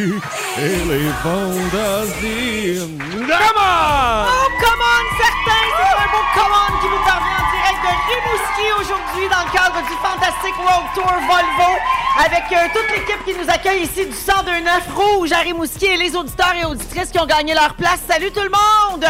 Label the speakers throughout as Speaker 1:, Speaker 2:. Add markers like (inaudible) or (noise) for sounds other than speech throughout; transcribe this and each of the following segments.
Speaker 1: Et les fantasmes. Come
Speaker 2: Oh, come on, certain! C'est un beau commande qui vous parvient en direct de Rimouski aujourd'hui dans le cadre du Fantastic Road Tour Volvo avec euh, toute l'équipe qui nous accueille ici du 1029 Rouge à Rimouski et les auditeurs et auditrices qui ont gagné leur place. Salut tout le monde!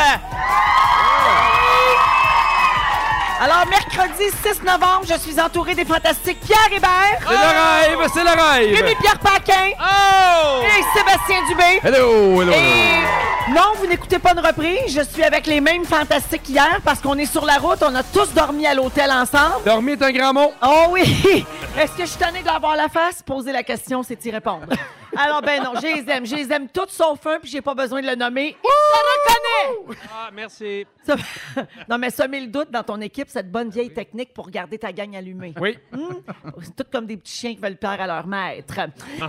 Speaker 2: Alors, mercredi 6 novembre, je suis entourée des fantastiques Pierre Hébert,
Speaker 1: C'est le rêve, c'est le rêve.
Speaker 2: Rémi-Pierre Paquin
Speaker 1: Oh!
Speaker 2: et Sébastien Dubé.
Speaker 1: Hello, hello, hello.
Speaker 2: Et non, vous n'écoutez pas une reprise. Je suis avec les mêmes fantastiques qu'hier parce qu'on est sur la route. On a tous dormi à l'hôtel ensemble.
Speaker 1: Dormir est un grand mot.
Speaker 2: Oh oui! Est-ce que je suis tannée de leur voir la face? Poser la question, c'est y répondre. Alors, ben non, je les aime. Je les aime toutes sauf un, puis j'ai pas besoin de le nommer. Il
Speaker 1: Ah, merci.
Speaker 2: se reconnaît! (laughs) non, mais semer le doute dans ton équipe, cette bonne vieille technique pour garder ta gagne allumée.
Speaker 1: Oui,
Speaker 2: Hmm? C'est tout comme des petits chiens qui veulent plaire à leur maître.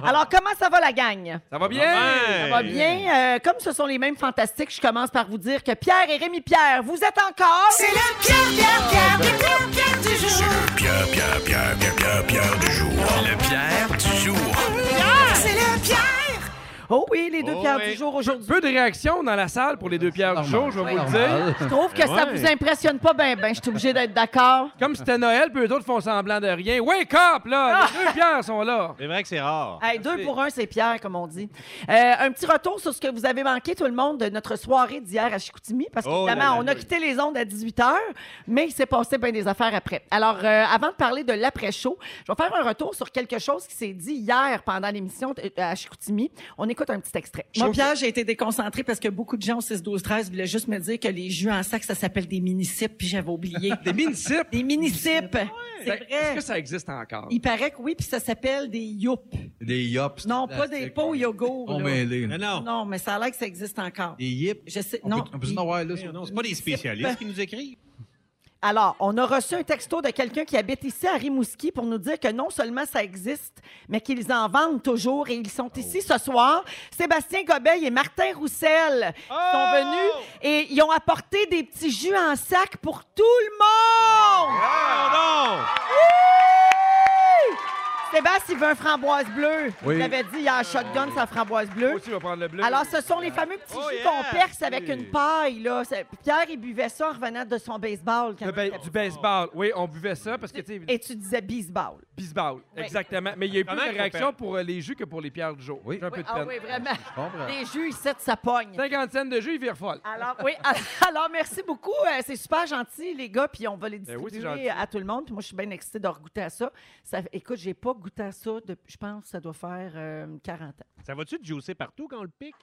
Speaker 2: Alors, comment ça va la gagne?
Speaker 1: ça va bien?
Speaker 2: Ça va bien. Euh, comme ce sont les mêmes fantastiques, je commence par vous dire que Pierre et Rémi Pierre, vous êtes encore.
Speaker 3: C'est le Pierre, Pierre, Pierre, Pierre, Pierre, Pierre du jour.
Speaker 4: Pierre, Pierre, Pierre, Pierre, Pierre, Pierre du jour. Le Pierre du jour.
Speaker 3: C'est le Pierre.
Speaker 2: Oh oui, les deux
Speaker 1: Oh
Speaker 2: Pierres
Speaker 1: oui.
Speaker 2: du jour aujourd'hui.
Speaker 1: Peu de réaction dans la salle pour les deux pierres du jour, je vais vous le dire.
Speaker 2: Je trouve que ça
Speaker 1: Eh ouais.
Speaker 2: vous impressionne pas bien, ben, je suis obligée d'être d'accord.
Speaker 1: Comme c'était Noël, puis eux autres font semblant de rien. Wake up, là!
Speaker 2: Ah!
Speaker 1: Les deux pierres sont là.
Speaker 5: C'est vrai que c'est rare.
Speaker 2: Hey, deux pour un, c'est Pierre, comme on dit. Euh, un petit retour sur ce que vous avez manqué, tout le monde, de notre soirée d'hier à Chicoutimi, parce
Speaker 5: Oh là
Speaker 2: qu'évidemment,
Speaker 5: là
Speaker 2: on
Speaker 5: là.
Speaker 2: a quitté les ondes à 18 h, mais il s'est passé bien des affaires après. Alors, euh, avant de parler de l'après-show, je vais faire un retour sur quelque chose qui s'est dit hier pendant l'émission euh, à Chicoutimi. On écoute un petit extrait.
Speaker 6: Moi, Pierre, j'ai été déconcentrée parce que beaucoup de gens au 6, 12, 13 voulaient juste me dire que les jus en sac, ça s'appelle des municipes, puis j'avais oublié.
Speaker 1: Des municipes.
Speaker 6: des municipes! C'est
Speaker 1: Est-ce
Speaker 6: vrai.
Speaker 1: que ça existe encore?
Speaker 6: Il paraît que oui, puis ça s'appelle des youps.
Speaker 7: Des yops.
Speaker 6: Non, pas des pots yogourt.
Speaker 7: On
Speaker 6: là.
Speaker 7: mêlé.
Speaker 5: Non,
Speaker 7: là.
Speaker 5: non.
Speaker 6: Non, mais ça a l'air que ça existe encore.
Speaker 7: Des yips.
Speaker 6: Je sais,
Speaker 7: On
Speaker 6: non.
Speaker 7: peut- On peut s'en avoir, là. ça.
Speaker 5: Ah, Non, c'est pas des spécialistes qui nous écrivent.
Speaker 2: Alors, on a reçu un texto de quelqu'un qui habite ici à Rimouski pour nous dire que non seulement ça existe, mais qu'ils en vendent toujours et ils sont
Speaker 7: Oh.
Speaker 2: ici ce soir. Sébastien Gobeil et Martin Roussel
Speaker 5: Oh!
Speaker 2: sont venus et ils ont apporté des petits jus en sac pour tout le monde.
Speaker 5: Non,
Speaker 2: Sébastien, il veut un framboise bleu.
Speaker 7: Oui.
Speaker 2: Il l'avait dit, il y a un shotgun, sa framboise
Speaker 1: Moi
Speaker 2: bleue.
Speaker 1: aussi, je vais prendre le bleu.
Speaker 2: Alors, ce sont les fameux petits
Speaker 5: Oh,
Speaker 2: jus
Speaker 5: yeah.
Speaker 2: qu'on perce avec
Speaker 1: Oui.
Speaker 2: une paille. Là. C'est- Pierre, il buvait ça en revenant de son baseball. quand
Speaker 1: Le
Speaker 2: il
Speaker 1: ba-
Speaker 2: était
Speaker 1: du baseball. Oui, on buvait ça parce que, tu sais,
Speaker 2: petit. Et tu disais baseball.
Speaker 1: baseball. Exactement. Mais il y a eu plus
Speaker 5: Comment
Speaker 1: de
Speaker 5: qu'on
Speaker 1: réaction pour euh, les jus que pour les pierres du jour. J'ai un peu de
Speaker 2: Ah
Speaker 1: peine.
Speaker 2: oui, vraiment.
Speaker 7: comprends.
Speaker 2: Les jus, ils settent sa pogne.
Speaker 1: Cinquante cents de jus, ils virent folle.
Speaker 2: Alors, oui, (laughs) alors merci beaucoup. Euh, C'est super gentil, les gars. Puis on va les
Speaker 1: Ben oui, c'est
Speaker 2: distribuer euh,
Speaker 1: gentil.
Speaker 2: à tout le monde. Puis moi, je suis bien excitée de regoûter à ça. ça écoute, j'ai pas goûté à ça depuis, je pense, que ça doit faire euh, 40 ans.
Speaker 5: non. Ça va-tu te juicer partout quand on le pique?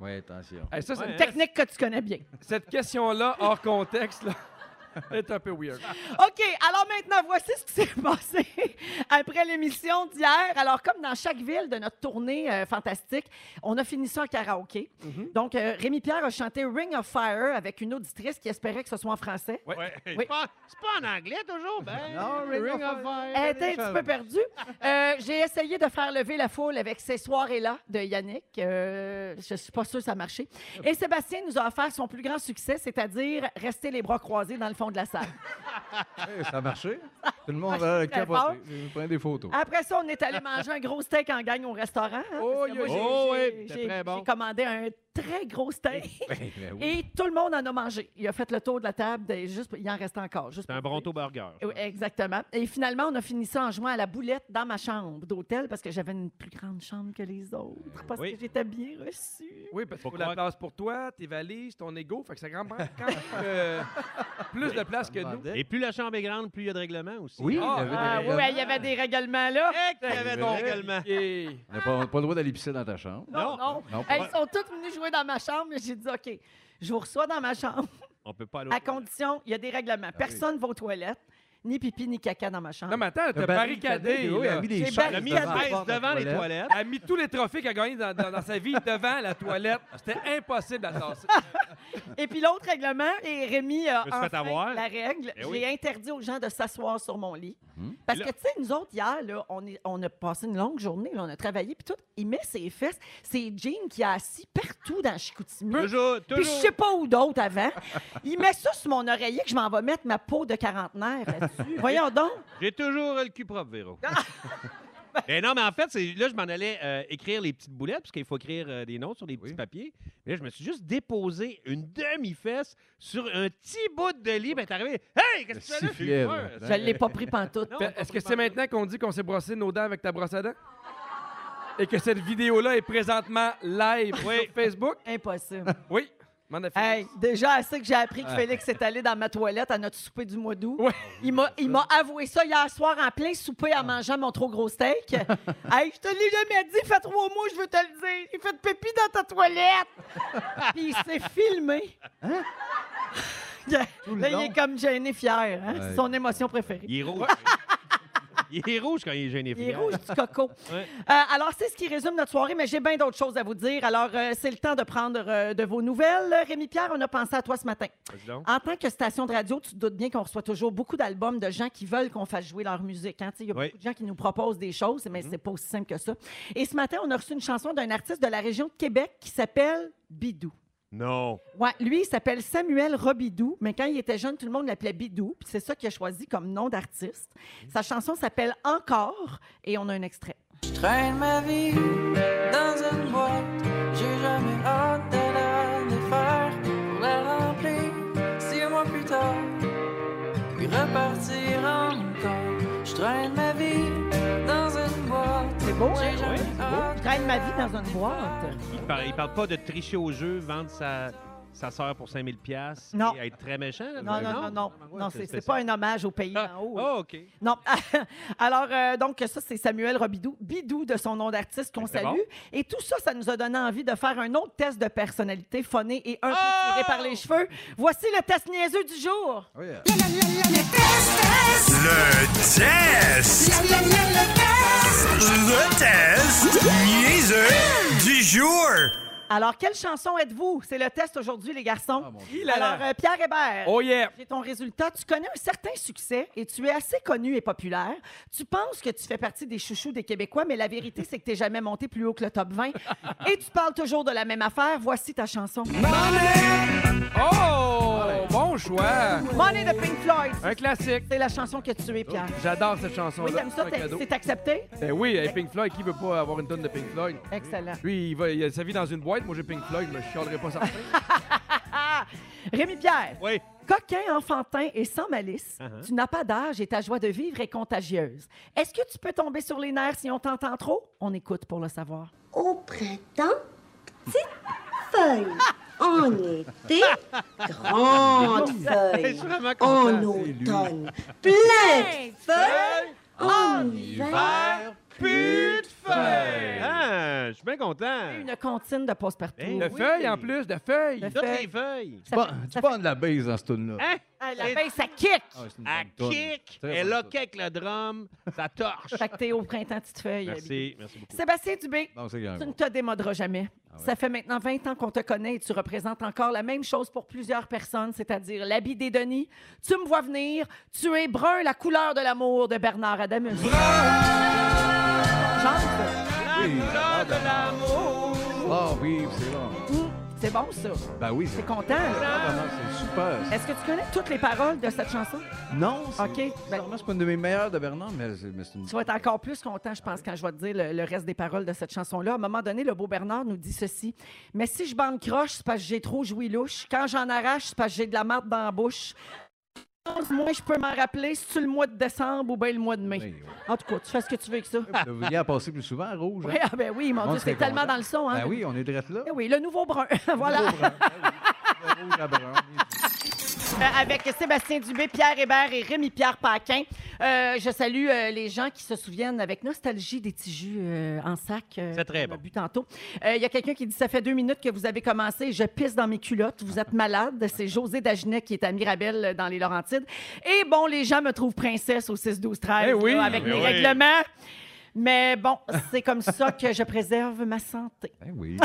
Speaker 7: Ouais, attention.
Speaker 1: Hey, ça, c'est-
Speaker 5: Ouais, hein?
Speaker 2: Technique que tu connais bien.
Speaker 1: Cette question-là, hors contexte, là, (laughs) est un peu weird.
Speaker 2: OK, alors maintenant, voici ce qui s'est (laughs) passé après l'émission d'hier. Alors, comme dans chaque ville de notre tournée euh, fantastique, on a fini ça en karaoké. Donc, euh, Rémi-Pierre a chanté Ring of Fire avec une auditrice qui espérait que ce soit en français.
Speaker 5: Ouais. C'est pas, c'est pas en anglais toujours, ben.
Speaker 7: Non, Ring of
Speaker 2: Elle était Eh, un petit peu perdue. Euh, J'ai essayé de faire lever la foule avec ces soirées-là de Yannick. Euh, je suis pas sûre que ça a marché. Et Sébastien nous a offert son plus grand succès, c'est-à-dire rester les bras croisés dans le fond de la salle.
Speaker 7: Hey, ça a marché. Tout le monde
Speaker 2: Ah,
Speaker 7: va
Speaker 2: c'est très fort.
Speaker 7: capoter. Je vais prendre des photos.
Speaker 2: Après ça, on est allé manger un gros steak en gagne au restaurant. hein,
Speaker 1: Oh,
Speaker 2: parce que moi,
Speaker 1: oui.
Speaker 2: j'ai-
Speaker 5: Oh,
Speaker 2: j'ai-
Speaker 5: oui, c'était
Speaker 2: j'ai-
Speaker 5: très bon.
Speaker 2: J'ai commandé un très gros steak
Speaker 7: Ben oui.
Speaker 2: et tout le monde en a mangé. Il a fait le tour de la table, de- juste, il en reste encore. juste
Speaker 5: C'est un
Speaker 2: pour
Speaker 5: Bronto Burger.
Speaker 2: Oui, exactement. Et finalement, on a fini ça en jouant à la boulette dans ma chambre d'hôtel parce que j'avais une plus grande chambre que les autres, parce
Speaker 5: oui.
Speaker 2: que j'étais bien reçue.
Speaker 1: Oui, parce qu'il
Speaker 5: Faut
Speaker 1: faut de la
Speaker 5: croire-
Speaker 1: place pour toi, tes valises, ton ego. Fait que ça grand quand même euh, plus de place que nous.
Speaker 5: Et plus la chambre est grande, plus il y a de règlements aussi.
Speaker 7: Oui,
Speaker 1: Ah,
Speaker 7: il y avait des
Speaker 2: Ah
Speaker 7: règlements.
Speaker 2: ouais, il y avait des règlements là.
Speaker 5: Heck, il y avait de règlements.
Speaker 1: Et-
Speaker 7: On n'a pas, on n'a pas le droit d'aller pisser dans ta chambre.
Speaker 2: Non, non.
Speaker 5: Non.
Speaker 7: Non,
Speaker 2: Hey, ils sont tous venus jouer dans ma chambre, mais j'ai dit OK. Je vous reçois dans ma chambre,
Speaker 5: On peut pas aller au-
Speaker 2: à condition, il y a des règlements. Personne va aux toilettes, ni pipi, ni caca dans ma chambre.
Speaker 1: Non, mais attends, t'as
Speaker 7: T'as
Speaker 1: barricadé.
Speaker 7: oui,
Speaker 1: là.
Speaker 7: elle a mis des
Speaker 2: J'ai
Speaker 7: chaises
Speaker 5: Elle a mis
Speaker 2: barricadé.
Speaker 5: la
Speaker 7: devant le
Speaker 5: chaise
Speaker 7: bord de la
Speaker 5: devant les
Speaker 7: toilette.
Speaker 5: toilettes.
Speaker 1: Elle a mis tous les trophées qu'elle a gagnés dans, dans- dans sa vie devant la toilette. C'était impossible de la tasser.
Speaker 2: Et puis l'autre règlement, et Rémi a
Speaker 5: Je me suis fait
Speaker 2: enfin
Speaker 5: avoir.
Speaker 2: la règle,
Speaker 5: Eh
Speaker 2: j'ai
Speaker 5: oui. Hum.
Speaker 2: interdit aux gens de s'asseoir sur mon lit. Parce que, tu sais, nous autres, hier, là, on, est- on a passé une longue journée, là, on a travaillé, puis tout, il met ses fesses, ses jeans qu'il a assis partout dans Chicoutimi.
Speaker 5: Toujours,
Speaker 2: Puis je
Speaker 5: toujours.
Speaker 2: sais pas où d'autre avant. Il met ça sur mon oreiller que je m'en vais
Speaker 5: (laughs)
Speaker 2: mettre ma peau de quarantenaire là-dessus. Voyons donc.
Speaker 5: J'ai toujours le cul propre, Véro. Mais Ben non, mais en fait, c'est- là, je m'en allais euh, écrire les petites boulettes, parce qu'il faut écrire euh, des notes sur des petits
Speaker 7: Oui.
Speaker 5: papiers. Mais là, je me suis juste déposé une demi-fesse sur un petit bout de lit. Ben, t'es arrivé. Hey, qu'est-ce que tu fais là? Je suis
Speaker 7: sifflet,
Speaker 5: peur. hein.
Speaker 7: là.
Speaker 2: Je ne l'ai pas pris pantoute.
Speaker 5: Ben, Non,
Speaker 1: Fait- Est-ce que c'est maintenant qu'on dit qu'on s'est brossé nos dents avec ta brosse à dents? Et que cette vidéo-là est présentement live sur Facebook?
Speaker 2: Impossible.
Speaker 1: Oui. M'en a fait.
Speaker 2: Hey, déjà assez que j'ai appris
Speaker 5: Ah.
Speaker 2: que Félix est allé dans ma toilette à notre souper du mois d'août.
Speaker 1: Ouais.
Speaker 2: Il m'a, il m'a avoué ça hier soir en plein souper en mangeant mon trop gros steak. (laughs) hey, je te l'ai jamais dit, fait trois mois, je veux te le dire. Il fait de pipi dans ta toilette. Puis il s'est filmé. (laughs) Hein?
Speaker 8: le
Speaker 2: Là,
Speaker 8: long.
Speaker 2: il est comme gêné fier. hein? C'est
Speaker 7: Ouais.
Speaker 2: son émotion préférée.
Speaker 5: Il est rouge. il est rouge quand il est gêné.
Speaker 2: Il est
Speaker 5: fier.
Speaker 2: rouge du coco.
Speaker 5: Ouais.
Speaker 2: Euh, alors, c'est ce qui résume notre soirée, mais j'ai bien d'autres choses à vous dire. Alors, euh, c'est le temps de prendre euh, de vos nouvelles. Rémi-Pierre, on a pensé à toi ce matin.
Speaker 5: Vas-y donc.
Speaker 2: En tant que station de radio, tu te doutes bien qu'on reçoit toujours beaucoup d'albums de gens qui veulent qu'on fasse jouer leur musique. hein. Tu sais, Il y a
Speaker 5: Oui.
Speaker 2: beaucoup de gens qui nous proposent des choses, mais c'est pas aussi simple que ça. Et ce matin, on a reçu une chanson d'un artiste de la région de Québec qui s'appelle Bidou.
Speaker 5: Non.
Speaker 2: Ouais, lui, il s'appelle Samuel Robidou, mais quand il était jeune, tout le monde l'appelait Bidou, puis c'est ça qu'il a choisi comme nom d'artiste. Sa chanson s'appelle Encore, et on a un extrait.
Speaker 9: Je traîne ma vie dans une boîte, j'ai jamais hâte de la défaire pour la remplir six mois plus tard, puis repartir encore. Je traîne ma vie dans une boîte,
Speaker 2: C'est beau, hein?
Speaker 9: j'ai jamais
Speaker 5: c'est
Speaker 9: hâte.
Speaker 2: Je traîne ma vie dans une boîte.
Speaker 5: Il parle, il parle pas de tricher au jeu, vendre sa, sa sœur pour 5000 pièces
Speaker 2: Non.
Speaker 5: et être très méchant. là.
Speaker 2: Non, non, non, non.
Speaker 5: ben
Speaker 2: Non, c'est c'est pas un hommage au pays
Speaker 5: Ah,
Speaker 2: en haut. hein.
Speaker 5: ah, OK.
Speaker 2: Non. (laughs) Alors, euh, donc, ça, c'est Samuel Robidou, Bidou de son nom d'artiste qu'on
Speaker 5: Ah, C'est
Speaker 2: salue.
Speaker 5: bon.
Speaker 2: Et tout ça, ça nous a donné envie de faire un autre test de personnalité phoné et un peu
Speaker 5: Oh!
Speaker 2: tiré par les cheveux. Voici le test niaiseux du jour.
Speaker 7: Oh, yeah.
Speaker 3: La, la, la, la, le test, test.
Speaker 4: Le test.
Speaker 3: La, la, la, le test.
Speaker 4: Le test. Niaiseux du jour.
Speaker 2: Alors, quelle chanson êtes-vous? C'est le test aujourd'hui, les garçons.
Speaker 7: Ah, mon Dieu.
Speaker 1: Il a
Speaker 2: Alors, euh, Pierre Hébert.
Speaker 1: Oh yeah!
Speaker 2: J'ai ton résultat. Tu connais un certain succès et tu es assez connu et populaire. Tu penses que tu fais partie des chouchous des Québécois, mais la vérité, c'est que tu n'es jamais monté plus haut que le top
Speaker 5: (laughs)
Speaker 2: 20. et tu parles toujours de la même affaire. Voici ta chanson.
Speaker 1: Oh! Bon choix!
Speaker 2: Money de Pink Floyd.
Speaker 1: Un classique.
Speaker 2: C'est la chanson que tu es, Pierre.
Speaker 1: J'adore cette chanson-là.
Speaker 2: Oui, t'aimes ça,
Speaker 1: Oh, C'est un
Speaker 2: t'es-
Speaker 1: cadeau.
Speaker 2: c'est accepté?
Speaker 1: Ben oui, hey, Pink Floyd, qui veut pas avoir une tonne de Pink Floyd?
Speaker 2: Excellent.
Speaker 1: Lui, il, va, il a sa vie dans une boîte. Moi, j'ai Pink Floyd, mais je chialerai pas ça.
Speaker 2: Rémi Pierre,
Speaker 5: Oui.
Speaker 2: coquin, enfantin et sans malice,
Speaker 5: Uh-huh.
Speaker 2: tu n'as pas d'âge et ta joie de vivre est contagieuse. Est-ce que tu peux tomber sur les nerfs si on t'entend trop? On écoute pour le savoir.
Speaker 10: Au printemps, petite feuille. En été, grande feuille.
Speaker 2: Oh,
Speaker 10: En automne, plein de feuilles. En hiver.
Speaker 5: Plus de feuilles! Ah, je suis bien content.
Speaker 2: Une comptine de passe-partout.
Speaker 5: Ben,
Speaker 1: De
Speaker 5: Oui.
Speaker 1: feuilles, en plus, de feuilles.
Speaker 2: De
Speaker 5: Toutes
Speaker 2: feuilles.
Speaker 5: les feuilles.
Speaker 7: Tu pends- Tu prends de la base dans ce tune-là.
Speaker 5: Hein?
Speaker 2: Ah, La feuille, ça kick!
Speaker 7: Ah, c'est une
Speaker 5: À
Speaker 7: bonne toune.
Speaker 5: kick,
Speaker 7: Très
Speaker 5: elle
Speaker 7: bonne
Speaker 5: a
Speaker 7: toune.
Speaker 5: avec le drum, ça torche.
Speaker 2: Fait que t'es au printemps, petite feuille. Bibi.
Speaker 5: Merci, merci beaucoup.
Speaker 2: Sébastien Dubé,
Speaker 7: Non, c'est quand
Speaker 2: Tu ne
Speaker 7: même.
Speaker 2: te démoderas jamais.
Speaker 7: Ah ouais.
Speaker 2: Ça fait maintenant 20 ans qu'on te connaît et tu représentes encore la même chose pour plusieurs personnes, c'est-à-dire l'habit des Denis. Tu me vois venir, tu es brun, la couleur de l'amour de Bernard Adamus. Chante.
Speaker 7: Oui.
Speaker 5: Couleur de l'amour.
Speaker 7: Ah oui, c'est bon.
Speaker 2: Hum, C'est bon, ça.
Speaker 7: Ben oui,
Speaker 2: T'es
Speaker 7: c'est
Speaker 2: content? là?
Speaker 7: Ah, non, c'est super. ça.
Speaker 2: Est-ce que tu connais toutes les paroles de cette chanson?
Speaker 7: Non, c'est
Speaker 2: OK, ben-
Speaker 7: bizarrement, c'est pas une de mes meilleures de Bernard, mais c'est mais c'est une
Speaker 2: Tu vas être encore plus content, je pense, quand je vais te dire le, le reste des paroles de cette chanson-là. À un moment donné, le beau Bernard nous dit ceci. Mais si je bande croche, c'est parce que j'ai trop joui louche. Quand j'en arrache, c'est parce que j'ai de la marde dans la bouche. Moi, je peux m'en rappeler, si tu le mois de décembre ou bien le mois de mai.
Speaker 7: Oui, oui.
Speaker 2: En tout cas, tu fais ce que tu veux avec ça. (laughs)
Speaker 7: Vous devriez en passer plus souvent à rouge. hein?
Speaker 2: Ouais, (laughs) ah ben oui, mon
Speaker 7: Tout
Speaker 2: Dieu,
Speaker 7: le monde
Speaker 2: c'est
Speaker 7: serait
Speaker 2: tellement
Speaker 7: content.
Speaker 2: dans le son. Hein?
Speaker 7: Ben oui, on est
Speaker 2: (laughs)
Speaker 7: drette là.
Speaker 2: Eh oui, le nouveau brun. voilà.
Speaker 7: Rouge à brun. Ben oui, de rouge à brun.
Speaker 2: Euh, avec Sébastien Dubé, Pierre Hébert et Rémi-Pierre Paquin. Euh, je salue euh, les gens qui se souviennent avec nostalgie des petits jus euh, en sac. euh,
Speaker 5: C'est très
Speaker 2: qu'on a
Speaker 5: bon.
Speaker 2: bu tantôt. Euh, Il y a quelqu'un qui dit Ça fait deux minutes que vous avez commencé, je pisse dans mes culottes, vous êtes malade. C'est José Dagenet qui est à Mirabel euh, dans les Laurentides. Et bon, les gens me trouvent princesse au 6-12-13
Speaker 1: Eh oui,
Speaker 2: là, avec
Speaker 5: eh
Speaker 2: mes
Speaker 5: oui.
Speaker 2: règlements. Mais bon, c'est comme ça que je préserve ma santé.
Speaker 7: Ben oui.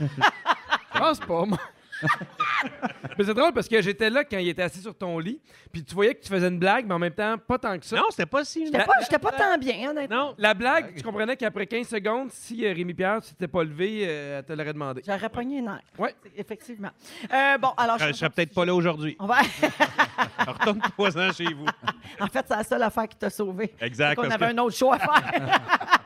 Speaker 1: Je pense pas,
Speaker 7: (laughs)
Speaker 1: moi. mais c'est drôle parce que j'étais là quand il était assis sur ton lit, puis tu voyais que tu faisais une blague, mais en même temps, pas tant que ça.
Speaker 5: Non, c'était pas si.
Speaker 2: J'étais pas, j'étais pas tant bien, honnêtement.
Speaker 5: Non.
Speaker 1: La blague, tu comprenais qu'après 15 secondes, si euh, Rémi Pierre, tu t'étais pas levé, euh, elle te l'aurait demandé.
Speaker 2: J'aurais pogné une heure.
Speaker 1: Oui.
Speaker 2: Effectivement. Euh, bon, alors.
Speaker 5: Euh, Je serais peut-être pas là aujourd'hui.
Speaker 2: On va... (laughs)
Speaker 5: Retourne (laughs) trois ans chez vous.
Speaker 2: En fait, c'est la seule affaire qui t'a sauvé.
Speaker 5: Exact.
Speaker 2: Qu'on
Speaker 5: parce
Speaker 2: avait
Speaker 5: que-
Speaker 2: un autre show à faire. (laughs)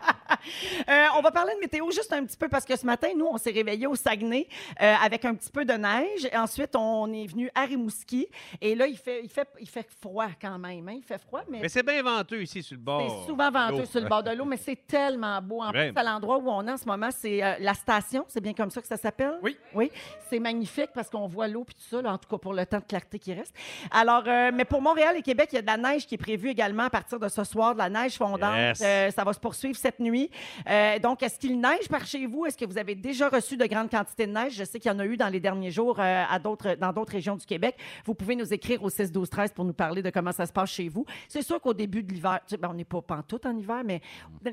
Speaker 2: Euh, on va parler de météo juste un petit peu parce que ce matin, nous, on s'est réveillés au Saguenay euh, avec un petit peu de neige. Et ensuite, on est venu à Rimouski. Et là, il fait, il fait, il fait froid quand même. hein. Il fait froid, mais,
Speaker 5: Mais c'est bien venteux ici sur le bord.
Speaker 2: c'est souvent venteux
Speaker 5: L'eau.
Speaker 2: sur le bord de l'eau. Mais c'est tellement beau. En
Speaker 5: Vraiment.
Speaker 2: plus, à l'endroit où on est en ce moment, c'est euh, la station. C'est bien comme ça que ça s'appelle?
Speaker 1: Oui.
Speaker 2: Oui. C'est magnifique parce qu'on voit l'eau puis tout ça, là, en tout cas pour le temps de clarté qui reste. Alors, euh, mais pour Montréal et Québec, il y a de la neige qui est prévue également à partir de ce soir, de la neige fondante.
Speaker 5: Yes.
Speaker 2: Euh, ça va se poursuivre cette nuit. Euh, donc, est-ce qu'il neige par chez vous? Est-ce que vous avez déjà reçu de grandes quantités de neige? Je sais qu'il y en a eu dans les derniers jours euh, à d'autres, dans d'autres régions du Québec. Vous pouvez nous écrire au 6 12 13 pour nous parler de comment ça se passe chez vous. C'est sûr qu'au début de l'hiver, tu sais, ben, on n'est pas pantoute en hiver, mais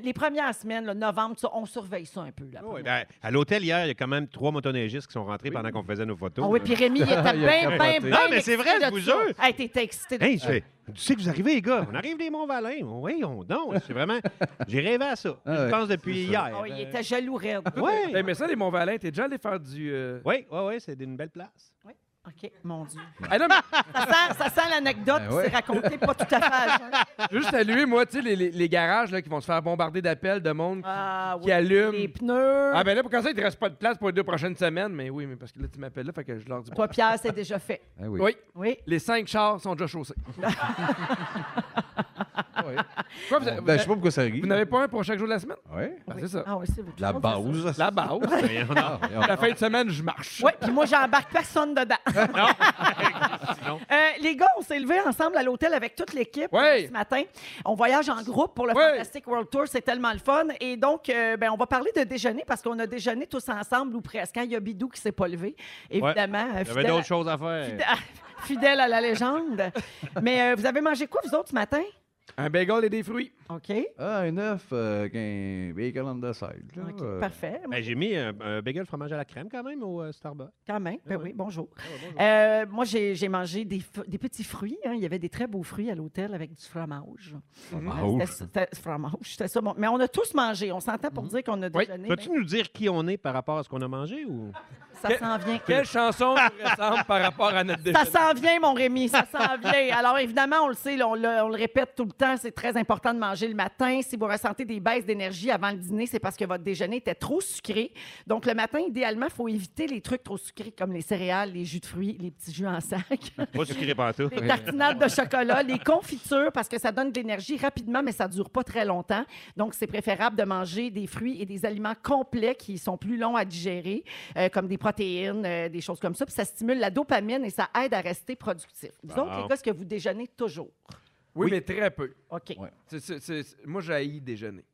Speaker 2: les premières semaines, le novembre, ça, on surveille ça un peu. Là,
Speaker 5: Oui, ben, à l'hôtel hier, il y a quand même trois motoneigistes qui sont rentrés pendant qu'on faisait nos photos.
Speaker 2: Ah oui, puis Rémi,
Speaker 5: (laughs)
Speaker 2: il était bien,
Speaker 7: Il a
Speaker 2: bien, bien,
Speaker 7: capoté.
Speaker 2: bien.
Speaker 5: Ah, mais c'est
Speaker 2: excité
Speaker 5: vrai, je
Speaker 2: de
Speaker 5: vous
Speaker 2: ça.
Speaker 5: jure.
Speaker 2: Hey, t'étais excité de
Speaker 5: Hey, je fais, tu sais que vous arrivez, les gars. On arrive des Monts-Valin. Oui, on donc. C'est vraiment. J'ai rêvé à ça.
Speaker 7: Ah
Speaker 5: je
Speaker 7: ouais,
Speaker 5: pense depuis
Speaker 7: c'est ça.
Speaker 5: hier.
Speaker 2: Oh, il était jaloux, raide.
Speaker 5: Oui,
Speaker 1: Hey, Eh, mais ça, les Mont-Valin, t'es déjà allé faire du. euh,
Speaker 5: oui, oui, oui, c'est une belle place.
Speaker 2: OK, mon Dieu.
Speaker 1: Ah non, mais- (laughs)
Speaker 2: Ça sent, ça sent l'anecdote
Speaker 7: Ben
Speaker 2: qui
Speaker 7: ouais.
Speaker 2: s'est racontée pas tout à fait.
Speaker 5: (laughs)
Speaker 2: à jeun.
Speaker 1: Je veux juste saluer, moi, tu sais, les, les- les garages là, qui vont se faire bombarder d'appels de monde.
Speaker 2: Ah,
Speaker 1: Qui allume.
Speaker 2: Les pneus.
Speaker 1: Ah ben là, pour comme ça, il te reste pas de place pour les deux prochaines semaines. Mais oui, mais parce que là, tu m'appelles là, fait que je leur dis pas.
Speaker 2: Toi, Pierre, c'est déjà fait.
Speaker 7: Ah oui.
Speaker 1: Oui,
Speaker 2: Oui.
Speaker 1: les cinq chars sont déjà (laughs) chaussés. Ah
Speaker 7: Ouais.
Speaker 1: Quoi, vous,
Speaker 7: Ben, je sais pas pourquoi ça rit.
Speaker 1: vous n'avez pas un pour chaque jour de la semaine?
Speaker 7: Ouais.
Speaker 1: Ben, c'est ça.
Speaker 2: Ah oui, c'est vous.
Speaker 7: La base.
Speaker 1: La (laughs) base.
Speaker 7: Ah, voyons.
Speaker 1: la fin de semaine, je marche.
Speaker 2: Oui, puis moi, j'embarque personne dedans.
Speaker 5: Sinon.
Speaker 2: Euh, les gars, on s'est levés ensemble à l'hôtel avec toute l'équipe
Speaker 1: Ouais.
Speaker 2: euh, ce matin. On voyage en groupe pour le
Speaker 1: Ouais.
Speaker 2: Fantastic World Tour. C'est tellement le fun. Et donc, euh, ben, on va parler de déjeuner parce qu'on a déjeuné tous ensemble ou presque. hein. Il y a Bidou qui s'est pas levé, évidemment. euh,
Speaker 5: Il y avait
Speaker 2: fidèle à-
Speaker 5: d'autres choses à faire.
Speaker 2: (laughs) Fidèle à la légende. Mais euh, vous avez mangé quoi, vous autres, ce matin?
Speaker 1: Un bagel et des fruits.
Speaker 2: OK.
Speaker 7: Ah, un œuf euh, avec un bacon on the side. là.
Speaker 2: OK,
Speaker 7: Euh,
Speaker 2: parfait.
Speaker 5: Ben, j'ai mis un, un bagel fromage à la crème quand même au euh, Starbucks.
Speaker 2: Quand même. Ben
Speaker 5: Ouais.
Speaker 2: oui, bonjour. Euh, moi, j'ai j'ai mangé des, f- des petits fruits. hein. Il y avait des très beaux fruits à l'hôtel avec du fromage. Euh, c'était- c'était- Fromage. C'était ça. bon. Mais on a tous mangé. On s'entend pour dire qu'on a
Speaker 1: Oui.
Speaker 2: déjeuné.
Speaker 5: Peux-tu
Speaker 2: ben,
Speaker 5: nous dire qui on est par rapport à ce qu'on a mangé ou
Speaker 2: ça s'en vient.
Speaker 1: Quelle chanson nous ressemble par rapport à notre
Speaker 2: Ça
Speaker 1: déjeuner?
Speaker 2: s'en vient, mon Rémi, ça s'en vient. Alors, évidemment, on le sait, là, on, le, on le répète tout le temps, c'est très important de manger le matin. Si vous ressentez des baisses d'énergie avant le dîner, c'est parce que votre déjeuner était trop sucré. Donc, le matin, idéalement, il faut éviter les trucs trop sucrés comme les céréales, les jus de fruits, les petits jus en sac.
Speaker 5: pas
Speaker 2: (laughs)
Speaker 5: sucré partout?
Speaker 2: Les tartinades de chocolat, les confitures, parce que ça donne de l'énergie rapidement, mais ça dure pas très longtemps. Donc, c'est préférable de manger des fruits et des aliments complets qui sont plus longs à digérer, euh, comme des protéines, euh, des choses comme ça. Puis ça stimule la dopamine et ça aide à rester productif. Vous
Speaker 5: Bon.
Speaker 2: autres, les gars, est-ce que vous déjeunez toujours?
Speaker 1: Oui, mais très peu.
Speaker 2: OK.
Speaker 7: Ouais.
Speaker 1: C'est- c'est- c'est- moi, j'ai déjeuner.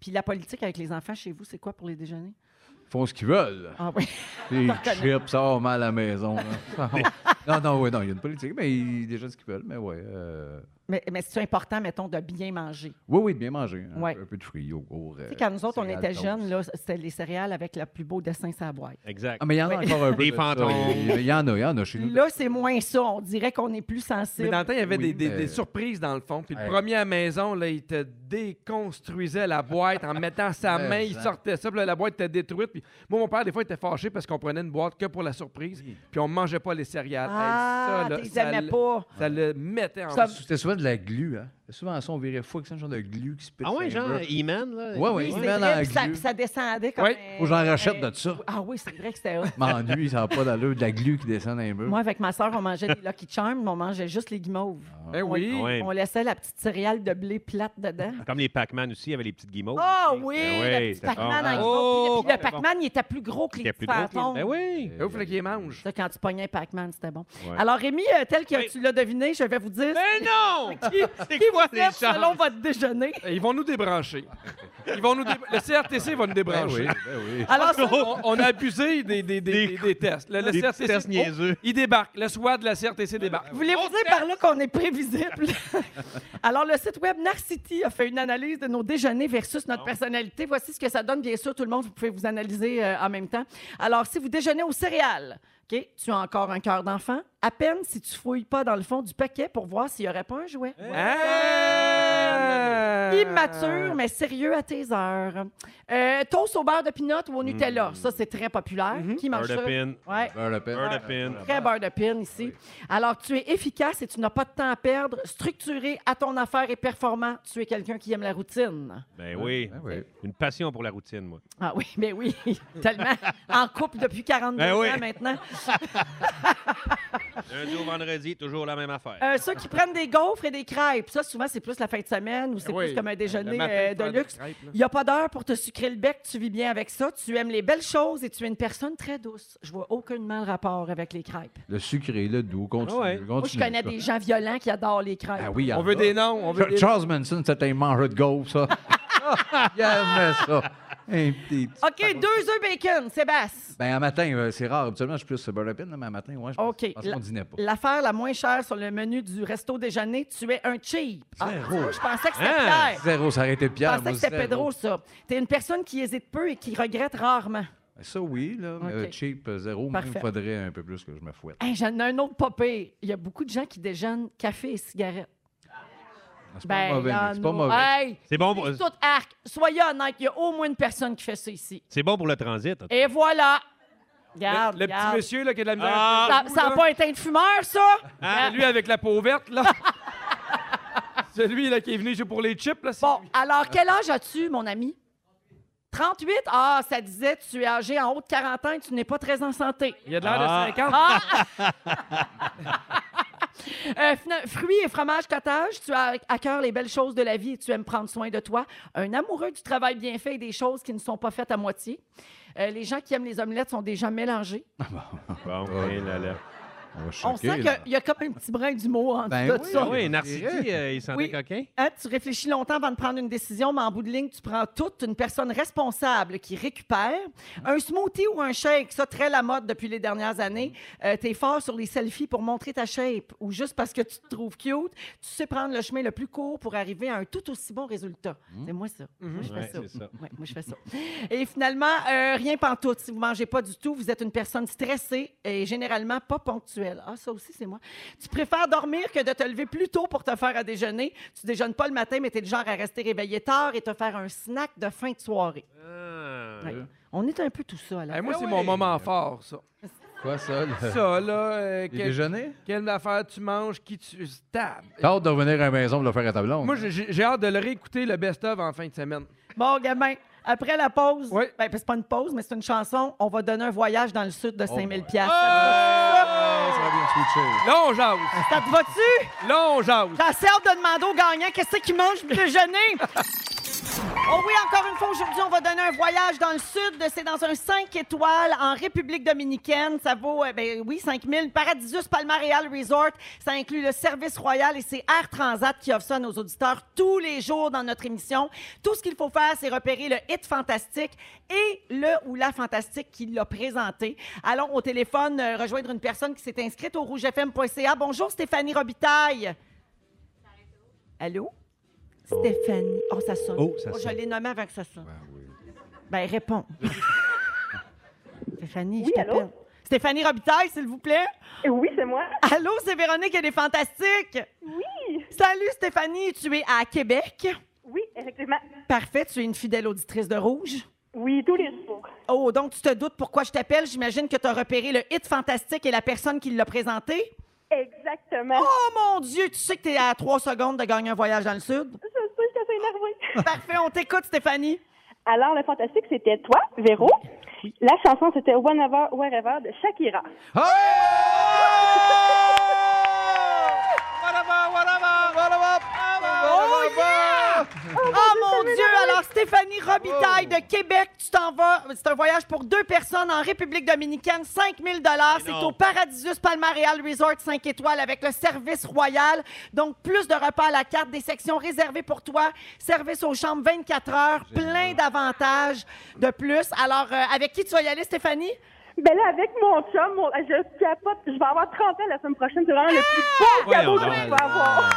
Speaker 2: Puis la politique avec les enfants chez vous, c'est quoi pour les déjeuners?
Speaker 7: Ils font ce qu'ils veulent.
Speaker 2: Ah oui.
Speaker 7: Les
Speaker 2: reconnais.
Speaker 7: chips, ça va mal à la maison.
Speaker 2: (laughs)
Speaker 7: là. Ça va- non, non, oui, non, il y a une politique, mais ils déjeunent ce qu'ils veulent. Mais ouais. euh,
Speaker 2: Mais, mais c'est important, mettons, de bien manger.
Speaker 7: Oui, oui, de bien manger. hein.
Speaker 2: Ouais.
Speaker 7: Un peu de fruits, yogourt. euh,
Speaker 2: Tu sais, quand nous autres, on était jeunes, là, c'était les céréales avec le plus beau dessin sur la boîte.
Speaker 5: Exact.
Speaker 7: Ah, mais il y en a encore un peu.
Speaker 5: Des
Speaker 7: de ça.
Speaker 5: fantômes.
Speaker 7: Il il y en a, il y en a chez nous.
Speaker 2: Là, c'est moins ça. On dirait qu'on est plus sensible.
Speaker 1: Mais dans le temps, il y avait
Speaker 7: Oui,
Speaker 1: des, des-
Speaker 7: mais-
Speaker 1: des surprises dans le fond. Puis le
Speaker 7: Hey.
Speaker 1: premier à la maison, là, il te déconstruisait la boîte en mettant sa
Speaker 7: Mais
Speaker 1: main, il
Speaker 7: ça.
Speaker 1: sortait ça, puis là, la boîte était détruite. Puis moi, mon père, des fois, il était fâché parce qu'on prenait une boîte que pour la surprise, puis on mangeait pas les céréales. Hey,
Speaker 2: Ah,
Speaker 1: ça, là,
Speaker 2: t'es
Speaker 1: ça
Speaker 2: aimais
Speaker 1: le-
Speaker 2: pas.
Speaker 1: Ça le mettait en
Speaker 2: Ça-
Speaker 7: C'était souvent de la glu, hein. Souvent, ça, on virait fou avec ça, un genre de glu qui se pète.
Speaker 5: Ah ouais,
Speaker 7: sur un
Speaker 5: genre
Speaker 7: burger.
Speaker 5: E-Man, là.
Speaker 7: Ouais,
Speaker 2: Oui,
Speaker 7: ouais,
Speaker 2: c'est
Speaker 7: il met
Speaker 2: vrai,
Speaker 7: dans la
Speaker 2: puis ça,
Speaker 7: glu.
Speaker 2: puis ça descendait comme.
Speaker 1: Oui.
Speaker 2: un-
Speaker 7: Faut que j'en rachète
Speaker 2: un-
Speaker 7: de ça.
Speaker 2: (laughs) Ah oui, c'est vrai que
Speaker 5: (laughs)
Speaker 2: c'était. hot.
Speaker 7: M'ennuie, ça n'a pas d'allure, de la glu qui descend dans les murs.
Speaker 2: Moi, avec ma soeur, on mangeait des Lucky Charms, mais on mangeait juste les guimauves.
Speaker 1: Eh oui.
Speaker 5: Ah ouais.
Speaker 2: On laissait la petite céréale de blé plate dedans.
Speaker 5: Comme les Pac-Man aussi, il y avait les petites guimauves.
Speaker 2: Ah oui,
Speaker 5: Ben oui,
Speaker 2: le petit
Speaker 5: c'était
Speaker 2: Pac-Man
Speaker 5: bon.
Speaker 2: en
Speaker 5: Oh,
Speaker 2: guimauve. Puis le- puis
Speaker 5: c'était
Speaker 2: le Pac-Man, il était plus gros que les
Speaker 5: C'était
Speaker 2: petits
Speaker 5: plus drôle.
Speaker 2: fantômes.
Speaker 1: Eh
Speaker 5: Ben oui.
Speaker 1: Il faut qu'il les mange.
Speaker 2: Ça, quand tu pognais Pac-Man, c'était bon.
Speaker 5: Ouais.
Speaker 2: Alors, Rémi, euh, tel que
Speaker 5: Oui.
Speaker 2: tu l'as deviné, je vais vous dire
Speaker 1: Eh
Speaker 5: Mais non! (laughs) C'est
Speaker 2: qui
Speaker 5: quoi
Speaker 2: vous
Speaker 5: les
Speaker 2: êtes selon
Speaker 5: gens?
Speaker 2: votre déjeuner.
Speaker 1: Eh, Ils vont nous débrancher. Ils vont nous dé- Le CRTC va nous
Speaker 7: Ben oui,
Speaker 1: débrancher.
Speaker 7: ben oui.
Speaker 2: Alors, Ah, ça,
Speaker 1: On, on a abusé des, des, des,
Speaker 5: Des
Speaker 1: des- des tests. Le, le
Speaker 5: Des
Speaker 1: CRTC,
Speaker 5: tests niaiseux.
Speaker 1: oh, il débarque. Le SWAT de la CRTC débarque.
Speaker 2: Voulez-vous dire par là qu'on est prévisible? (laughs) Alors, le site web Narcity a fait une analyse de nos déjeuners versus notre personnalité. Voici ce que ça donne. Bien sûr, tout le monde, vous pouvez vous analyser euh, en même temps. Alors, si vous déjeunez aux céréales, OK? Tu as encore un cœur d'enfant. À peine si tu fouilles pas dans le fond du paquet pour voir s'il n'y aurait pas un jouet.
Speaker 1: Hein?
Speaker 2: Immature, mais sérieux à tes heures. Euh, toast au beurre de pinot ou au Nutella. Ça, c'est très populaire. Qui mange ça?
Speaker 5: Bird pin.
Speaker 2: Ouais.
Speaker 7: Beurre de pain.
Speaker 5: Beurre de pain.
Speaker 2: Très beurre de pin ici. Alors, tu es efficace et tu n'as pas de temps à perdre. Structuré à ton affaire et performant. Tu es quelqu'un qui aime la routine.
Speaker 5: Ben oui.
Speaker 7: Ah oui.
Speaker 5: Une passion pour la routine, moi.
Speaker 2: Ah oui, mais oui, (laughs) tellement. En couple depuis 42
Speaker 5: Ben oui.
Speaker 2: ans maintenant.
Speaker 5: Lundi au vendredi, toujours la même affaire.
Speaker 2: Euh, ceux qui prennent des gaufres et des crêpes, ça, souvent, c'est plus la fin de semaine ou c'est
Speaker 1: oui,
Speaker 2: plus comme un déjeuner
Speaker 1: matin,
Speaker 2: euh, de
Speaker 1: faire des
Speaker 2: luxe.
Speaker 1: crêpes, là.
Speaker 2: Il n'y a pas d'heure pour te sucrer le bec. Tu vis bien avec ça. Tu aimes les belles choses et tu es une personne très douce. Je vois aucunement le rapport avec les crêpes.
Speaker 7: Le sucré, le doux, continue.
Speaker 5: Ah ouais.
Speaker 7: continue.
Speaker 2: Moi, je connais des gens violents qui adorent les crêpes.
Speaker 7: Ah oui, il y en
Speaker 1: On veut
Speaker 7: a.
Speaker 1: des noms, on veut
Speaker 7: Ch-
Speaker 1: des
Speaker 7: Charles Manson, c'était un mangeur de gaufres, ça. Il aimait ça. Un petit.
Speaker 2: OK, deux œufs bacon, Sébastien.
Speaker 7: Ben, à matin, euh, c'est rare. Habituellement, je suis plus beurre de pain, mais à matin, ouais, je pense,
Speaker 2: OK.
Speaker 7: je pense qu'on dînait pas.
Speaker 2: L'affaire la moins chère sur le menu du resto déjeuner, tu es un cheap. Ah,
Speaker 7: Zéro.
Speaker 2: je pensais que c'était
Speaker 5: Hein?
Speaker 2: Pierre.
Speaker 7: Zéro, ça aurait été
Speaker 2: Je
Speaker 7: Pierre.
Speaker 2: pensais que
Speaker 7: moi,
Speaker 2: c'était
Speaker 7: zéro.
Speaker 2: Pedro, ça. T'es une personne qui hésite peu et qui regrette rarement.
Speaker 7: Ben, Ça, oui, là. mais, euh,
Speaker 2: OK.
Speaker 7: cheap, euh, zéro. Moi, il
Speaker 2: Parfait.
Speaker 7: me faudrait un peu plus que je me fouette.
Speaker 2: Hey, J'en ai un autre pas pire. Il y a beaucoup de gens qui déjeunent café et cigarette.
Speaker 7: C'est pas mauvais, mais
Speaker 2: y'en
Speaker 7: c'est pas
Speaker 2: a-
Speaker 7: mauvais.
Speaker 2: Hey,
Speaker 5: C'est bon, pour...
Speaker 2: Euh, c'est tout arc. Soyez honnête, il y a au moins une personne qui fait ça ici.
Speaker 5: c'est bon pour le transit. hein, en tout cas.
Speaker 2: Et voilà.
Speaker 1: Le,
Speaker 2: Regarde,
Speaker 1: le petit
Speaker 2: regarde.
Speaker 1: monsieur là, qui a de la misère.
Speaker 5: Ah!
Speaker 1: avec
Speaker 2: Ça
Speaker 1: le bout,
Speaker 2: ça a
Speaker 1: là.
Speaker 2: pas un teint de fumeur, ça?
Speaker 1: Ah, Lui avec la peau verte, là. (laughs) Celui là, qui est venu jouer pour les chips, là. c'est
Speaker 2: Bon,
Speaker 1: lui.
Speaker 2: alors, quel âge as-tu, mon ami? 38? Ah, ça disait, tu es âgé en haut de 40 ans et tu n'es pas très en santé.
Speaker 1: Il a de l'air
Speaker 5: Ah.
Speaker 1: de 50.
Speaker 2: Ah! (laughs) Euh, fina- fruits et fromage cottage, tu as à cœur les belles choses de la vie et tu aimes prendre soin de toi. Un amoureux du travail bien fait et des choses qui ne sont pas faites à moitié. Euh, les gens qui aiment les omelettes sont déjà mélangés.
Speaker 5: Bon,
Speaker 7: Ouais.
Speaker 5: hein, là, là.
Speaker 7: On va
Speaker 2: On
Speaker 7: choquer,
Speaker 2: sent
Speaker 7: là.
Speaker 2: qu'il y a comme un petit brin d'humour en
Speaker 7: Ben
Speaker 2: dessous de
Speaker 7: oui,
Speaker 2: ça.
Speaker 5: Ah oui, Narcity,
Speaker 7: dirais.
Speaker 5: euh, il sentait
Speaker 2: Oui.
Speaker 5: coquin.
Speaker 2: Hein, tu réfléchis longtemps avant de prendre une décision, mais en bout de ligne, tu prends toute une personne responsable qui récupère. Un smoothie ou un shake, ça, très la mode depuis les dernières années.
Speaker 5: Mm-hmm.
Speaker 2: Euh, T'es fort sur les selfies pour montrer ta shape ou juste parce que tu te trouves cute. Tu sais prendre le chemin le plus court pour arriver à un tout aussi bon résultat. C'est moi, ça. Moi, je fais
Speaker 5: Mm-hmm. Ouais,
Speaker 2: ça.
Speaker 5: c'est ça.
Speaker 2: Ouais, moi, je fais ça. Et finalement, euh, rien pantoute. Si vous mangez pas du tout, vous êtes une personne stressée et généralement pas ponctuelle. Ah, ça aussi, c'est moi. Tu préfères dormir que de te lever plus tôt pour te faire à déjeuner. Tu déjeunes pas le matin, mais tu es le genre à rester réveillé tard et te faire un snack de fin de soirée. Ouais. On est un peu tout ça, là.
Speaker 1: Eh, moi, c'est
Speaker 7: Ah
Speaker 1: mon
Speaker 7: oui.
Speaker 1: moment fort, ça.
Speaker 7: Quoi, ça? Le...
Speaker 1: Ça, là, euh,
Speaker 7: les
Speaker 1: quel-
Speaker 7: déjeuners?
Speaker 1: quelle affaire tu manges, qui tu stabs.
Speaker 7: T'as hâte de revenir à la maison pour le faire à ta blonde.
Speaker 1: Moi, j'ai j'ai hâte de le réécouter, le best-of, en fin de semaine.
Speaker 2: Bon, gamin, après la pause,
Speaker 1: Oui.
Speaker 2: ben, c'est pas une pause, mais c'est une chanson, on va donner un voyage dans le sud de 5000 piastres.
Speaker 7: Ah, ça va bien switcher.
Speaker 1: Là, on jase.
Speaker 2: Ça te va-tu?
Speaker 1: Là, on jase.
Speaker 2: T'as assez hâte de demander aux gagnants qu'est-ce qu'ils mangent pour déjeuner. Oh oui, encore une fois, aujourd'hui, on va donner un voyage dans le sud. C'est dans un 5 étoiles en République dominicaine. Ça vaut, euh, ben oui, 5 000. Paradisus Palmareal Resort. Ça inclut le service royal et c'est Air Transat qui offre ça à nos auditeurs tous les jours dans notre émission. Tout ce qu'il faut faire, c'est repérer le hit fantastique et le ou la fantastique qui l'a présenté. Allons au téléphone euh, rejoindre une personne qui s'est inscrite au rougefm.ca. Bonjour, Stéphanie Robitaille. Allô? Stéphanie. Oh, ça sonne.
Speaker 5: Oh, ça
Speaker 2: je
Speaker 5: sonne.
Speaker 2: l'ai nommé avant que ça sonne. Ben,
Speaker 5: (laughs)
Speaker 2: réponds. Stéphanie,
Speaker 8: Oui,
Speaker 2: je
Speaker 8: allô?
Speaker 2: t'appelle. Stéphanie Robitaille, s'il vous plaît.
Speaker 8: Eh Oui, c'est moi.
Speaker 2: Allô, c'est Véronique, elle est fantastique.
Speaker 8: Oui,
Speaker 2: Salut, Stéphanie, tu es à Québec.
Speaker 8: oui, effectivement.
Speaker 2: Parfait, tu es une fidèle auditrice de Rouge.
Speaker 8: Oui, tous les jours.
Speaker 2: Oh, donc tu te doutes pourquoi je t'appelle. J'imagine que tu as repéré le hit fantastique et la personne qui l'a présenté.
Speaker 8: Exactement.
Speaker 2: Oh mon Dieu, tu sais que tu es à trois secondes de gagner un voyage dans le
Speaker 8: (laughs)
Speaker 2: Sud.
Speaker 8: Je sais, je suis énervée.
Speaker 2: Parfait, on t'écoute, Stéphanie.
Speaker 8: Alors, le fantastique, c'était toi, Véro. La chanson, c'était One Hour, Wherever de Shakira.
Speaker 2: Oh yeah! Oh mon Dieu! Alors, Stéphanie Robitaille de Québec, tu t'en vas. C'est un voyage pour deux personnes en République dominicaine, 5 000 C'est
Speaker 5: non.
Speaker 2: au Paradisus Palmareal Resort 5 étoiles avec le service royal. Donc, plus de repas à la carte, des sections réservées pour toi, service aux chambres 24 heures, plein d'avantages de plus. Alors, euh, avec qui tu vas y aller, Stéphanie?
Speaker 8: Ben là, avec mon chum, mon- je capote. Je vais avoir 30 ans la semaine prochaine. C'est vraiment le plus beau
Speaker 5: Ah!
Speaker 8: cadeau que je peux avoir.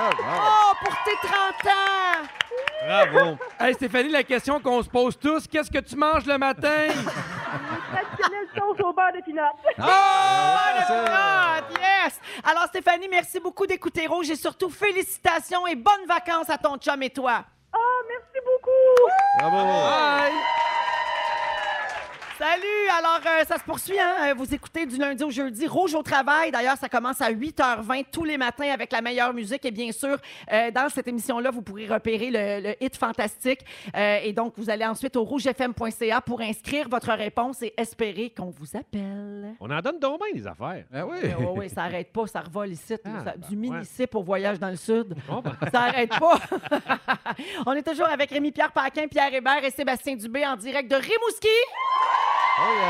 Speaker 2: Oh, pour tes 30 ans!
Speaker 5: Bravo.
Speaker 1: Hey, Stéphanie, la question qu'on se pose tous, qu'est-ce que tu manges le matin?
Speaker 8: traditionnelle sauce au beurre de pinot.
Speaker 2: Carotte, Oh, yes! Alors, Stéphanie, merci beaucoup d'écouter Rouge et surtout félicitations et bonnes vacances à ton chum et toi.
Speaker 8: Oh, merci beaucoup!
Speaker 2: Salut! Alors, euh, ça se poursuit, hein? Euh, Vous écoutez du lundi au jeudi Rouge au travail. D'ailleurs, ça commence à 8h20 tous les matins avec la meilleure musique. Et bien sûr, euh, dans cette émission-là, vous pourrez repérer le, le hit fantastique. Euh, et donc, vous allez ensuite au rougefm.ca pour inscrire votre réponse et espérer qu'on vous appelle.
Speaker 5: On en donne donc bien des affaires.
Speaker 7: Ah oui.
Speaker 2: Ben Oui, oui, ça arrête pas, ça revole ici. là,
Speaker 5: Ah,
Speaker 2: ça-
Speaker 5: ben,
Speaker 2: du
Speaker 5: ouais.
Speaker 2: municipal au voyage dans le sud.
Speaker 5: Bon, ben.
Speaker 2: Ça arrête pas. (laughs) On est toujours avec Rémi-Pierre Paquin, Pierre Hébert et Sébastien Dubé en direct de Rimouski.
Speaker 5: Oh,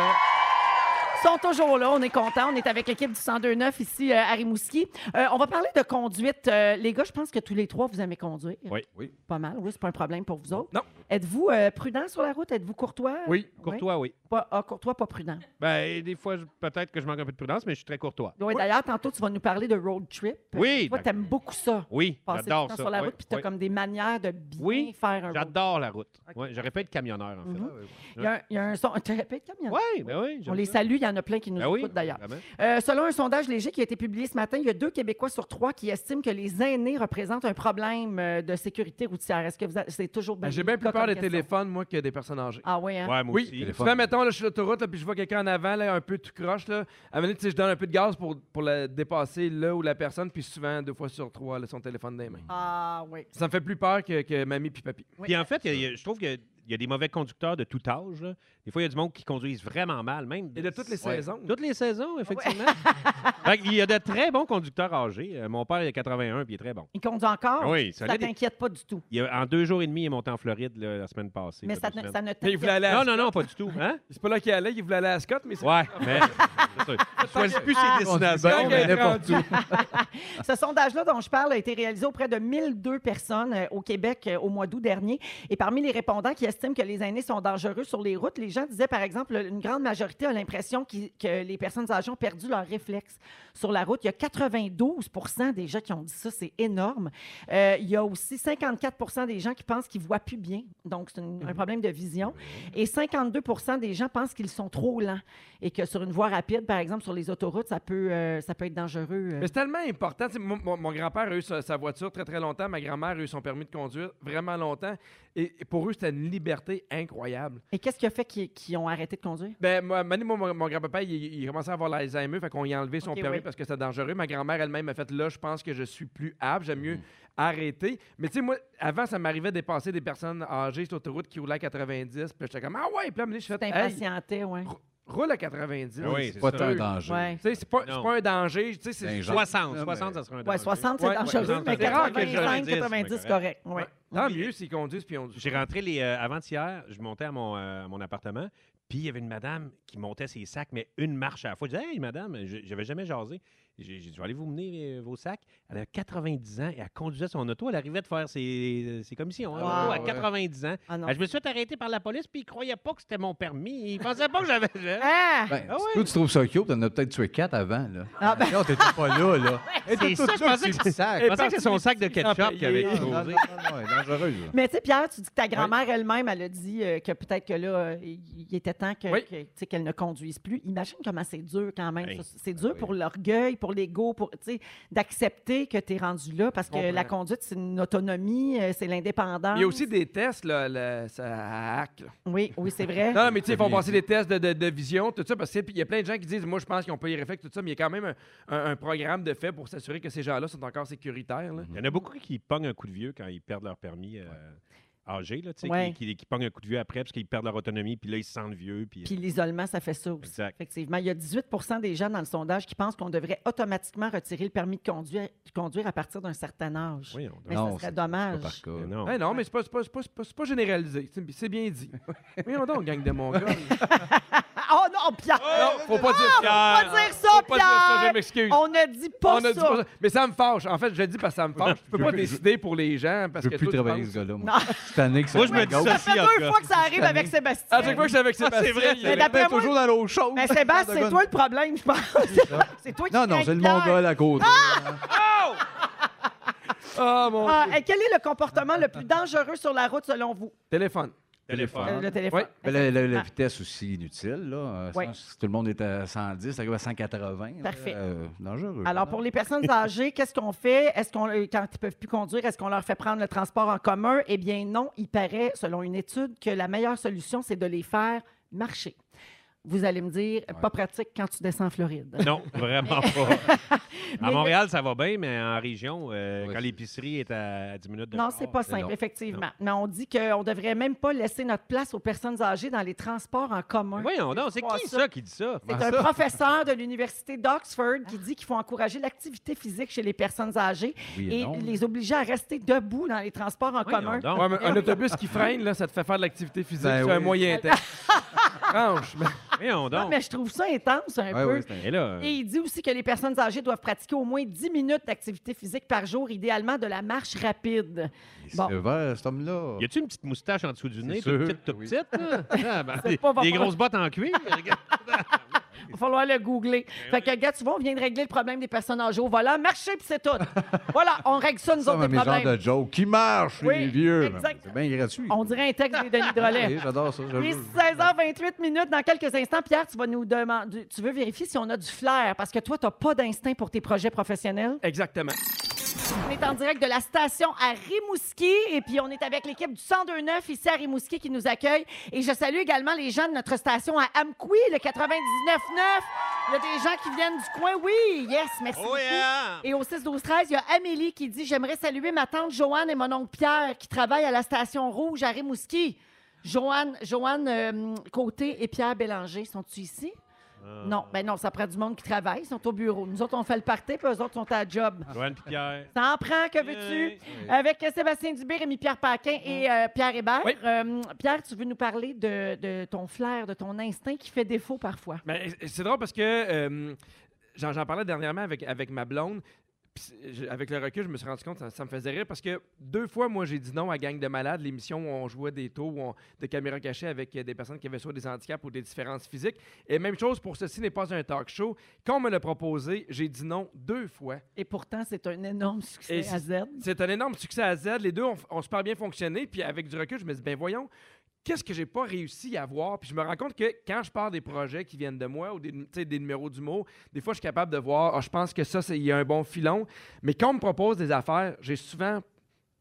Speaker 2: Ils sont toujours là, on est contents. On est avec l'équipe du 1029 ici euh, à Rimouski. Euh, on va parler de conduite. Euh, les gars, je pense que tous les trois, vous aimez conduire.
Speaker 5: Oui.
Speaker 7: Oui.
Speaker 2: Pas mal, oui, c'est pas un problème pour vous autres.
Speaker 1: Non.
Speaker 2: Êtes-vous euh, prudent sur la route? Êtes-vous courtois?
Speaker 5: Oui, courtois, oui.
Speaker 2: Pas, ah, courtois, pas prudent.
Speaker 5: Ben, des fois, je- peut-être que je manque un peu de prudence, mais je suis très courtois.
Speaker 2: Ouais, D'ailleurs, tantôt, tu vas nous parler de road trip.
Speaker 5: Oui,
Speaker 2: Toi,
Speaker 5: d'ac-
Speaker 2: t'aimes beaucoup ça.
Speaker 5: Oui,
Speaker 2: passer du
Speaker 5: j'adore
Speaker 2: temps
Speaker 5: ça.
Speaker 2: sur la
Speaker 5: oui,
Speaker 2: route, puis t'as
Speaker 5: oui.
Speaker 2: comme des manières de bien
Speaker 5: Oui,
Speaker 2: faire un road.
Speaker 5: J'adore la route. Ouais, j'aurais pu être camionneur, en fait.
Speaker 2: Mhm. Il y, a un, il y a un son. (laughs) Tu répètes comme il y en a.
Speaker 5: Oui, ben oui.
Speaker 2: On
Speaker 5: j'aime
Speaker 2: les
Speaker 5: ça.
Speaker 2: salue, il y en a plein qui nous
Speaker 5: Ben oui,
Speaker 2: écoutent d'ailleurs.
Speaker 5: vraiment.
Speaker 2: Euh, selon un sondage léger qui a été publié ce matin, il y a deux Québécois sur trois qui estiment que les aînés représentent un problème euh, de sécurité routière. Est-ce que vous a- c'est toujours
Speaker 1: (laughs) Ben, J'ai
Speaker 2: bien
Speaker 1: bien plus peur des téléphones, moi, que des personnes âgées.
Speaker 2: Ah oui, hein?
Speaker 5: Ouais, moi
Speaker 1: Oui,
Speaker 5: aussi.
Speaker 1: tu fais, mettons, là, je suis sur l'autoroute, là, puis je vois quelqu'un en avant, là, un peu tout croche. Là. À un moment donné, tu sais, je donne un peu de gaz pour, pour la dépasser là où la personne, puis souvent, deux fois sur trois, là, son téléphone dans les mains.
Speaker 2: Ah oui.
Speaker 1: Ça me fait plus peur que, que mamie puis papy.
Speaker 5: Puis en fait, il y a- il y a- je trouve qu'il y a des mauvais conducteurs de tout âge. là. Des fois, il y a du monde qui conduisent vraiment mal, même.
Speaker 1: Et de toutes les
Speaker 5: Ouais.
Speaker 1: saisons.
Speaker 5: Toutes les saisons, effectivement.
Speaker 2: (laughs)
Speaker 5: il y a de très bons conducteurs âgés. Euh, Mon père, il a 81, puis il est très bon.
Speaker 2: Ils conduisent encore?
Speaker 5: Oui, ça
Speaker 2: Ça
Speaker 5: l'est.
Speaker 2: t'inquiète pas du tout.
Speaker 5: Il a- en deux jours et demi, il est monté en Floride là, la semaine passée.
Speaker 2: Mais
Speaker 5: pas
Speaker 2: ça,
Speaker 5: deux
Speaker 2: ne-
Speaker 5: semaines.
Speaker 2: ça ne
Speaker 1: Mais il
Speaker 2: t'inquiète
Speaker 1: voulait aller à-
Speaker 5: Non, non, non, pas du tout. Hein?
Speaker 1: C'est pas là qu'il allait, il voulait aller à Scott, mais c'est-
Speaker 5: Ouais, (laughs) mais. c'est sûr. Ah, Je choisis plus ses destinations.
Speaker 1: Quand
Speaker 7: Ben,
Speaker 1: il
Speaker 7: mais
Speaker 1: est
Speaker 7: n'importe
Speaker 1: rendu-
Speaker 2: Ce sondage-là dont je parle a été réalisé auprès de 1002 personnes euh, au Québec euh, au mois d'août dernier. Et parmi les répondants qui estiment que les aînés sont dangereux sur les routes, les gens disaient, par exemple, une grande majorité a l'impression qu'ils- que les personnes âgées ont perdu leur réflexe sur la route. Il y a 92 des gens qui ont dit ça. C'est énorme. Euh, il y a aussi 54 des gens qui pensent qu'ils voient plus bien. Donc, c'est une- un problème de vision. Et 52 des gens pensent qu'ils sont trop lents et que sur une voie rapide, par exemple, sur les autoroutes, ça peut, euh, ça peut être dangereux. euh,
Speaker 1: Mais c'est tellement important. Tu sais, Mon, mon- mon grand-père a eu sa, sa voiture très, très longtemps. Ma grand-mère a eu son permis de conduire vraiment longtemps. Et et pour eux, c'était une liberté incroyable.
Speaker 2: Et qu'est-ce qui a fait qu'ils qu'ils ont arrêté de conduire?
Speaker 1: Ben, moi, Mané, moi, mon, mon grand-papa, il, il commençait à avoir l'Alzheimer, fait qu'on lui a enlevé son
Speaker 2: Ok,
Speaker 1: permis
Speaker 2: oui.
Speaker 1: parce que c'était dangereux. Ma grand-mère elle-même a fait là, je pense que je suis plus apte, j'aime
Speaker 5: Mm.
Speaker 1: mieux arrêter. Mais tu sais, moi, avant, ça m'arrivait de dépasser des personnes âgées sur l'autoroute qui roulaient à 90, puis j'étais comme, ah ouais, puis là, à un moment donné, je
Speaker 2: T'es
Speaker 1: fais, hey,
Speaker 2: impatienté, ouais.
Speaker 1: roule à 90.
Speaker 5: Ah oui,
Speaker 1: Tu
Speaker 5: c'est
Speaker 7: Pas
Speaker 5: ça.
Speaker 7: tant un danger.
Speaker 2: Ouais.
Speaker 1: sais, c'est pas, c'est
Speaker 5: Non.
Speaker 1: pas un danger. tu sais, c'est-
Speaker 7: Ben, genre-
Speaker 5: 60,
Speaker 7: Non,
Speaker 5: 60,
Speaker 7: mais-
Speaker 5: ça serait un
Speaker 2: Ouais,
Speaker 5: danger.
Speaker 2: 60, c'est
Speaker 1: Ouais,
Speaker 2: dangereux,
Speaker 5: ouais,
Speaker 2: mais
Speaker 1: c'est rare que
Speaker 2: 85,
Speaker 5: 90,
Speaker 2: 90,
Speaker 5: c'est
Speaker 2: correct. Ouais.
Speaker 1: Tant mieux s'ils conduisent, puis on
Speaker 5: J'ai rentré les. euh, Avant-hier, je montais à mon, euh, à mon appartement, puis il y avait une madame qui montait ses sacs, mais une marche à la fois. Je disais, Hey, madame, je j'avais jamais jasé. J'ai j'ai dit, je vais aller vous mener euh, vos sacs. Elle a 90 ans et elle conduisait son auto. Elle arrivait de faire ses, ses commissions. hein,
Speaker 2: Wow.
Speaker 5: auto à
Speaker 7: Ouais.
Speaker 5: 90 ans.
Speaker 2: Ah non.
Speaker 1: Ben,
Speaker 5: Elle, je me suis fait arrêter par la police, puis ils croyaient pas que c'était mon permis. Ils pensaient pas que j'avais.
Speaker 2: Ah!
Speaker 7: Ben,
Speaker 5: Ah ouais.
Speaker 7: toi, tu trouves ça cute, t'en as peut-être tué quatre avant, là.
Speaker 2: Ah ben-
Speaker 7: Non, t'étais pas là, là. Et
Speaker 5: C'est ça, je pensais que- Je pensais que c'est son sac de ketchup qu'il avait
Speaker 7: Non, non, non,
Speaker 5: explosé.
Speaker 7: non, elle est dangereuse. là.
Speaker 2: Mais tu sais, Pierre, tu dis que ta grand-mère elle-même, elle a dit euh, que peut-être que là, euh, il il était temps que-
Speaker 1: Oui.
Speaker 2: que, tu sais, qu'elle ne conduise plus. Imagine comment c'est dur quand même.
Speaker 5: Hey.
Speaker 2: ça. C'est
Speaker 1: ben
Speaker 2: dur pour l'orgueil, pour l'ego, pour, tu sais, d'accepter que tu es rendu là parce que
Speaker 1: comprends.
Speaker 2: la conduite, c'est une autonomie, euh, c'est l'indépendance.
Speaker 1: Il y a aussi des tests, là, le- ça hack. là.
Speaker 2: Oui, oui, c'est vrai.
Speaker 1: Non, non, mais tu sais, ils font passer des tests de, de- de vision, tout ça, parce que il y a plein de gens qui disent, moi, je pense qu'ils ont pas les réflexes, tout ça, mais il y a quand même un, un- un programme de fait pour s'assurer que ces gens-là sont encore sécuritaires. là.
Speaker 5: Il y en a beaucoup qui pognent un coup de vieux quand ils perdent leur permis euh, âgé, là, tu sais,
Speaker 2: Ouais.
Speaker 5: qui, qui, qui pognent un coup de vieux après parce qu'ils perdent leur autonomie, puis là, ils se sentent vieux. Puis, euh,
Speaker 2: Puis l'isolement, ça fait ça aussi.
Speaker 5: Exact.
Speaker 2: Effectivement, il y a 18 des gens dans le sondage qui pensent qu'on devrait automatiquement retirer le permis de conduire, de conduire à partir d'un certain âge.
Speaker 5: Voyons donc.
Speaker 2: Mais
Speaker 7: Non,
Speaker 2: ça serait
Speaker 7: c'est- c'est
Speaker 2: dommage.
Speaker 7: pas par cas.
Speaker 5: Mais non.
Speaker 1: Eh non, mais c'est pas, c'est pas- c'est pas- c'est pas- c'est pas généralisé. C'est- C'est bien
Speaker 7: (laughs)
Speaker 1: dit. Voyons donc, gang de mon gars.
Speaker 2: Ah, oh non, Pierre!
Speaker 1: Non, faut pas dire
Speaker 2: Faut
Speaker 1: ça.
Speaker 2: pas dire ça,
Speaker 1: Faut pas dire ça, je
Speaker 2: Pierre!
Speaker 1: m'excuse.
Speaker 2: On ne dit pas
Speaker 1: On a
Speaker 2: ça.
Speaker 1: dit pas ça. Mais ça me fâche. En fait, je le dis parce que ça me fâche. Je peux
Speaker 7: Je
Speaker 1: pas
Speaker 7: veux plus-
Speaker 1: décider pour les gens parce
Speaker 7: Je
Speaker 1: que
Speaker 7: veux plus
Speaker 1: toi, tu
Speaker 7: travailler avec
Speaker 1: penses-
Speaker 7: ce gars-là, moi. Cette année que ça
Speaker 5: Moi, je me
Speaker 7: gâte.
Speaker 5: dis ça.
Speaker 2: Ça fait
Speaker 5: Sophie,
Speaker 2: deux
Speaker 5: en
Speaker 2: fois que ça arrive avec Sébastien.
Speaker 1: À chaque fois que je suis
Speaker 7: Ah,
Speaker 1: avec Sébastien,
Speaker 5: vrai,
Speaker 1: il
Speaker 5: c'est
Speaker 1: y a-
Speaker 2: Mais d'après
Speaker 7: Ben,
Speaker 2: moi,
Speaker 7: toujours dans l'eau chaude.
Speaker 2: mais Sébastien, c'est toi le problème, je pense. c'est toi qui
Speaker 7: Non, non,
Speaker 2: crains
Speaker 7: j'ai le
Speaker 2: Pierre.
Speaker 7: mongol à côté.
Speaker 1: Ah, mon
Speaker 7: Ah.
Speaker 2: Ah, et quel est le comportement le plus dangereux sur la route selon vous?
Speaker 1: téléphone.
Speaker 5: Téléphone.
Speaker 2: Euh, le téléphone.
Speaker 1: Ouais.
Speaker 7: Ben, la, la- la vitesse aussi inutile, là. Euh,
Speaker 2: Ouais.
Speaker 7: sinon, Si tout le monde est à 110, ça arrive à 180. là,
Speaker 2: Parfait.
Speaker 7: euh, dangereux.
Speaker 2: Alors, pour les personnes âgées, (laughs) qu'est-ce qu'on fait? Est-ce qu'on, euh, quand ils ne peuvent plus conduire, est-ce qu'on leur fait prendre le transport en commun? Eh bien, non. Il paraît, selon une étude, que la meilleure solution, c'est de les faire marcher. Vous allez me dire, pas pratique quand tu descends en Floride.
Speaker 5: (laughs) Non, vraiment
Speaker 2: (laughs)
Speaker 5: pas.
Speaker 2: Mais-
Speaker 5: À Montréal, ça va bien, mais en région, euh,
Speaker 7: Ouais,
Speaker 5: quand
Speaker 7: c'est-
Speaker 5: l'épicerie est à 10 minutes
Speaker 2: (laughs)
Speaker 5: de
Speaker 2: Non,
Speaker 5: char,
Speaker 2: c'est pas
Speaker 7: c'est
Speaker 2: simple,
Speaker 7: long.
Speaker 2: effectivement. Mais on dit qu'on ne devrait même pas laisser notre place aux personnes âgées dans les transports en commun.
Speaker 5: Voyons donc, c'est
Speaker 2: crois
Speaker 5: qui
Speaker 2: ça?
Speaker 5: ça qui dit ça?
Speaker 2: C'est un professeur de l'Université d'Oxford qui dit qu'il faut encourager l'activité physique chez les personnes âgées
Speaker 7: Oui et
Speaker 2: et
Speaker 7: non.
Speaker 2: les obliger à rester debout dans les transports en
Speaker 5: Voyons
Speaker 2: commun.
Speaker 5: donc.
Speaker 1: Ouais, mais
Speaker 7: (laughs)
Speaker 1: un autobus qui freine, là, ça te fait faire de l'activité physique.
Speaker 7: Ben
Speaker 1: c'est
Speaker 7: oui.
Speaker 1: un
Speaker 7: (laughs)
Speaker 1: moyen temps. Franchement.
Speaker 5: Voyons
Speaker 2: Non,
Speaker 5: donc.
Speaker 2: mais je trouve ça intense un
Speaker 7: Ouais,
Speaker 2: peu.
Speaker 7: ouais, c'est un-
Speaker 5: Et là,
Speaker 2: Et il dit aussi que les personnes âgées doivent pratiquer au moins 10 minutes d'activité physique par jour, idéalement de la marche rapide.
Speaker 7: C'est
Speaker 2: Bon.
Speaker 7: sévère, cet homme-là.
Speaker 5: y a-tu une petite moustache en dessous du nez?
Speaker 7: sûr,
Speaker 5: Toute petite, toute
Speaker 7: oui.
Speaker 5: petite? là?
Speaker 2: (laughs)
Speaker 5: Ah, ben,
Speaker 2: C'est
Speaker 5: des,
Speaker 2: pas
Speaker 5: des
Speaker 2: bon.
Speaker 5: grosses bottes en cuir?
Speaker 2: (laughs)
Speaker 5: regarde.
Speaker 2: Il va falloir le googler. Fait que, gars, tu vois, on vient de régler le problème des personnes âgées au volant. Marcher, puis c'est
Speaker 7: (laughs)
Speaker 2: tout. voilà, on règle ça, nous
Speaker 7: Ça,
Speaker 2: autres,
Speaker 7: mais
Speaker 2: les
Speaker 7: mes genres
Speaker 2: problèmes.
Speaker 7: de Joe qui marche,
Speaker 2: Oui,
Speaker 7: les vieux.
Speaker 2: exact.
Speaker 7: C'est bien gratuit.
Speaker 2: On dirait un texte des Denis
Speaker 7: Oui,
Speaker 2: Drolet.
Speaker 7: J'adore ça. je
Speaker 2: Il est
Speaker 7: le-
Speaker 2: 16h28 minutes. Dans quelques instants, Pierre, tu vas nous demander. Tu veux vérifier si on a du flair parce que toi, tu n'as pas d'instinct pour tes projets professionnels.
Speaker 1: Exactement.
Speaker 2: On est en direct de la station à Rimouski et puis on est avec l'équipe du 1029 ici à Rimouski qui nous accueille. Et je salue également les gens de notre station à Amqui, le 99.9. Il y a des gens qui viennent du coin. Oui, yes, merci.
Speaker 5: Oh
Speaker 2: beaucoup.
Speaker 5: yeah!
Speaker 2: Et au 6-12-13, il y a Amélie qui dit J'aimerais saluer ma tante Joanne et mon oncle Pierre qui travaillent à la station Rouge à Rimouski. Joanne, Joanne euh, Côté et Pierre Bélanger, sont-tu ici?
Speaker 5: Euh.
Speaker 2: Non, ben non, ça prend du monde qui travaille, ils sont au bureau. Nous autres, on fait le party, puis eux autres sont à la job.
Speaker 5: Joanne puis Pierre.
Speaker 2: T'en prends, que veux-tu? Avec euh, Sébastien Dubé, Rémi Pierre Paquin et euh, Pierre Hébert.
Speaker 1: Mm. Oui.
Speaker 2: Euh, Pierre, tu veux nous parler de, de ton flair, de ton instinct qui fait défaut parfois.
Speaker 1: Mais c'est drôle parce que euh, j'en j'en parlais dernièrement avec, avec ma blonde. Puis c'est- je- Avec le recul, je me suis rendu compte, ça, ça me faisait rire parce que deux fois, moi, j'ai dit non à Gang de Malades, l'émission où on jouait des tours où on- de caméra cachée avec euh, des personnes qui avaient soit des handicaps ou des différences physiques. Et même chose pour Ceci n'est pas un talk show. Quand on me l'a proposé, j'ai dit non deux fois.
Speaker 2: Et pourtant, c'est un énorme succès
Speaker 1: Et c'est-
Speaker 2: à Z.
Speaker 1: C'est un énorme succès à Z. Les deux ont, ont super bien fonctionné. Puis avec du recul, je me dis, ben voyons, qu'est-ce que j'ai pas réussi à avoir? Puis je me rends compte que quand je pars des projets qui viennent de moi ou des, tu sais, des numéros d'humour, des fois, je suis capable de voir, Ah, je pense que ça, c'est- il y a un bon filon. Mais quand on me propose des affaires, j'ai souvent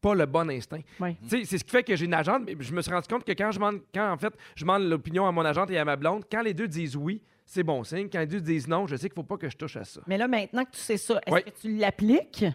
Speaker 1: pas le bon instinct.
Speaker 2: Oui.
Speaker 1: Tu sais, C'est ce qui fait que j'ai une agente, mais je me suis rendu compte que quand je demande, quand en fait, je demande l'opinion à mon agente et à ma blonde, quand les deux disent oui, c'est bon signe. Quand les deux disent non, je sais qu'il faut pas que je touche à ça.
Speaker 2: Mais là, maintenant que tu sais ça, est-ce
Speaker 1: Oui.
Speaker 2: que tu l'appliques?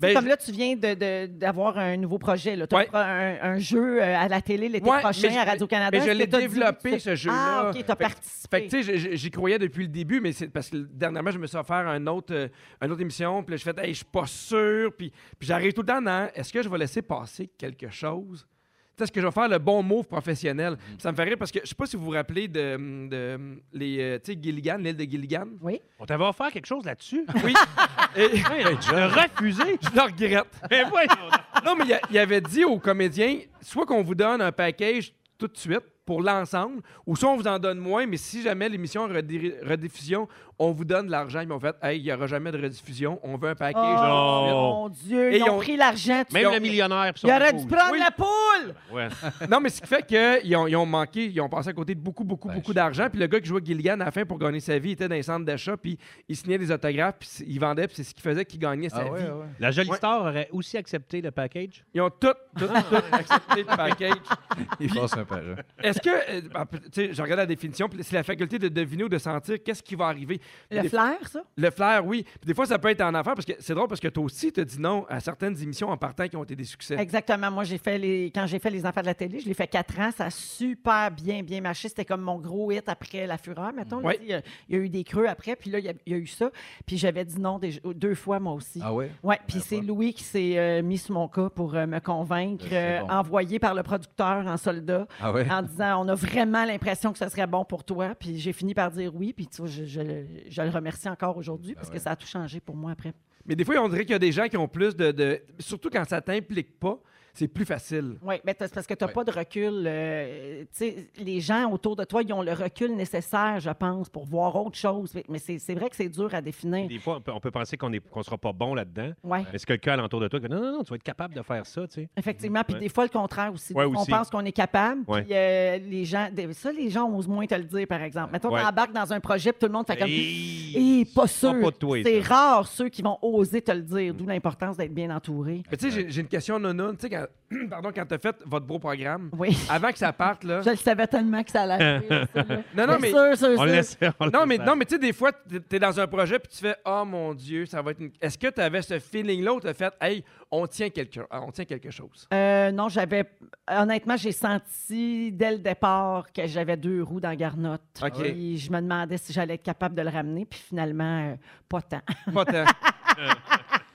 Speaker 2: Tu sais,
Speaker 1: Ben,
Speaker 2: comme
Speaker 1: je-
Speaker 2: là, tu viens de- de- d'avoir un nouveau projet. là. T'as
Speaker 1: Ouais.
Speaker 2: un, un jeu euh, à la télé l'été
Speaker 1: Ouais,
Speaker 2: prochain
Speaker 1: mais je-
Speaker 2: à Radio-Canada.
Speaker 1: mais je
Speaker 2: Est-ce que
Speaker 1: l'ai
Speaker 2: t'as dit-
Speaker 1: développé, ce jeu-là.
Speaker 2: Ah, OK, t'as
Speaker 1: Fait-
Speaker 2: participé.
Speaker 1: Fait que, tu sais, j- j- j'y croyais depuis le début, mais c'est parce que dernièrement, je me suis offert un autre, euh, une autre émission, puis là, je fais, hey, je suis pas sûr, puis, puis j'arrive tout le temps dans, est-ce que je vais laisser passer quelque chose? Tu sais, Est-ce que je vais faire le bon move professionnel? Ça me fait rire parce que je sais pas si vous vous rappelez de, de- les, euh, tu sais, Gilligan, l'île de Gilligan.
Speaker 2: oui.
Speaker 5: On t'avait offert quelque chose (laughs) là-dessus?
Speaker 1: Oui. Et
Speaker 5: refusé?
Speaker 1: je le regrette.
Speaker 5: Mais voyons donc.
Speaker 1: Non, mais il a- il avait dit aux comédiens soit qu'on vous donne un package tout de suite pour l'ensemble, ou soit on vous en donne moins, mais si jamais l'émission est rediri- rediffusion, on vous donne de l'argent. Ils m'ont fait Hey, il n'y aura jamais de rediffusion, on veut un
Speaker 2: Oh,
Speaker 1: package.
Speaker 2: mon Dieu,
Speaker 1: Et
Speaker 2: ils ont
Speaker 1: on-
Speaker 2: pris l'argent. tu-
Speaker 5: Même
Speaker 1: ont-
Speaker 5: le millionnaire. pis son
Speaker 2: Il aurait
Speaker 5: épouse.
Speaker 2: dû prendre
Speaker 1: Oui.
Speaker 2: la poule!
Speaker 5: Ouais.
Speaker 1: Non, mais ce qui fait qu'ils ont, ils ont manqué, ils ont passé à côté de beaucoup, beaucoup,
Speaker 7: Ben,
Speaker 1: beaucoup
Speaker 7: je-
Speaker 1: d'argent. Puis le gars qui jouait Gilligan à la fin pour gagner sa vie il était dans les centres d'achat, puis il signait des autographes, puis il vendait, puis c'est ce qui faisait qu'il gagnait sa
Speaker 7: Ah
Speaker 1: vie.
Speaker 7: ouais, ouais.
Speaker 5: La jolie
Speaker 1: Ouais.
Speaker 5: star aurait aussi accepté le package.
Speaker 1: Ils ont tout, tout, tout accepté le package.
Speaker 7: Il passe un par un.
Speaker 1: Est-ce que, euh, bah, tu sais, je regarde la définition, puis c'est la faculté de deviner ou de sentir qu'est-ce qui va arriver.
Speaker 2: Le
Speaker 1: Des-
Speaker 2: flair, ça?
Speaker 1: le flair, oui. Puis des fois, ça peut être en affaires, parce que c'est drôle, parce que toi aussi, tu dis non à certaines émissions en partant qui ont été des succès.
Speaker 2: Exactement. Moi, j'ai fait les... quand j'ai fait Les Enfants de la télé, je l'ai fait quatre ans. Ça a super bien, bien marché. C'était comme mon gros hit après La Fureur, mettons. là,
Speaker 1: Ouais.
Speaker 2: tu sais, Il y a- il y a eu des creux après, puis là, il y a, il y a eu ça. Puis j'avais dit non des- deux fois, moi aussi.
Speaker 7: Ah ouais?
Speaker 2: Oui, puis c'est Louis qui s'est euh, mis sur mon cas pour euh, me convaincre,
Speaker 7: Ben, c'est
Speaker 2: euh,
Speaker 7: bon.
Speaker 2: envoyé par le producteur en soldat,
Speaker 7: Ah ouais?
Speaker 2: en disant on a vraiment l'impression que ce serait bon pour toi. Puis j'ai fini par dire oui, puis tu vois, je, je le, je le remercie encore aujourd'hui parce
Speaker 7: Ben ouais.
Speaker 2: que ça a tout changé pour moi après.
Speaker 1: Mais des fois, on dirait qu'il y a des gens qui ont plus de. de- surtout quand ça t'implique pas. c'est plus facile.
Speaker 2: Oui, mais t'as- c'est parce que tu n'as pas de recul. euh, tu sais, les gens autour de toi, ils ont le recul nécessaire, je pense, pour voir autre chose. Mais- Mais c'est c'est vrai que c'est dur à définir.
Speaker 5: Des fois, on peut, on peut penser qu'on ne sera pas bon là-dedans.
Speaker 2: Ouais.
Speaker 5: Mais c'est quelqu'un alentour de toi qui dit non, non, non, tu vas être capable de faire ça, tu sais.
Speaker 2: Effectivement, puis
Speaker 5: Ouais.
Speaker 2: des fois, le contraire aussi.
Speaker 5: Ouais,
Speaker 2: on
Speaker 5: aussi.
Speaker 2: pense qu'on est capable,
Speaker 5: Ouais.
Speaker 2: puis euh, les gens... des- Ça, les gens osent moins te le dire, par exemple. Mettons,
Speaker 5: Ouais.
Speaker 2: t'embarques dans un projet, puis tout le monde fait comme...
Speaker 5: Hey,
Speaker 2: Eh, pas
Speaker 5: ça
Speaker 2: sûr.
Speaker 5: pas de toi,
Speaker 2: c'est
Speaker 5: ça. Mm.
Speaker 2: rare ceux qui vont oser te le dire, d'où l'importance d'être bien entouré.
Speaker 1: Mais tu sais, j'ai- j'ai une question, Nona. Tu sais, quand, (clears throat) pardon, quand t'as fait votre beau programme,
Speaker 2: Oui.
Speaker 5: Ah.
Speaker 1: avant que ça parte, là.
Speaker 2: Je le savais tellement que ça
Speaker 5: (laughs)
Speaker 2: allait. arriver, celle-là.
Speaker 1: Non, non, mais-
Speaker 2: Sûr, sûr,
Speaker 5: On
Speaker 2: sûr.
Speaker 5: laisse. on
Speaker 1: Non,
Speaker 5: laisse
Speaker 1: mais,
Speaker 5: ça.
Speaker 1: non, mais tu sais, des fois, t'es t'es dans un projet puis tu fais Oh mon Dieu, ça va être une. Est-ce que tu avais ce feeling-là où tu fait Hey, on tient quelque, on tient quelque chose?
Speaker 2: Euh, non, j'avais. Honnêtement, j'ai senti dès le départ que j'avais deux roues dans Garnotte.
Speaker 1: OK.
Speaker 2: Puis je me demandais si j'allais être capable de le ramener. Puis finalement, euh, pas tant. (laughs)
Speaker 1: Pas tant.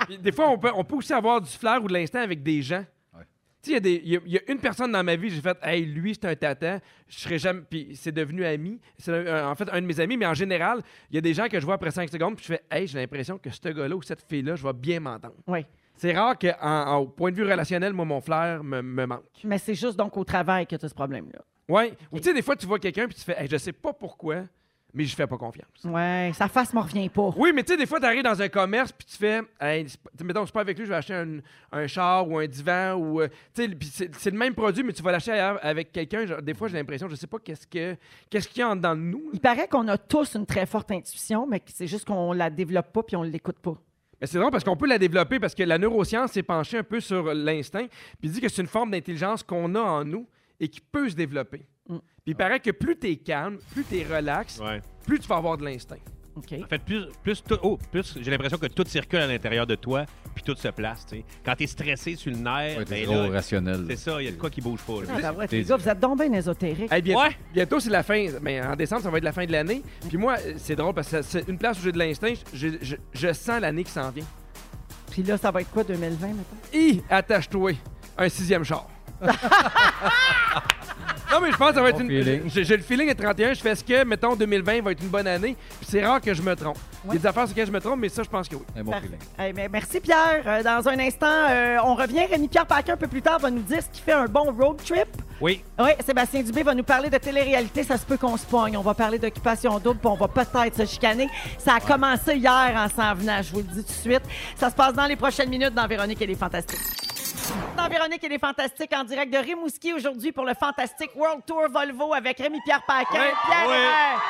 Speaker 1: Puis des fois, on peut, on peut aussi avoir du flair ou de l'instant avec des gens.
Speaker 7: Ouais.
Speaker 1: Tu sais, il y a des- il y, a- il y a une personne dans ma vie, j'ai fait Hey, lui, c'est un tatan, je serais jamais. Puis c'est devenu ami. C'est un- en fait un de mes amis, mais en général, il y a des gens que je vois après 5 secondes, puis je fais Hey, j'ai l'impression que ce gars-là ou cette fille-là, je vais bien m'entendre.
Speaker 2: Oui.
Speaker 1: C'est rare que, en- en- au point de vue relationnel, moi, mon flair me, me manque.
Speaker 2: Mais c'est juste donc au travail que tu as ce problème-là.
Speaker 1: Ouais. Ou tu sais, des fois, tu vois quelqu'un, puis tu fais Hey, je sais pas pourquoi, mais je fais pas confiance.
Speaker 2: Ouais, sa face me revient pas.
Speaker 1: Oui, mais tu sais, des fois, tu arrives dans un commerce puis tu fais, hey, c'est pas- tu sais, mettons, c'est pas avec lui, je vais acheter un, un char ou un divan ou. euh, Tu sais, puis c'est c'est le même produit, mais tu vas l'acheter ailleurs avec quelqu'un. Genre, Des fois, j'ai l'impression, je sais pas qu'est-ce que qu'est-ce qu'il y a en dedans de nous.
Speaker 2: Il paraît qu'on a tous une très forte intuition, mais que c'est juste qu'on la développe pas puis on l'écoute pas.
Speaker 1: Mais c'est drôle parce qu'on peut la développer parce que la neuroscience s'est penchée un peu sur l'instinct puis dit que c'est une forme d'intelligence qu'on a en nous et qui peut se développer.
Speaker 2: Mm.
Speaker 1: Puis il paraît que plus t'es calme, plus t'es relax,
Speaker 5: Ouais.
Speaker 1: plus tu vas avoir de l'instinct.
Speaker 2: OK.
Speaker 5: En fait, plus, plus, tout- oh, plus j'ai l'impression que tout circule à l'intérieur de toi, puis tout se place. tu sais. Quand t'es stressé sur le nerf,
Speaker 7: Ouais,
Speaker 5: ben
Speaker 7: t'es
Speaker 5: là,
Speaker 7: trop rationnel.
Speaker 5: c'est ça, il y a de quoi qui bouge pas. là.
Speaker 2: Ah, bah ouais,
Speaker 7: t'es
Speaker 2: les gars, vous êtes donc bien ésotériques.
Speaker 1: Hey, bientôt,
Speaker 5: Ouais.
Speaker 1: bientôt, c'est la fin. Mais en décembre, ça va être la fin de l'année. Puis moi, euh, c'est drôle parce que ça- c'est une place où j'ai de l'instinct. Je, je- je sens l'année qui s'en vient.
Speaker 2: Puis là, ça va être quoi 2020 maintenant?
Speaker 1: Et attache-toi un sixième char. (laughs) non, mais je pense que ça va être
Speaker 7: Bon
Speaker 1: une.
Speaker 7: feeling.
Speaker 1: J'ai j'ai le feeling à 31. Je fais ce que, mettons, 2020 va être une bonne année. Puis c'est rare que je me trompe. Il y a des affaires sur lesquelles je me trompe, mais ça, je pense que oui.
Speaker 7: Un bon
Speaker 2: Parfait.
Speaker 7: feeling.
Speaker 2: Eh bien, merci Pierre. Euh, dans un instant, euh, on revient. Rémi-Pierre Paquin, un peu plus tard, va nous dire ce qui fait un bon road trip.
Speaker 5: Oui,
Speaker 2: Oui, Sébastien Dubé va nous parler de télé-réalité. Ça se peut qu'on se pogne. On va parler d'occupation double, puis on va peut-être se chicaner. Ça a commencé hier en s'en venant, je vous le dis tout de suite. Ça se passe dans les prochaines minutes dans Véronique et les Fantastiques. Dans Véronique et les Fantastiques, en direct de Rimouski aujourd'hui pour le Fantastic World Tour Volvo avec Rémi-Pierre Paquin,
Speaker 1: Ouais.
Speaker 2: Pierre
Speaker 1: Ouais.
Speaker 2: Hébert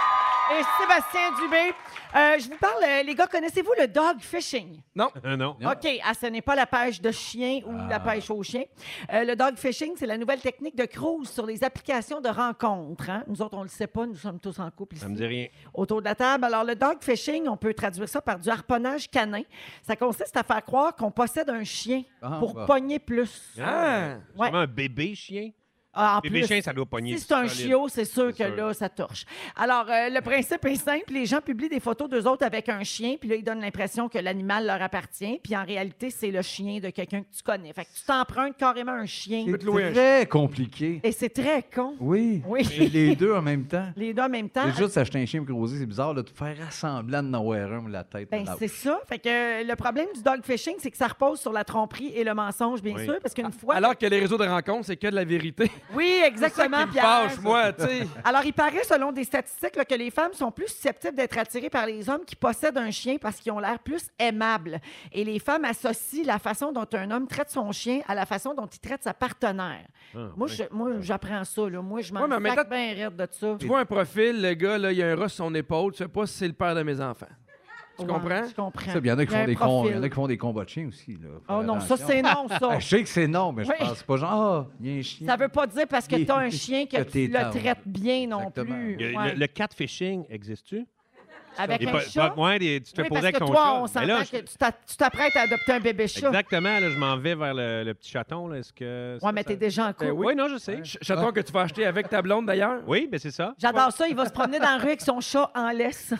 Speaker 2: et Sébastien Dubé. Euh, je vous parle, euh, les gars, connaissez-vous le dog fishing?
Speaker 1: Non.
Speaker 5: Euh, non. Ah.
Speaker 7: Non.
Speaker 2: OK, ah, ce n'est pas la pêche de chien ou la pêche au chien. Euh, le dog fishing, c'est la nouvelle technique de cruise sur les applications de rencontres. hein. Nous autres, on ne le sait pas, nous sommes tous en couple ici
Speaker 5: Ça me dit rien.
Speaker 2: autour de la table. Alors, le dog fishing, on peut traduire ça par du harponnage canin. Ça consiste à faire croire qu'on possède un chien
Speaker 7: Ah,
Speaker 2: pour
Speaker 7: bah.
Speaker 2: pogner plus.
Speaker 1: Ah.
Speaker 5: C'est vraiment un bébé chien.
Speaker 2: Ah, en
Speaker 5: Bébé
Speaker 2: plus,
Speaker 5: chien, ça doit pogner.
Speaker 2: Si c'est un
Speaker 5: solide.
Speaker 2: chiot, c'est sûr que
Speaker 5: C'est sûr.
Speaker 2: là, ça torche. Alors, euh, le principe est simple. Les gens publient des photos d'eux autres avec un chien, puis là, ils donnent l'impression que l'animal leur appartient, puis en réalité, c'est le chien de quelqu'un que tu connais. Fait que tu t'empruntes carrément un chien.
Speaker 1: peux te louer un
Speaker 7: C'est très compliqué.
Speaker 2: Et c'est très con.
Speaker 7: Oui.
Speaker 2: Oui.
Speaker 7: Et les deux en même temps.
Speaker 2: Les deux en même temps.
Speaker 7: C'est juste s'acheter un chien pour creuser, c'est bizarre là, de faire assemblant de nowhere un ou la tête.
Speaker 2: Ben,
Speaker 7: là.
Speaker 2: c'est ça. Fait que euh, le problème du dog fishing, c'est que ça repose sur la tromperie et le mensonge, bien
Speaker 5: Oui. Ah,
Speaker 2: sûr, parce qu'une fois.
Speaker 1: Alors que les réseaux de rencontres, c'est que de la
Speaker 5: (laughs)
Speaker 1: vérité.
Speaker 2: Oui, exactement.
Speaker 1: c'est ça qui me
Speaker 2: Pierre.
Speaker 1: fâche, moi, tu sais.
Speaker 2: Alors, il paraît, selon des statistiques, là, que les femmes sont plus susceptibles d'être attirées par les hommes qui possèdent un chien parce qu'ils ont l'air plus aimables. Et les femmes associent la façon dont un homme traite son chien à la façon dont il traite sa partenaire.
Speaker 5: Ah,
Speaker 2: moi,
Speaker 5: oui.
Speaker 2: je- moi, j'apprends ça. Là. Moi, je m'en
Speaker 1: Ouais, mais en même
Speaker 2: sac
Speaker 1: temps,
Speaker 2: bien raide de ça.
Speaker 1: Tu vois un profil, le gars, là, il y a un ras sur son épaule. Tu sais pas si c'est le père de mes enfants. Tu
Speaker 2: Ouais,
Speaker 1: comprends?
Speaker 2: Je comprends.
Speaker 7: Ça, puis il y en a qui
Speaker 2: Il y a un
Speaker 7: font des cons- il y en a
Speaker 2: profil.
Speaker 7: qui font des combats de chiens aussi. Là. Faut
Speaker 2: Oh non,
Speaker 7: attention.
Speaker 2: ça, c'est non, ça.
Speaker 7: Ben, je sais que c'est non, mais je
Speaker 2: Oui.
Speaker 7: pense pas genre, ah, il y a un chien.
Speaker 2: Ça veut pas dire parce
Speaker 7: (laughs)
Speaker 2: que tu as un chien que
Speaker 7: Que
Speaker 2: tu
Speaker 7: t'es
Speaker 2: le
Speaker 7: tendre.
Speaker 2: traites bien non
Speaker 7: Exactement.
Speaker 2: plus.
Speaker 5: Il y a-
Speaker 2: Ouais.
Speaker 5: le, le catfishing, existe-tu?
Speaker 2: Avec
Speaker 5: Des
Speaker 2: un
Speaker 5: pa-
Speaker 2: chat.
Speaker 5: pa- ouais, des- tu te
Speaker 2: oui,
Speaker 5: posais
Speaker 2: parce
Speaker 5: avec
Speaker 2: que
Speaker 5: ton
Speaker 2: toi,
Speaker 5: chat.
Speaker 2: on
Speaker 5: Mais
Speaker 2: s'entend
Speaker 5: là,
Speaker 2: que tu t'a- tu t'apprêtes à adopter un bébé chat.
Speaker 5: Exactement, là, je m'en vais vers le, le petit chaton. Là. Est-ce que
Speaker 2: Ouais,
Speaker 5: ça,
Speaker 2: mais
Speaker 5: ça-
Speaker 2: t'es déjà en couple.
Speaker 5: Ben oui. non, je sais. Ah.
Speaker 1: Ch- Chaton que tu vas acheter avec ta blonde, d'ailleurs.
Speaker 5: Oui, mais c'est ça.
Speaker 2: J'adore ça. Il va se promener dans la rue avec son chat en laisse.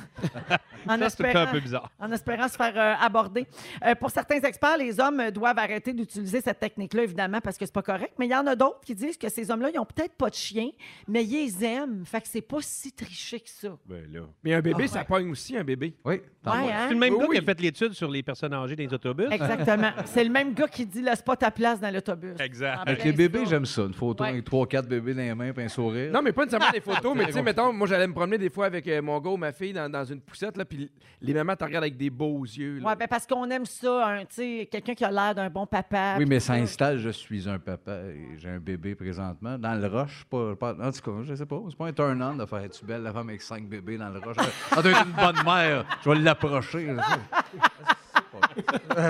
Speaker 2: en,
Speaker 5: Ça, c'est tout le temps
Speaker 2: espérant,
Speaker 5: un peu bizarre.
Speaker 2: en espérant se faire euh, aborder. Euh, pour certains experts, les hommes euh, doivent arrêter d'utiliser cette technique-là, évidemment, parce que c'est pas correct. Mais il y en a d'autres qui disent que ces hommes-là, ils ont peut-être pas de chien, mais ils les aiment. Fait que c'est pas si triché que ça.
Speaker 5: Ben là.
Speaker 1: Mais un bébé, ça pogne gagne aussi un bébé.
Speaker 7: Oui.
Speaker 2: Ouais, hein?
Speaker 5: C'est le même
Speaker 1: Oui,
Speaker 5: gars qui a
Speaker 1: oui.
Speaker 5: fait l'étude sur les personnes âgées des autobus.
Speaker 2: Exactement. C'est le même gars qui dit laisse pas ta place dans l'autobus.
Speaker 5: Exact.
Speaker 2: En
Speaker 7: Avec
Speaker 2: plein
Speaker 7: les
Speaker 2: ça.
Speaker 7: bébés, j'aime ça. Une photo
Speaker 2: Ouais.
Speaker 7: avec trois, quatre bébés dans les mains, puis un sourire.
Speaker 1: Non, mais pas nécessairement des photos, mais tu sais, mettons, moi, j'allais me promener des fois avec euh, mon gars ou ma fille dans, dans une poussette, là, puis les mamans te regardent avec des beaux yeux. là.
Speaker 2: Ouais, ben parce qu'on aime ça, hein, tu sais, quelqu'un qui a l'air d'un bon papa.
Speaker 7: Oui, mais ça installe, je suis un papa et j'ai un bébé présentement. Dans le rush, pas, pas- en tout cas, je sais pas. C'est pas un turn-on de faire être belle la femme avec cinq bébés dans le rush. Ah, t'es une bonne mère, je vais l'approcher. En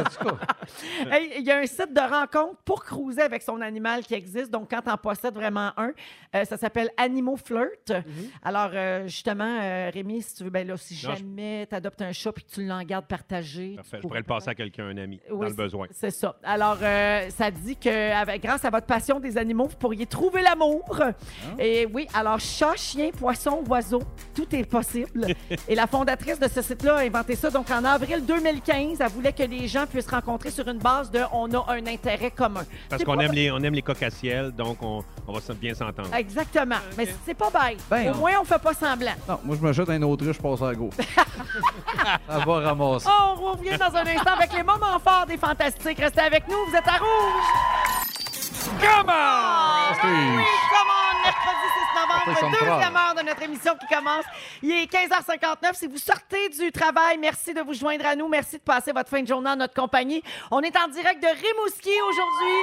Speaker 7: tout cas,
Speaker 5: (laughs)
Speaker 2: Hey, il y a un site de rencontre pour cruiser avec son animal qui existe. Donc, quand t'en possèdes vraiment un, euh, ça s'appelle Animaux Flirt.
Speaker 5: Mhm.
Speaker 2: Alors, euh, justement, euh, Rémi, si tu veux, ben là, si
Speaker 5: Non, je-
Speaker 2: jamais t'adoptes un chat puis que tu l'en gardes partagé, tu
Speaker 5: Parfait, Je
Speaker 2: pourras-
Speaker 5: pourrais le passer à quelqu'un, un ami,
Speaker 2: Oui,
Speaker 5: dans le besoin.
Speaker 2: C'est ça. Alors, euh, ça dit que avec, grâce à votre passion des animaux, vous pourriez trouver l'amour.
Speaker 5: Ah.
Speaker 2: Et oui, alors chat, chien, poisson, oiseau, tout est
Speaker 5: (laughs)
Speaker 2: possible. Et la fondatrice de ce site-là a inventé ça. Donc, en avril 2015, elle voulait que les gens puissent rencontrer sur une base de on a un intérêt commun.
Speaker 5: Parce
Speaker 2: C'est
Speaker 5: qu'on
Speaker 2: pas
Speaker 5: aime
Speaker 2: bête.
Speaker 5: les, on aime les coq à ciel, donc on, on va s- bien s'entendre.
Speaker 2: Exactement. Mais c'est pas bête.
Speaker 7: Ben,
Speaker 2: Au
Speaker 7: on-
Speaker 2: moins, on fait pas semblant.
Speaker 7: non, moi, je me jette un autruche, je passe à gauche. Ça va ramasser.
Speaker 2: Oh, On revient dans un instant avec les moments forts des Fantastiques. Restez avec nous, vous êtes à Rouge! Oh,
Speaker 7: Steve.
Speaker 2: Come on, mercredi 6
Speaker 7: Partez
Speaker 2: novembre,
Speaker 7: sans me
Speaker 2: deuxième heure de notre émission qui commence. Il est 15h59. Si vous sortez du travail, merci de vous joindre à nous. Merci de passer votre fin de journée en notre compagnie. On est en direct de Rimouski aujourd'hui.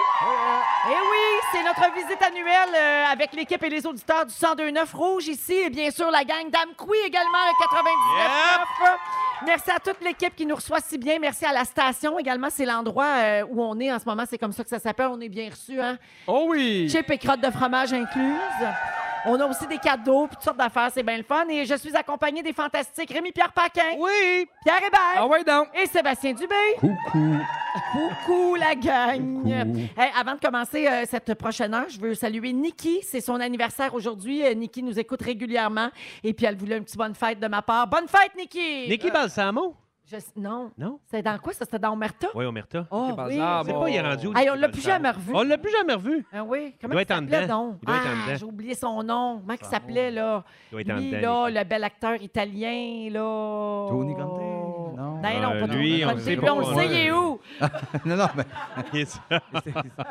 Speaker 2: Et oui, c'est notre visite annuelle euh, avec l'équipe et les auditeurs du 1029 Rouge ici et bien sûr la gang d'Amqui également le 99.9. Merci à toute l'équipe qui nous reçoit si bien. Merci à la station également. C'est l'endroit euh, où on est en ce moment. C'est comme ça que ça s'appelle. On est bien reçus, hein?
Speaker 1: Oh oui!
Speaker 2: Chips et crottes de fromage incluses. On a aussi des cadeaux, puis toutes sortes d'affaires, c'est bien le fun. Et je suis accompagnée des fantastiques Rémi-Pierre Paquin,
Speaker 1: Oui!
Speaker 2: Pierre Hébert
Speaker 1: Ah ouais, donc!
Speaker 2: et Sébastien Dubé.
Speaker 7: Coucou.
Speaker 2: Coucou la gang!
Speaker 7: Coucou.
Speaker 2: Hey, avant de commencer euh, cette prochaine heure, je veux saluer Nikki. C'est son anniversaire aujourd'hui. Euh, Nikki nous écoute régulièrement et puis elle voulait une petite bonne fête de ma part. Bonne fête, Nikki! Euh,
Speaker 5: Nicky Balsamo?
Speaker 2: Je- Non.
Speaker 5: bah- Non?
Speaker 2: C'est dans quoi ça? C'était dans Omerta?
Speaker 5: Oui, Omerta.
Speaker 2: Oh,
Speaker 1: Nicky
Speaker 2: oui.
Speaker 1: Balsamo.
Speaker 5: C'est pas, il est rendu où,
Speaker 2: Hey, on
Speaker 5: Nicky
Speaker 2: l'a plus
Speaker 5: Balsamo?
Speaker 2: jamais revu.
Speaker 5: On l'a plus jamais (laughs) revu.
Speaker 2: Ah oui? Comment
Speaker 5: doit
Speaker 2: il
Speaker 5: être en
Speaker 2: s'appelait
Speaker 5: dedans.
Speaker 2: donc?
Speaker 5: Il doit être en
Speaker 2: Ah,
Speaker 5: dedans.
Speaker 2: J'ai oublié son nom. Comment il s'appelait, là?
Speaker 5: Il doit être en
Speaker 2: lui,
Speaker 5: dedans,
Speaker 2: là,
Speaker 5: Nicky.
Speaker 2: le bel acteur italien, là.
Speaker 7: Tony Conte? Non.
Speaker 2: Non, non,
Speaker 5: Euh,
Speaker 2: pas
Speaker 5: lui,
Speaker 2: Tony
Speaker 5: on
Speaker 2: Conte.
Speaker 5: sait
Speaker 2: Lui,
Speaker 5: pas,
Speaker 2: on le
Speaker 5: on
Speaker 2: sait,
Speaker 5: le-
Speaker 2: il est où?
Speaker 7: Non, non, mais
Speaker 5: Il est ça.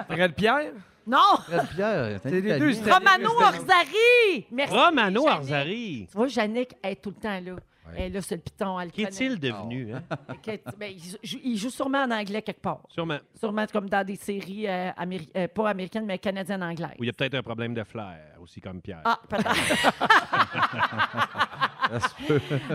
Speaker 1: Fred Pierre?
Speaker 5: (laughs)
Speaker 2: Non!
Speaker 7: Fred euh, Pierre, t'as
Speaker 1: C'est
Speaker 7: une
Speaker 1: les
Speaker 7: Italie.
Speaker 1: deux, c'était-
Speaker 2: Romano Orzari! Merci.
Speaker 5: Romano
Speaker 2: Yannick.
Speaker 5: Arzari.
Speaker 2: Tu vois, Yannick, elle est tout le temps là. Elle est là sur le piton. Elle le
Speaker 5: Qu'est-il devenu? Hein?
Speaker 2: connaît. Qu'est- ben, il, joue, il joue sûrement en anglais quelque part.
Speaker 5: Sûrement.
Speaker 2: Sûrement comme dans des séries, euh, améri- euh, pas américaines, mais canadiennes-anglaises.
Speaker 5: Ou il y a peut-être un problème de flair aussi, comme Pierre.
Speaker 2: Ah,
Speaker 5: (laughs)
Speaker 2: peut-être.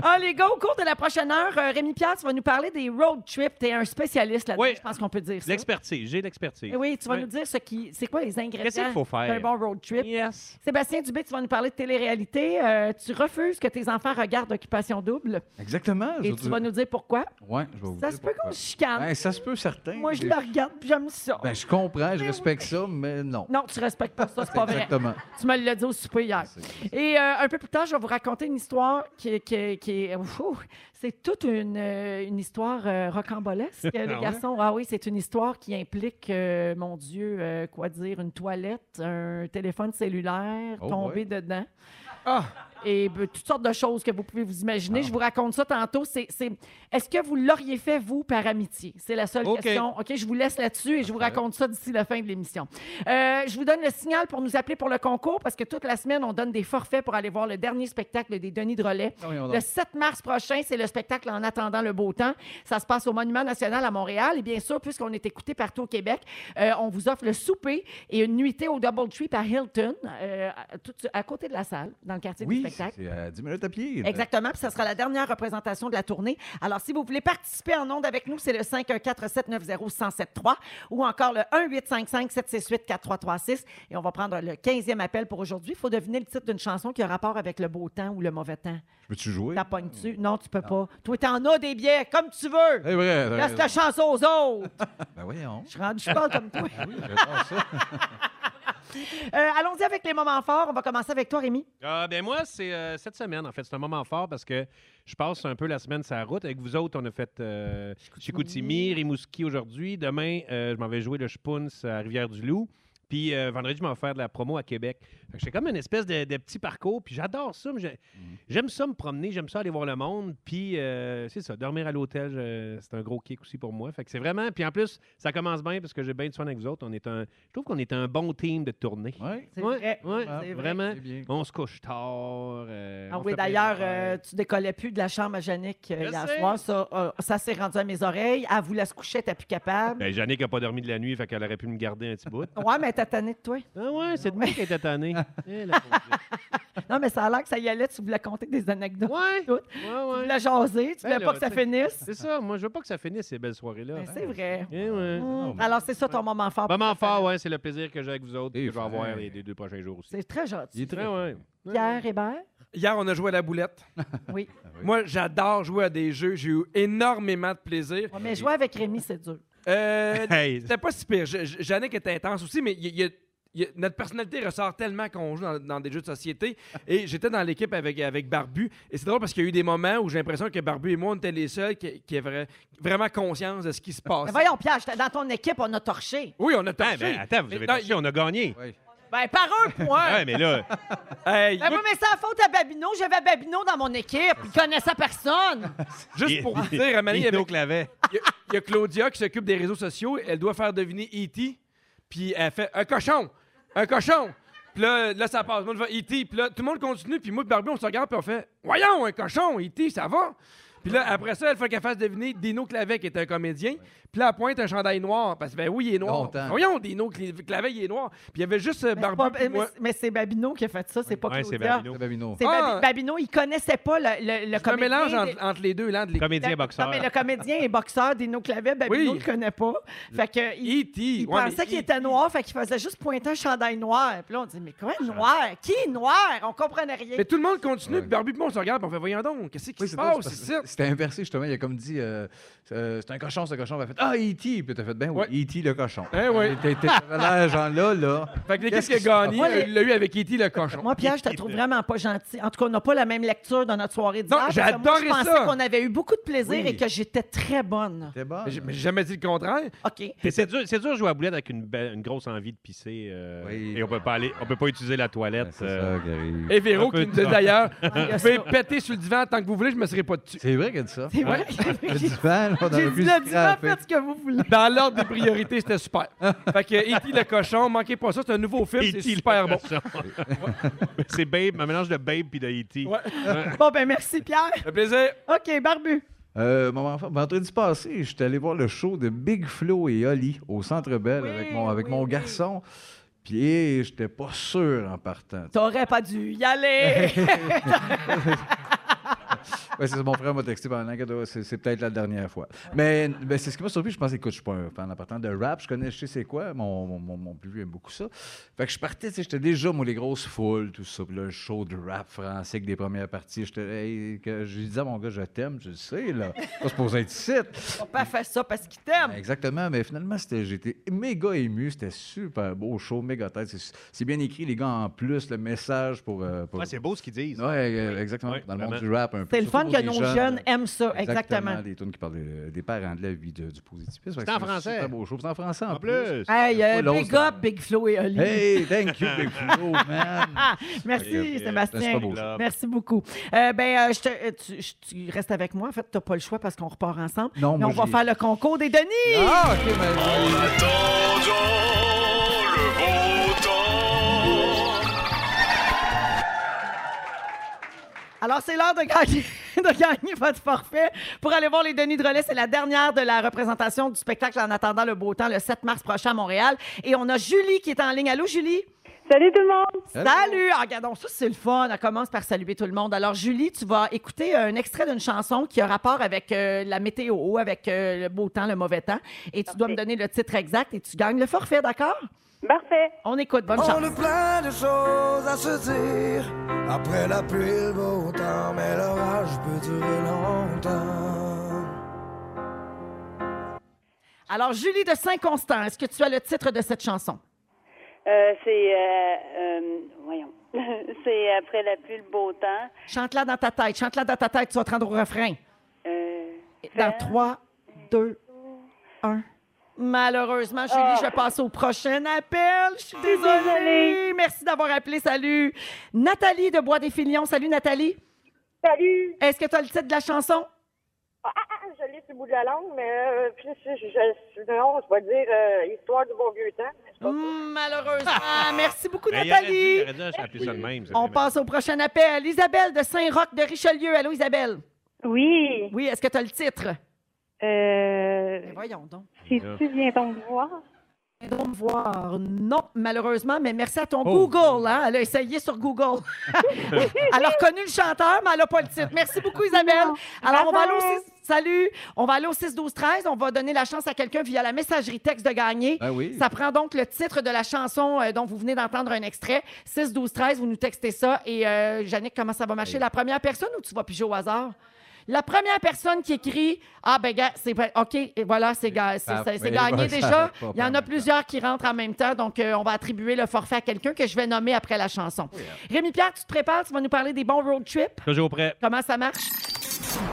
Speaker 2: ah, les gars, au cours de la prochaine heure, euh, Rémi Pierre, tu vas nous parler des road trips. Tu es un spécialiste là-dedans,
Speaker 5: Oui.
Speaker 2: je pense qu'on peut dire ça.
Speaker 5: L'expertise, j'ai l'expertise.
Speaker 2: Eh Oui, tu vas
Speaker 5: Oui.
Speaker 2: nous dire ce qui, c'est quoi les ingrédients
Speaker 5: Qu'est-ce qu'il faut faire?
Speaker 2: d'un bon road trip.
Speaker 5: Yes.
Speaker 2: Sébastien Dubé, tu vas nous parler de télé-réalité. Euh, tu refuses que tes enfants regardent Occupation Double
Speaker 7: Exactement. je
Speaker 2: et
Speaker 7: veux
Speaker 2: tu
Speaker 7: dire-
Speaker 2: vas nous dire pourquoi.
Speaker 7: Ouais, je vais vous
Speaker 2: Ça
Speaker 7: dire
Speaker 2: se peut qu'on
Speaker 7: pourquoi.
Speaker 2: se chicane.
Speaker 7: Ben, ça se peut, certain.
Speaker 2: Moi, je
Speaker 7: Des-
Speaker 2: la regarde puis j'aime ça.
Speaker 7: Ben, je comprends, je respecte ça, mais non.
Speaker 2: Non, tu respectes pas ça, c'est pas vrai.
Speaker 7: Exactement.
Speaker 2: Tu me l'as dit au souper hier. Et euh, un peu plus tard, je vais vous raconter une histoire qui, qui, qui est. Ouh, c'est toute une, euh, une histoire euh, rocambolesque, les
Speaker 5: ouais?
Speaker 2: garçons. Ah oui, c'est une histoire qui implique, euh, mon Dieu, euh, quoi dire, une toilette, un téléphone cellulaire,
Speaker 7: Oh,
Speaker 2: tomber
Speaker 7: ouais.
Speaker 2: dedans.
Speaker 1: Ah!
Speaker 2: Et ben, toutes sortes de choses que vous pouvez vous imaginer.
Speaker 7: Ah.
Speaker 2: Je vous raconte ça tantôt. C'est, c'est- Est-ce que vous l'auriez fait, vous, par amitié? C'est la seule
Speaker 5: OK.
Speaker 2: question. OK, je vous laisse là-dessus et je vous raconte ça d'ici la fin de l'émission. Euh, je vous donne le signal pour nous appeler pour le concours parce que toute la semaine, on donne des forfaits pour aller voir le dernier spectacle des Denis Drolet.
Speaker 7: Ah oui, on a-
Speaker 2: Le 7 mars prochain, c'est le spectacle En attendant le beau temps. Ça se passe au Monument national à Montréal. Et bien sûr, puisqu'on est écouté partout au Québec, euh, on vous offre le souper et une nuitée au Double Tree par Hilton, euh, à, tout- à côté de la salle, dans le quartier
Speaker 7: Oui,
Speaker 2: du spectacle.
Speaker 7: c'est à 10 minutes à pied. là.
Speaker 2: Exactement, puis ça sera la dernière représentation de la tournée. Alors, si vous voulez participer en ondes avec nous, c'est le 514-790-1073 ou encore le 1-855-768-4336. Et on va prendre le 15e appel pour aujourd'hui. Il faut deviner le titre d'une chanson qui a rapport avec le beau temps ou le mauvais temps.
Speaker 7: Je Peux-tu jouer?
Speaker 2: T'as tu Non, tu peux pas. Toi, t'en as des biais, comme tu veux.
Speaker 7: C'est vrai. Eh t'as
Speaker 2: Laisse la
Speaker 7: raison.
Speaker 2: chanson aux autres.
Speaker 7: Ben voyons.
Speaker 2: Je suis rendue, je parle comme
Speaker 7: (laughs)
Speaker 2: toi.
Speaker 7: Ah Oui, j'adore ça.
Speaker 2: Euh, Allons-y avec les moments forts. On va commencer avec toi, Rémi.
Speaker 5: Ah, ben moi, c'est euh, cette semaine, en fait. C'est un moment fort parce que je passe un peu la semaine sur la route. Avec vous autres, on a fait euh, Chicoutimi, Rimouski aujourd'hui. Demain, euh, je m'en vais jouer le Spoons à Rivière-du-Loup. Puis euh, vendredi, je m'en vais faire de la promo à Québec. Fait que j'ai comme une espèce de, de petit parcours, puis j'adore ça. mais j'ai- J'aime ça me promener, j'aime ça aller voir le monde, puis euh, c'est ça, dormir à l'hôtel, je- c'est un gros kick aussi pour moi. Fait que c'est vraiment, puis en plus, ça commence bien parce que j'ai bien du fun avec vous autres. On est un, je trouve qu'on est un bon team de tournée.
Speaker 7: Ouais.
Speaker 2: C'est
Speaker 5: Ouais,
Speaker 2: vrai.
Speaker 5: ouais,
Speaker 2: C'est vrai.
Speaker 5: Ah, vraiment.
Speaker 7: C'est bien.
Speaker 5: On se couche tard. euh,
Speaker 2: Ah
Speaker 5: on
Speaker 2: oui,
Speaker 5: fait
Speaker 2: d'ailleurs,
Speaker 5: plein d'affaires.
Speaker 2: euh, tu décollais plus de la chambre à Jannick euh,
Speaker 5: Je
Speaker 2: hier
Speaker 5: sais.
Speaker 2: soir. Ça, euh, ça s'est rendu à mes oreilles. Elle voulait se coucher, t'es plus capable.
Speaker 5: Ben, Jannick n'a pas dormi de la nuit, fait qu'elle aurait pu me garder un petit bout.
Speaker 2: Ouais, mais t'as tanné de toi.
Speaker 5: (laughs) Ah ouais, c'est de moi qui
Speaker 2: (laughs)
Speaker 5: était tanné. Eh, la pauvre vieille.
Speaker 2: Non, mais ça a l'air que ça y allait. Tu voulais conter des anecdotes.
Speaker 5: ouais,
Speaker 2: (laughs) Tout. Tu
Speaker 5: ouais, ouais.
Speaker 2: voulais jaser. Tu
Speaker 5: Ben
Speaker 2: voulais pas
Speaker 5: là,
Speaker 2: que ça
Speaker 5: tu sais.
Speaker 2: finisse.
Speaker 5: C'est ça, moi, je veux pas que ça finisse ces belles soirées-là.
Speaker 2: Ben, c'est vrai.
Speaker 5: Eh ouais.
Speaker 2: Hum. Alors, c'est ça ton moment fort. pour
Speaker 5: Maman
Speaker 2: ta famille.
Speaker 5: fort, ouais, c'est le plaisir que j'ai avec vous autres, que
Speaker 7: Et
Speaker 5: je vais avoir
Speaker 7: frère.
Speaker 5: les, les deux prochains jours aussi.
Speaker 2: C'est très gentil.
Speaker 7: Il est très.
Speaker 5: Ouais, ouais.
Speaker 2: Pierre Hébert?
Speaker 1: Hier, on a joué à la boulette.
Speaker 2: Oui.
Speaker 5: Ah,
Speaker 1: Moi, j'adore jouer à des jeux. J'ai eu énormément de plaisir.
Speaker 2: Ouais, mais jouer avec Rémi, c'est dur.
Speaker 5: Ah, (laughs)
Speaker 1: Euh,
Speaker 5: Hey,
Speaker 1: C'était pas si pire. Je- je- Jannick était intense aussi, mais il y a- il y a- il y a- notre personnalité ressort tellement qu'on joue dans, dans des jeux de société. Et j'étais dans l'équipe avec, avec Barbu. Et c'est drôle parce qu'il y a eu des moments où j'ai l'impression que Barbu et moi, on était les seuls qui, qui avaient vra- vraiment conscience de ce qui se
Speaker 2: Mais
Speaker 1: passe.
Speaker 2: Ah, ben voyons, Pierre, j'étais dans ton équipe, on a torché.
Speaker 1: Oui, on a
Speaker 5: Ah,
Speaker 1: torché.
Speaker 5: ben, attends, vous
Speaker 1: Mais
Speaker 5: avez
Speaker 1: non,
Speaker 5: touché, on a gagné.
Speaker 7: Ouais.
Speaker 2: Ben, par un point.
Speaker 5: Ouais,
Speaker 2: (laughs)
Speaker 5: mais là,
Speaker 1: hey,
Speaker 2: Ben, moi, mais c'est la faute à Babino. J'avais Babino dans mon équipe. Il connaissait personne.
Speaker 1: juste pour vous dire, à un moment donné, il y
Speaker 5: Lino
Speaker 1: avait-
Speaker 5: Clavet.
Speaker 1: Il y, a- il y a Claudia qui s'occupe des réseaux sociaux. Elle doit faire deviner E.T. Puis elle fait un cochon, un cochon. Puis là, là, ça passe. Moi, je fais E.T. Puis là, tout le monde continue. Puis moi, et Barbie, on se regarde. Puis on fait Voyons, un cochon, E.T., ça va. Puis là, après ça, elle fait qu'elle fasse deviner Dino Clavet, qui est un comédien. Puis là, elle pointe un chandail noir. Parce que, ben oui, il est noir.
Speaker 7: Longtemps.
Speaker 1: Voyons, Dino Cl- Clavet, il est noir. Puis il y avait juste
Speaker 2: Mais
Speaker 1: euh,
Speaker 2: c'est
Speaker 1: Barbie.
Speaker 2: pas-
Speaker 1: puis moi.
Speaker 2: mais c'est- mais c'est Babino qui a fait ça, c'est pas
Speaker 5: Ouais, c'est
Speaker 2: Claudia.
Speaker 5: Babino.
Speaker 7: Très Babino.
Speaker 2: C'est
Speaker 1: Ah!
Speaker 2: Babi- Babino, il connaissait pas le, le, le
Speaker 1: C'est un
Speaker 2: comédien.
Speaker 1: mélange
Speaker 2: des-
Speaker 1: entre, entre les deux, là, entre les
Speaker 5: Comédien boxeur.
Speaker 2: Non, mais le comédien est boxeur, Dino Clavet, Babino
Speaker 1: Oui.
Speaker 2: le connaît pas. Fait que il,
Speaker 1: E.T.
Speaker 2: il
Speaker 1: E Ouais, mais
Speaker 2: pensait qu'il
Speaker 1: E.T..
Speaker 2: était noir, fait qu'il faisait juste pointer un chandail noir. Puis là, on dit, mais quoi, noir? Qui est noir? On comprenait rien.
Speaker 1: Ah. Mais tout le monde continue.
Speaker 7: Ouais.
Speaker 1: Puis Barbie, puis moi, on se regarde. Puis on fait Voyons donc, qu'est-ce qui
Speaker 7: Oui,
Speaker 1: se
Speaker 7: c'est drôle,
Speaker 1: passe
Speaker 7: c'est
Speaker 1: ici?
Speaker 7: parce que C'était inversé, justement. Il a comme dit euh, euh, C'est un cochon, c'est un cochon. Il a fait Ah, E.T. Puis t'as fait Ben oui,
Speaker 1: Ouais.
Speaker 7: E.T. le cochon.
Speaker 1: Eh oui.
Speaker 7: T'es- T'es t'avais l'air, genre là, là.
Speaker 1: Fait que l'équipe
Speaker 7: Qu'est-ce
Speaker 1: qui a
Speaker 7: qui se passe?
Speaker 1: gagné,
Speaker 2: Moi,
Speaker 1: euh,
Speaker 2: les-
Speaker 1: il l'a eu avec E.T. le cochon.
Speaker 2: Moi, Pierre, je te trouve vraiment pas gentil. En tout cas, on n'a pas la même lecture dans notre soirée d'hier.
Speaker 1: Non,
Speaker 2: parce
Speaker 1: j'ai
Speaker 2: que moi,
Speaker 1: adoré
Speaker 2: Je
Speaker 1: ça.
Speaker 2: pensais qu'on avait eu beaucoup de plaisir
Speaker 7: Oui.
Speaker 2: et que j'étais très bonne.
Speaker 7: T'es bon.
Speaker 1: Mais j'ai mais j'ai jamais dit le contraire.
Speaker 2: OK.
Speaker 5: Mais C'est dur, c'est dur de jouer à boulette avec une, belle- une grosse envie de pisser. euh,
Speaker 7: Oui.
Speaker 5: Et on peut pas aller, on peut pas utiliser la toilette.
Speaker 7: C'est
Speaker 5: euh,
Speaker 7: ça, Gary.
Speaker 1: Et Véro
Speaker 5: Un peu
Speaker 1: qui nous
Speaker 5: de
Speaker 1: dit d'ailleurs,
Speaker 2: Ah, il y a
Speaker 1: vous pouvez péter sur le divan tant que vous voulez, je me serai pas dessus.
Speaker 7: C'est vrai qu'elle dit ça.
Speaker 2: C'est vrai?
Speaker 7: Le divan, là, on
Speaker 2: J'ai
Speaker 7: aurait
Speaker 2: dit
Speaker 7: pu
Speaker 2: le
Speaker 7: se
Speaker 2: divan,
Speaker 7: scraper.
Speaker 2: faites ce que vous voulez. Ah.
Speaker 1: Dans l'ordre des priorités, c'était super. Fait que E.T. le cochon, manquez pas ça, c'est un nouveau film, c'est
Speaker 5: E.T. E le
Speaker 1: super bon.
Speaker 7: (laughs)
Speaker 5: cochon. Mais c'est Babe, un mélange de Babe puis de E E.T.
Speaker 1: Ouais.
Speaker 2: (laughs) Bon, ben merci, Pierre.
Speaker 1: Le plaisir.
Speaker 2: OK, Barbu.
Speaker 7: Euh, mon enfant, vendredi passé, j'étais allé voir le show de Big Flo et Oli au Centre Bell
Speaker 2: Oui,
Speaker 7: avec mon, avec
Speaker 2: oui,
Speaker 7: mon
Speaker 2: oui.
Speaker 7: garçon. Puis eh, j'étais pas sûr en partant.
Speaker 2: T'aurais pas dû y aller.
Speaker 7: (laughs) Ouais, c'est ça, mon frère m'a texté pendant que ouais, c'est, c'est peut-être la dernière fois. Mais, mais c'est ce qui m'a surpris. Je pensais, écoute, je suis pas un fan important de rap. Je connais, je sais c'est quoi. Mon, mon, mon, mon plus vieux aime beaucoup ça. Fait que je partais, tu sais, j'étais déjà, moi, les grosses foules, tout ça. Puis là, le show de rap français avec des premières parties. J'étais, hey, que, je lui disais à mon gars, je t'aime, je le sais, là. Pas supposé être ici.
Speaker 2: Papa fait ça parce qu'il t'aime.
Speaker 7: Exactement, mais finalement, c'était, j'étais méga ému. C'était super beau, show, méga tête. C'est, c'est bien écrit, les gars, en plus, le message pour. euh, pour-
Speaker 5: Ouais, c'est beau ce qu'ils disent.
Speaker 7: Ouais, euh, exactement.
Speaker 5: Ouais,
Speaker 7: dans le monde
Speaker 5: vraiment.
Speaker 7: du rap, un peu.
Speaker 2: C'est le
Speaker 7: surtout
Speaker 2: fun
Speaker 7: pour
Speaker 2: que
Speaker 7: des
Speaker 2: nos jeunes aiment ça. Exactement.
Speaker 7: Des tunes qui parlent de- des parents, de la vie, de- du positivisme. Fait que
Speaker 5: en
Speaker 7: un
Speaker 5: français.
Speaker 7: super beau show. C'est en français en,
Speaker 5: En plus,
Speaker 2: Hey, euh,
Speaker 7: Pas long,
Speaker 2: big
Speaker 7: ça.
Speaker 2: up, Big Flo et Oli.
Speaker 7: Hey, thank you, Big
Speaker 5: (laughs)
Speaker 7: Flo, man.
Speaker 2: Ah, merci,
Speaker 7: Fait que, c'est
Speaker 2: Sébastien.
Speaker 7: pas beau,
Speaker 5: ça.
Speaker 2: Merci beaucoup. Euh, ben, euh, je te- euh, tu, je- tu restes avec moi. En fait, t'as pas le choix parce qu'on repart ensemble.
Speaker 7: Non,
Speaker 2: Mais
Speaker 7: moi,
Speaker 2: on va
Speaker 7: j'ai-
Speaker 2: faire le concours des Denis.
Speaker 7: Ah, OK, mais...
Speaker 4: Attendons le beau temps.
Speaker 2: Alors, c'est l'heure de gagner, (laughs) de gagner votre forfait pour aller voir les Denis de relais. C'est la dernière de la représentation du spectacle en attendant le beau temps le 7 mars prochain à Montréal. Et on a Julie qui est en ligne. Allô, Julie?
Speaker 8: Salut tout le monde!
Speaker 7: Allô?
Speaker 2: Salut! Ah, regardons, ça, c'est le fun. On commence par saluer tout le monde. Alors, Julie, tu vas écouter un extrait d'une chanson qui a rapport avec euh, la météo, avec euh, le beau temps, le mauvais temps. Et tu dois me donner le titre exact et tu gagnes le forfait, d'accord?
Speaker 8: Parfait!
Speaker 2: On écoute. Bonne chance.
Speaker 11: On a plein de choses à se dire. Après la pluie, le beau temps, mais l'orage peut durer longtemps.
Speaker 2: Alors, Julie de Saint-Constant, est-ce que tu as le titre de cette chanson?
Speaker 12: Euh, c'est. euh, euh, voyons. (laughs) c'est après la pluie, le beau temps.
Speaker 2: Chante-la dans ta tête. Chante-la dans ta tête. Tu vas te rendre au refrain.
Speaker 12: Euh,
Speaker 2: Dans 3, 2, 1. Malheureusement, Julie,
Speaker 8: Ah.
Speaker 2: je passe au prochain appel. Je suis désolée.
Speaker 8: désolée.
Speaker 2: Merci d'avoir appelé. Salut. Nathalie de Bois des Filions. Salut, Nathalie.
Speaker 8: Salut.
Speaker 2: Est-ce que tu as le titre de la chanson?
Speaker 8: Ah, ah, ah, je l'ai sur le bout de la langue, mais euh, puis je, je, je- non, je vais dire euh, histoire du bon vieux temps.
Speaker 2: Hmm, malheureusement. merci beaucoup,
Speaker 5: Ben, il aurait dû-
Speaker 2: Nathalie.
Speaker 5: il aurait dû appeler ça de même. ça
Speaker 2: On
Speaker 5: fait-
Speaker 2: passe au prochain appel. Isabelle de Saint-Roch de Richelieu. Allô, Isabelle?
Speaker 13: Oui.
Speaker 2: Oui, est-ce que tu as le titre?
Speaker 13: Euh,
Speaker 2: voyons donc.
Speaker 13: si tu viens donc me voir.
Speaker 2: Viens donc me voir. Non, malheureusement, mais merci à ton
Speaker 13: Oh.
Speaker 2: Google. hein. Elle a essayé sur Google. elle a reconnu le chanteur, mais elle n'a pas le titre. Merci beaucoup, Isabelle. Alors, on va aller au
Speaker 13: Bye-bye.
Speaker 2: 6... Salut. On va aller au 6-12-13. On va donner la chance à quelqu'un via la messagerie texte de gagner.
Speaker 7: Ah oui.
Speaker 2: Ça prend donc le titre de la chanson euh, dont vous venez d'entendre un extrait. 6-12-13, vous nous textez ça. Et, euh, Yannick, comment ça va marcher? La première personne ou tu vas piger au hasard? La première personne qui écrit Ah, ben, gars, c'est vrai. OK, et voilà, c'est ga- c'est- c'est-
Speaker 13: Parfait.
Speaker 2: c'est gagné
Speaker 13: Ouais, ça
Speaker 2: déjà.
Speaker 13: arrête pas,
Speaker 2: Il y en a plusieurs qui rentrent en même temps, donc euh, on va attribuer le forfait à quelqu'un que je vais nommer après la chanson. Rémi Pierre, tu te prépares, tu vas nous parler des bons road trips.
Speaker 5: Toujours prêt.
Speaker 2: Comment ça marche?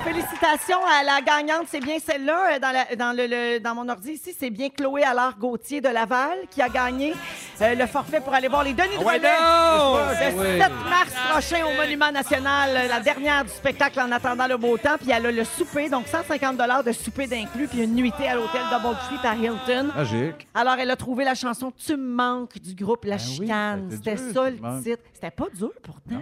Speaker 2: Félicitations à la gagnante, c'est bien celle-là. Euh, Dans, la- dans le, le- dans mon ordi ici, c'est bien Chloé Allard Gauthier de Laval qui a gagné euh, le forfait pour aller voir les Denis de
Speaker 3: Ah ouais, donc!
Speaker 2: Relais le
Speaker 3: Ah ouais.
Speaker 2: 7 mars prochain au Monument National, euh, la dernière du spectacle en attendant le beau temps. Puis elle a le souper, donc 150 de souper d'inclus, puis une nuitée à l'hôtel Double Tree par Hilton.
Speaker 7: Magique.
Speaker 2: Alors, elle a trouvé la chanson Tu me manques du groupe La Chicane. C'était
Speaker 1: dur,
Speaker 2: ça
Speaker 1: Tu
Speaker 2: le
Speaker 1: me manques.
Speaker 2: titre. C'était pas dur pourtant.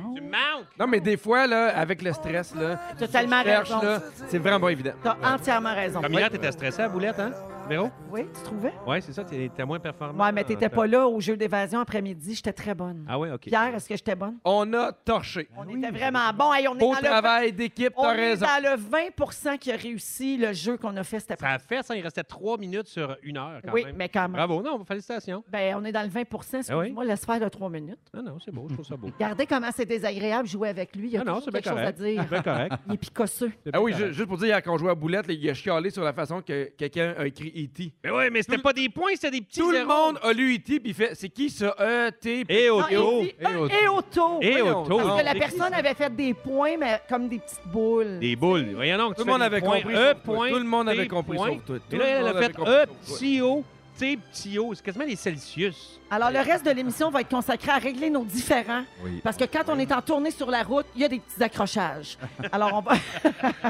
Speaker 1: Non, mais des fois, là, avec le stress, là,
Speaker 2: Totalement
Speaker 1: tu cherches,
Speaker 2: raison.
Speaker 1: là, c'est vraiment pas évident.
Speaker 2: T'as entièrement raison.
Speaker 5: Comme hier, t'étais stressé à boulette, hein, Véro?
Speaker 2: Oui, tu trouvais?
Speaker 5: Oui, c'est ça, t'es- t'étais moins performant.
Speaker 2: Ouais, mais t'étais pas là au jeu d'évasion après-midi. J'étais très bonne.
Speaker 5: Ah oui, OK.
Speaker 2: Pierre, est-ce que j'étais bonne?
Speaker 1: On a torché.
Speaker 2: C'était vraiment bon. Hey, on est
Speaker 1: Beau
Speaker 2: dans le-
Speaker 1: travail d'équipe,
Speaker 2: On
Speaker 1: t'as
Speaker 2: est
Speaker 1: raison.
Speaker 2: dans le 20 qui a réussi le jeu qu'on a fait cet après-midi.
Speaker 5: Ça a fait ça, il restait trois minutes sur une heure quand
Speaker 2: Oui,
Speaker 5: même.
Speaker 2: mais quand même.
Speaker 5: Bravo, Eh non, félicitations. Ah
Speaker 2: Ben, on est dans le 20 excuse-moi, laisse faire de 3 minutes.
Speaker 5: Non, non, c'est beau, je trouve ça beau.
Speaker 2: Regardez comment c'est désagréable jouer avec lui. Il y a
Speaker 5: Ah non,
Speaker 2: toujours
Speaker 5: c'est bien
Speaker 2: quelque chose à
Speaker 5: correct.
Speaker 2: dire.
Speaker 5: C'est bien correct.
Speaker 2: Il est picosseux.
Speaker 1: Ah oui, ju- juste pour dire, hier, quand on jouait à boulette, là, il a chialé sur la façon que quelqu'un a écrit E.T.
Speaker 5: Mais oui, mais c'était pas des points, c'était des petits
Speaker 1: Tout le
Speaker 5: zéros.
Speaker 1: monde a lu E.T. puis il fait c'est qui ça E, T, P-
Speaker 5: Et
Speaker 1: Non,
Speaker 5: auto.
Speaker 1: E.T.,
Speaker 5: Et auto.
Speaker 2: Ah, Et auto.
Speaker 5: Et
Speaker 2: Voyons
Speaker 5: auto.
Speaker 2: donc. Parce que la
Speaker 5: C'est-
Speaker 2: personne avait fait des points, mais comme des petites boules.
Speaker 5: Des boules. Voyons donc.
Speaker 1: Tout le monde avait compris,
Speaker 5: E
Speaker 1: sauf toi.
Speaker 5: point.
Speaker 1: Tout le monde avait
Speaker 5: T
Speaker 1: compris,
Speaker 5: point.
Speaker 1: sauf toi. Tout
Speaker 5: Et
Speaker 1: le
Speaker 5: là, elle
Speaker 1: monde
Speaker 5: a
Speaker 1: avait
Speaker 5: fait
Speaker 1: compris,
Speaker 5: E
Speaker 1: sauf toi.
Speaker 5: petit O, T petit O. C'est quasiment des Celsius.
Speaker 2: Alors, le reste de l'émission va être consacré à régler nos différends.
Speaker 5: Oui.
Speaker 2: Parce que quand on est en tournée sur la route, il y a des petits accrochages. Alors, on va.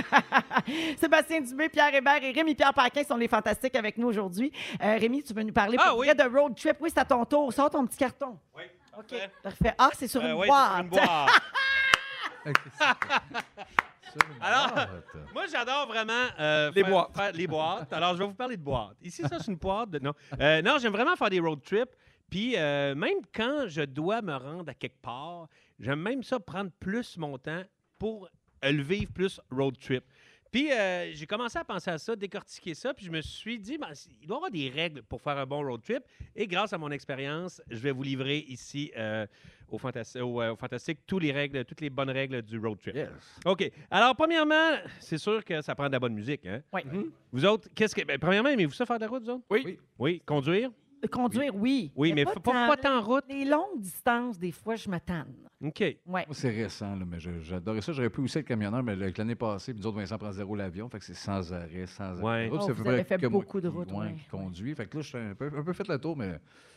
Speaker 2: (laughs) Sébastien Dubé, Pierre Hébert et Rémi-Pierre Paquin sont les fantastiques avec nous aujourd'hui. Euh, Rémi, tu veux nous parler pour vrai de road trip? Oui, c'est à ton tour. Sors ton petit carton. Oui. OK. Parfait. Ah, c'est sur
Speaker 5: Euh,
Speaker 2: une
Speaker 5: ouais, c'est
Speaker 2: boîte.
Speaker 5: sur une boîte. Alors, moi, j'adore vraiment euh,
Speaker 1: Les
Speaker 5: faire-
Speaker 1: boîtes.
Speaker 5: faire les boîtes. Alors, je vais vous parler de boîtes. Ici, ça, c'est une boîte. De... Non, Euh, non j'aime vraiment faire des road trips. Puis, euh, même quand je dois me rendre à quelque part, j'aime même ça prendre plus mon temps pour euh, le vivre plus road trip. Puis, euh, j'ai commencé à penser à ça, décortiquer ça. Puis, je me suis dit, ben, il doit y avoir des règles pour faire un bon road trip. Et grâce à mon expérience, je vais vous livrer ici euh, au, Fantas- au, euh, au Fantastique toutes les règles, toutes les bonnes règles du road trip. OK. Alors, premièrement, c'est sûr que ça prend de la bonne musique. Hein?
Speaker 2: Oui.
Speaker 5: Vous autres, qu'est-ce que. ben, premièrement, aimez-vous ça faire de la route, vous autres?
Speaker 1: Oui.
Speaker 5: Oui. Conduire?
Speaker 2: Euh, Conduire, oui.
Speaker 5: Oui, mais faut pas-
Speaker 2: tant en route. Les longues distances, des fois, je me tanne.
Speaker 5: OK.
Speaker 2: Ouais.
Speaker 7: Moi, Oh, C'est récent, là, mais je- j'adorais ça. J'aurais pu aussi être camionneur, mais avec l'année passée, puis nous autres, Vincent prend zéro l'avion. Fait que c'est sans arrêt, sans arrêt.
Speaker 5: Ouais.
Speaker 7: Route,
Speaker 5: Oh,
Speaker 7: ça
Speaker 5: vous
Speaker 7: pas
Speaker 5: avez fait
Speaker 7: que moi
Speaker 5: beaucoup de
Speaker 7: qui-
Speaker 5: routes,
Speaker 7: ouais,
Speaker 5: ouais.
Speaker 7: qui conduit. Fait que là, je suis un peu, un peu fait le tour, mais.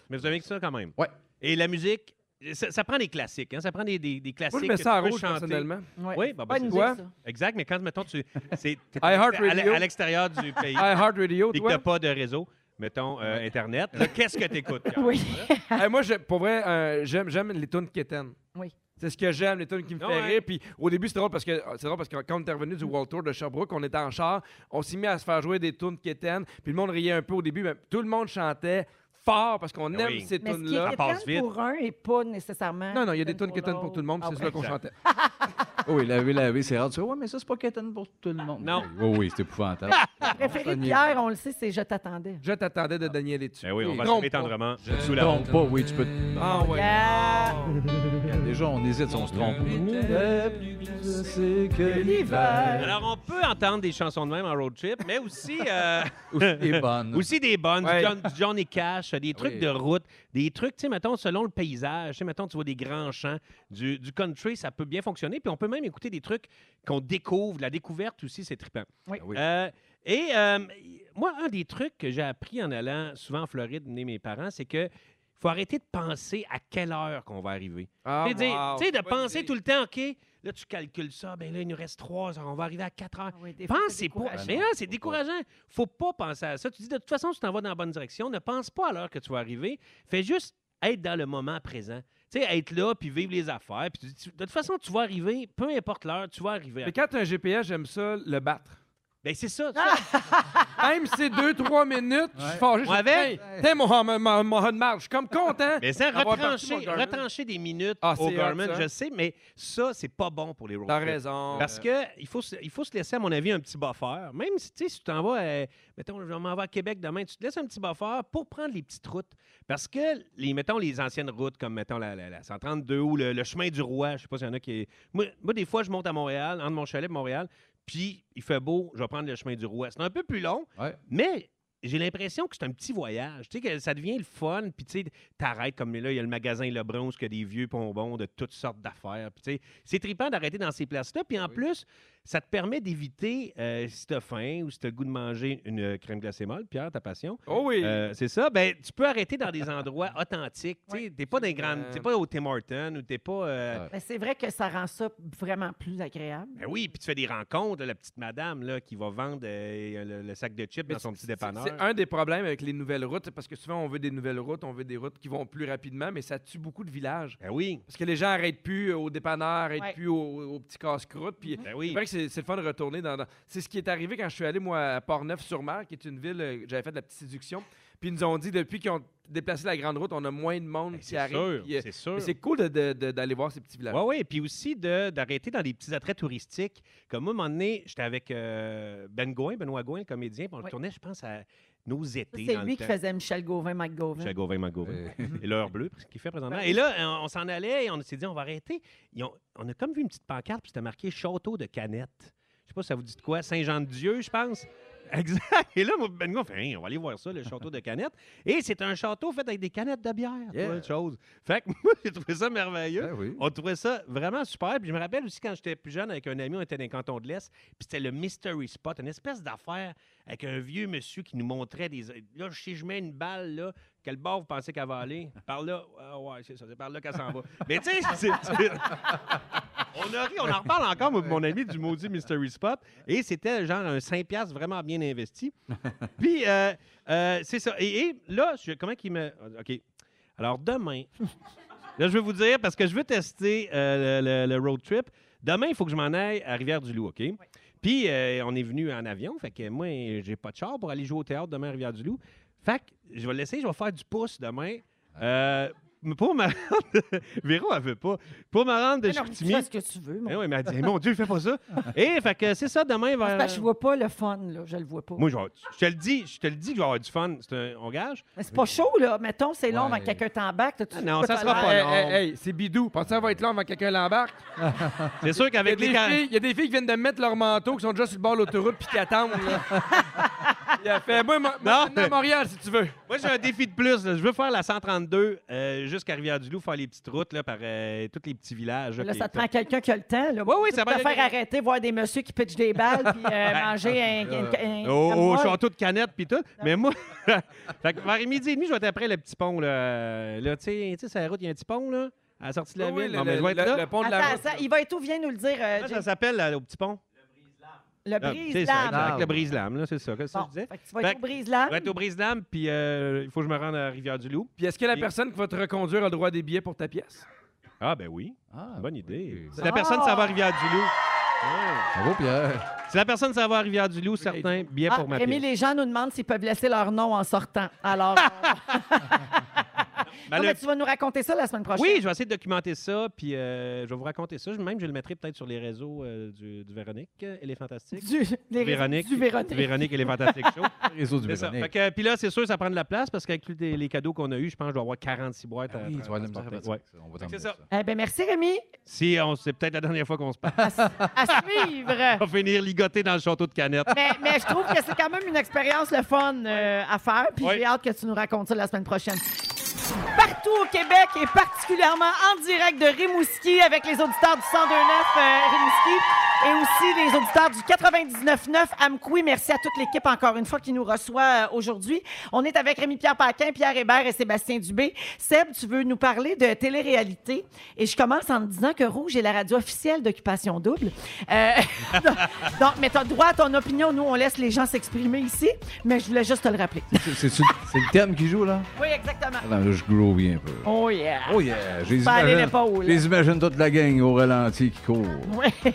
Speaker 5: Mais vous aimez ça quand même?
Speaker 7: Ouais.
Speaker 5: Et la musique, ça, ça prend des classiques. Hein? Ça prend des, des, des classiques.
Speaker 1: mets
Speaker 5: que
Speaker 1: ça
Speaker 5: tu
Speaker 1: en
Speaker 5: peux
Speaker 1: rouge,
Speaker 5: chanter. (laughs)
Speaker 1: personnellement.
Speaker 2: Ouais.
Speaker 5: Oui, bah, bah,
Speaker 1: Bonne
Speaker 5: c'est
Speaker 1: musique,
Speaker 5: ça.
Speaker 1: ça.
Speaker 5: Exact, mais quand, mettons, tu. C'est
Speaker 1: (laughs)
Speaker 5: t'es à
Speaker 1: iHeart
Speaker 5: l'extérieur- à l'e-
Speaker 1: Radio.
Speaker 5: à
Speaker 1: (laughs)
Speaker 5: l'extérieur du pays.
Speaker 1: iHeartRadio,
Speaker 5: Et que
Speaker 1: toi?
Speaker 5: t'as pas de réseau, mettons,
Speaker 1: (laughs)
Speaker 5: euh, Internet. Là, qu'est-ce que t'écoutes? Carl?
Speaker 2: Oui.
Speaker 1: Eh, moi, je- pour vrai, euh, j'aime j'aime les tunes quétaines.
Speaker 2: Oui.
Speaker 1: C'est ce que j'aime, les tunes qui me fait
Speaker 5: Ah Ouais. Mm.
Speaker 1: rire. Puis au début, c'est drôle parce que c'est drôle parce que quand on est revenu du World Tour de Sherbrooke, on était en char, on s'est mis à se faire jouer des tunes quétaines. Puis le monde riait un peu au début, mais tout le monde chantait fort parce
Speaker 5: Ben
Speaker 1: qu'on aime ces
Speaker 2: Mais ce qui
Speaker 1: tunes-là.
Speaker 2: est quétaine pour un et pas nécessairement. Ah,
Speaker 1: Non, non, il y a des tunes quétaines pour
Speaker 2: l'autre.
Speaker 1: tout le monde, puis c'est cela qu'on
Speaker 7: Exact.
Speaker 1: chantait.
Speaker 7: Oh, oui, laver, laver, c'est rare. Tu vois, ouais, mais ça, c'est pas quétaine pour tout le monde. Non. Oui, oui,
Speaker 5: (laughs)
Speaker 7: c'est épouvantable.
Speaker 2: Préféré de Pierre, on le sait, c'est Je t'attendais.
Speaker 1: Je t'attendais de Daniel et tu.
Speaker 5: Ben oui, on va
Speaker 1: Trompe
Speaker 5: s'aimer
Speaker 1: pas.
Speaker 5: tendrement
Speaker 1: Je
Speaker 5: sous la
Speaker 1: trompe
Speaker 5: route.
Speaker 7: Pas, oui, tu peux. te-
Speaker 1: Ah ouais.
Speaker 7: Regarde, Déjà, on hésite, si on se trompe.
Speaker 5: Alors, on peut entendre des chansons de même en road trip, mais aussi. euh,
Speaker 7: Aussi des bonnes.
Speaker 5: aussi des bonnes, du
Speaker 7: Ouais.
Speaker 5: John- du Johnny Cash, des trucs de route, des trucs, tu sais, mettons, selon le paysage. Tu sais, mettons, tu vois des grands champs, du, du country, ça peut bien fonctionner. Puis on peut même écouter des trucs qu'on découvre. La découverte aussi, c'est trippant.
Speaker 2: Oui.
Speaker 5: Euh, et euh, moi, un des trucs que j'ai appris en allant souvent en Floride mener mes parents, c'est que faut arrêter de penser à quelle heure qu'on va arriver.
Speaker 1: Ah,
Speaker 5: Tu sais, dire-
Speaker 1: wow,
Speaker 5: tu sais, de
Speaker 1: bonne
Speaker 5: penser
Speaker 1: idée.
Speaker 5: tout le temps, OK, là, tu calcules ça, ben là, il nous reste trois heures, on va arriver à quatre
Speaker 2: Ah
Speaker 5: heures.
Speaker 1: des fois,
Speaker 5: Pense,
Speaker 1: c'est
Speaker 5: c'est pas.
Speaker 1: décourageant.
Speaker 5: Mais là, c'est décourageant. Faut pas penser à ça. Tu dis, de toute façon, tu t'en vas dans la bonne direction, ne pense pas à l'heure que tu vas arriver. Fais juste être dans le moment présent. Tu sais, être là, puis vivre les affaires. Puis tu- tu- de toute façon, tu vas arriver, peu importe l'heure, tu vas arriver.
Speaker 1: Mais quand t'as un GPS, j'aime ça, le battre.
Speaker 5: Ben, c'est ça.
Speaker 1: Ah! Même si c'est deux, trois minutes, je suis fâché. je
Speaker 5: Ouais,
Speaker 1: fais,
Speaker 5: avec.
Speaker 1: Hey, T'es mon, mon, mon, mon Hotmart, je suis comme content.
Speaker 5: Mais ça,
Speaker 1: d'avoir parti
Speaker 5: retrancher,
Speaker 1: mon Garmin.
Speaker 5: retrancher des minutes
Speaker 1: Ah,
Speaker 5: au
Speaker 1: c'est hot,
Speaker 5: Garmin,
Speaker 1: ça.
Speaker 5: je sais, mais ça, c'est pas bon pour les road
Speaker 1: T'as
Speaker 5: trips.
Speaker 1: raison.
Speaker 5: Parce que il faut, se- il faut se laisser, à mon avis, un petit buffer. Même si, tu sais, si tu t'en vas, à- mettons, je m'en vais à Québec demain, tu te laisses un petit buffer pour prendre les petites routes. Parce que, les, mettons, les anciennes routes, comme, mettons, la, la- la 132 ou le, le chemin du roi, je sais pas s'il y en a qui... Moi, moi, des fois, je monte à Montréal, entre mon chalet et Montréal, puis il fait beau, je vais prendre le chemin du roi. C'est un peu plus long, mais j'ai l'impression que c'est un petit voyage. Tu sais, que ça devient le fun. Puis, tu sais, t'arrêtes comme là, il y a le magasin Lebrun où il y a des vieux bonbons de toutes sortes d'affaires. Puis, tu sais, c'est trippant d'arrêter dans ces places-là. Puis, en plus, ça te permet d'éviter, euh, si t'as faim ou si t'as le goût de manger une euh, crème glacée molle, Pierre, ta passion.
Speaker 1: Oh oui.
Speaker 5: Euh, c'est ça. Ben, tu peux arrêter dans
Speaker 1: (laughs)
Speaker 5: des endroits authentiques. Tu sais, t'es pas dans les grandes. T'es pas au Tim Hortons ou t'es pas. euh,
Speaker 2: Mais c'est vrai que ça rend ça vraiment plus agréable.
Speaker 5: ben oui, puis tu fais des rencontres, là, la petite madame là, qui va vendre euh, le, le sac de chips
Speaker 1: Mais
Speaker 5: dans son
Speaker 1: c'est-
Speaker 5: petit
Speaker 1: c'est-
Speaker 5: dépanneur.
Speaker 1: C'est un des problèmes avec les nouvelles routes, parce que souvent, on veut des nouvelles routes, on veut des routes qui vont plus rapidement, mais ça tue beaucoup de villages.
Speaker 5: Ben oui.
Speaker 1: Parce que les gens n'arrêtent plus euh, au dépanneur, n'arrêtent
Speaker 5: Ouais.
Speaker 1: plus au, au petit casse-croûte. Puis
Speaker 5: Ben oui.
Speaker 1: c'est vrai que c'est c'est le fun de retourner dans. dans- C'est ce qui est arrivé quand je suis allé, moi, à Portneuf-sur-Mer, qui est une ville, euh, j'avais fait de la petite séduction. Puis ils nous ont dit, depuis qu'ils ont déplacé la grande route, on a moins de monde qui
Speaker 5: Ben, c'est
Speaker 1: arrive.
Speaker 5: sûr,
Speaker 1: puis, euh,
Speaker 5: c'est sûr.
Speaker 1: mais C'est cool de- de- de- d'aller voir ces petits villages.
Speaker 5: Oui, oui. Puis aussi de- d'arrêter dans des petits attraits touristiques. Comme moi, un moment donné, j'étais avec euh, Ben Gouin, Benoît Gouin, le comédien, puis on
Speaker 2: Oui.
Speaker 5: tournait, je pense, à nos étés.
Speaker 2: C'est
Speaker 5: dans le
Speaker 2: lui qui
Speaker 5: temps.
Speaker 2: faisait Michel Gauvin, Mike Gauvin.
Speaker 5: Michel Gauvin, Mike Gauvin. Et l'heure bleue, ce qu'il fait présentement.
Speaker 2: Ben
Speaker 5: Et là, euh, on, on s'en allait et on s'est dit, on va arrêter. Ils ont- on a comme vu une petite pancarte, puis c'était marqué Château de Canette. Je sais pas si ça vous dit de quoi. Saint-Jean-de-Dieu, je pense. (laughs) Exact. Et là, moi, Ben Gouin fait, Hein, on va aller voir ça, le château de Canette. Et c'est un château fait avec des canettes de bière, tu
Speaker 14: Yeah.
Speaker 5: vois, autre chose. Fait que (laughs) moi, j'ai trouvé ça merveilleux. On trouvait ça vraiment super. Puis je me rappelle aussi quand j'étais plus jeune avec un ami, on était dans les cantons de l'Est, puis c'était le Mystery Spot, une espèce d'affaire avec un vieux monsieur qui nous montrait des. Là, si je mets une balle, là, quel bord vous pensez qu'elle va aller? Par là. Ah ouais, c'est ça, c'est par là qu'elle s'en va. Mais tu sais, (laughs) c'est- c'est- on a ri, on en reparle encore, moi, mon ami du maudit Mystery Spot. Et c'était genre un 5$ piastres vraiment bien investi. Puis, euh, euh, c'est ça. Et, et là, je- comment qu'il me. OK. Alors, demain, là, je vais vous dire, parce que je veux tester euh, le, le- le road trip. Demain, il faut que je m'en aille à Rivière-du-Loup, OK? Puis, euh, on est venu en avion. Fait que moi, j'ai pas de char pour aller jouer au théâtre demain à Rivière-du-Loup. Fait que je vais l'essayer, je vais faire du pouce demain. Euh, pour ma (laughs) rendre. Véro, elle veut pas. Pour ma rendre de
Speaker 2: Mais non,
Speaker 5: Chicoutimi.
Speaker 2: tu fais ce que tu veux, mon-
Speaker 5: Eh oui, mais elle dit, Eh, mon Dieu, fais pas ça. Et fait que c'est ça, demain, vers.
Speaker 2: Parce que je vois pas le fun, là. Je le vois pas.
Speaker 5: Moi, je, vais avoir- je te le dis, je te le dis que je vais avoir du fun. C'est un, on gage.
Speaker 2: Mais c'est pas chaud, là. Mettons, c'est long
Speaker 5: Ouais.
Speaker 2: avant que quelqu'un t'embarque. T'as-tu-
Speaker 5: Ah non, ça
Speaker 2: t'as
Speaker 5: sera
Speaker 2: l'air-
Speaker 5: pas long.
Speaker 1: Hey, hey, hey, c'est bidou. Pensez ça va être long avant que quelqu'un l'embarque.
Speaker 5: C'est sûr qu'avec
Speaker 1: Il y,
Speaker 5: les
Speaker 1: a des
Speaker 5: can-
Speaker 1: filles- il y a des filles qui viennent de mettre leur manteau, qui sont déjà sur le bord de l'autoroute, puis qui attendent.
Speaker 5: (laughs)
Speaker 1: là. Il a fait, moi, moi, moi, je viens à Montréal, si tu veux.
Speaker 5: Moi, j'ai un défi de plus. là. Je veux faire la 132 euh, jusqu'à Rivière-du-Loup, faire les petites routes là, par euh, tous les petits villages.
Speaker 2: Là,
Speaker 5: puis-
Speaker 2: ça te prend quelqu'un qui a le temps. Là.
Speaker 5: oui,
Speaker 2: Tu
Speaker 5: ça
Speaker 2: peux
Speaker 5: va
Speaker 2: te
Speaker 5: aller- Ah,
Speaker 2: faire arrêter, voir des messieurs qui pitchent des balles, puis euh,
Speaker 5: (laughs)
Speaker 2: manger un. un- un-
Speaker 5: au, au
Speaker 2: un-
Speaker 5: château de Canette puis tout. Mais moi, (laughs) fait que vers midi et demi, je vais être après le petit pont. Là, là tu sais, tu sais, sur la route, il y a un petit pont là, à la sortie de la
Speaker 1: Oui, oui,
Speaker 5: ville.
Speaker 1: le-
Speaker 5: Bon, ben, je vais être
Speaker 1: le-
Speaker 5: là.
Speaker 1: le pont de la
Speaker 2: Ah Attends, ça- il va être où? Viens nous le dire. euh,
Speaker 5: Comment
Speaker 2: Jay.
Speaker 5: ça s'appelle là, le petit pont?
Speaker 2: le
Speaker 5: Ah, c'est
Speaker 2: brise
Speaker 5: ça, exact, Le
Speaker 2: lame
Speaker 5: brise-lame, là, c'est ça. Qu'est-ce que
Speaker 2: Bon,
Speaker 5: je disais?
Speaker 2: fait que tu vas être
Speaker 5: Fait
Speaker 2: au
Speaker 5: que-
Speaker 2: brise-lame.
Speaker 5: Je vais être au brise-lame, puis euh, il faut que je me rende à Rivière-du-Loup.
Speaker 1: Puis est-ce que la personne qui va te reconduire a le droit des billets pour ta pièce?
Speaker 5: Ah, ben oui. Bonne idée. Si la
Speaker 1: Ah!
Speaker 5: personne s'en va à Rivière-du-Loup.
Speaker 7: Bravo, Pierre.
Speaker 5: Si la personne s'en va à Rivière-du-Loup, certain, bien
Speaker 2: Ah,
Speaker 5: pour ma
Speaker 2: Rémi,
Speaker 5: pièce.
Speaker 2: les gens nous demandent s'ils peuvent laisser leur nom en sortant. Alors. euh,
Speaker 5: Ben,
Speaker 2: non,
Speaker 5: le-
Speaker 2: mais tu vas nous raconter ça la semaine prochaine.
Speaker 5: Oui, je vais essayer de documenter ça, puis euh, je vais vous raconter ça. Je- Même, je le mettrai peut-être sur les réseaux euh, du, du Véronique euh, et les Fantastiques.
Speaker 2: Du- les
Speaker 5: Véronique,
Speaker 2: réseaux du Véronique.
Speaker 5: et les Fantastiques
Speaker 7: (laughs)
Speaker 5: Show.
Speaker 7: Réseau du
Speaker 5: (laughs) C'est ça.
Speaker 7: Véronique.
Speaker 5: Fait que, euh, Puis là, c'est sûr, ça prend de la place parce qu'avec tous les, les cadeaux qu'on a eus, je pense que je dois avoir 46 boîtes. à,
Speaker 7: Ah oui, tu vas avoir de la
Speaker 5: transporter.
Speaker 7: misère avec Euh, ça. On va
Speaker 5: Fait que
Speaker 7: t'emmener
Speaker 5: c'est ça.
Speaker 2: Eh bien, merci, Rémi.
Speaker 5: Si on- c'est peut-être la dernière fois qu'on se (laughs) parle.
Speaker 2: À suivre.
Speaker 5: on va finir ligoté dans le château de Canette.
Speaker 7: Ah,
Speaker 2: mais, mais je trouve que c'est quand même une expérience le fun euh, à faire. Puis j'ai hâte que tu nous racontes ça la semaine prochaine. partout au Québec et particulièrement en direct de Rimouski avec les auditeurs du 1029 euh, Rimouski et aussi les auditeurs du 99.9 Amqui. Merci à toute l'équipe encore une fois qui nous reçoit euh, aujourd'hui. On est avec Rémi-Pierre Paquin, Pierre Hébert et Sébastien Dubé. Seb, tu veux nous parler de télé-réalité et je commence en te disant que Rouge est la radio officielle d'Occupation Double. Euh, (laughs) donc, mais t'as droit à ton opinion. Nous, on laisse les gens s'exprimer ici, mais je voulais juste te le rappeler. (laughs)
Speaker 7: C'est- C'est c'est le thème qui joue, là?
Speaker 2: Oui, exactement.
Speaker 7: Attends, là, je groggy un peu.
Speaker 2: Oh yeah!
Speaker 7: Oh yeah! Je les
Speaker 2: Pas aller
Speaker 7: imagine-
Speaker 2: l'épaule.
Speaker 7: je les imagine toute la gang au ralenti qui court.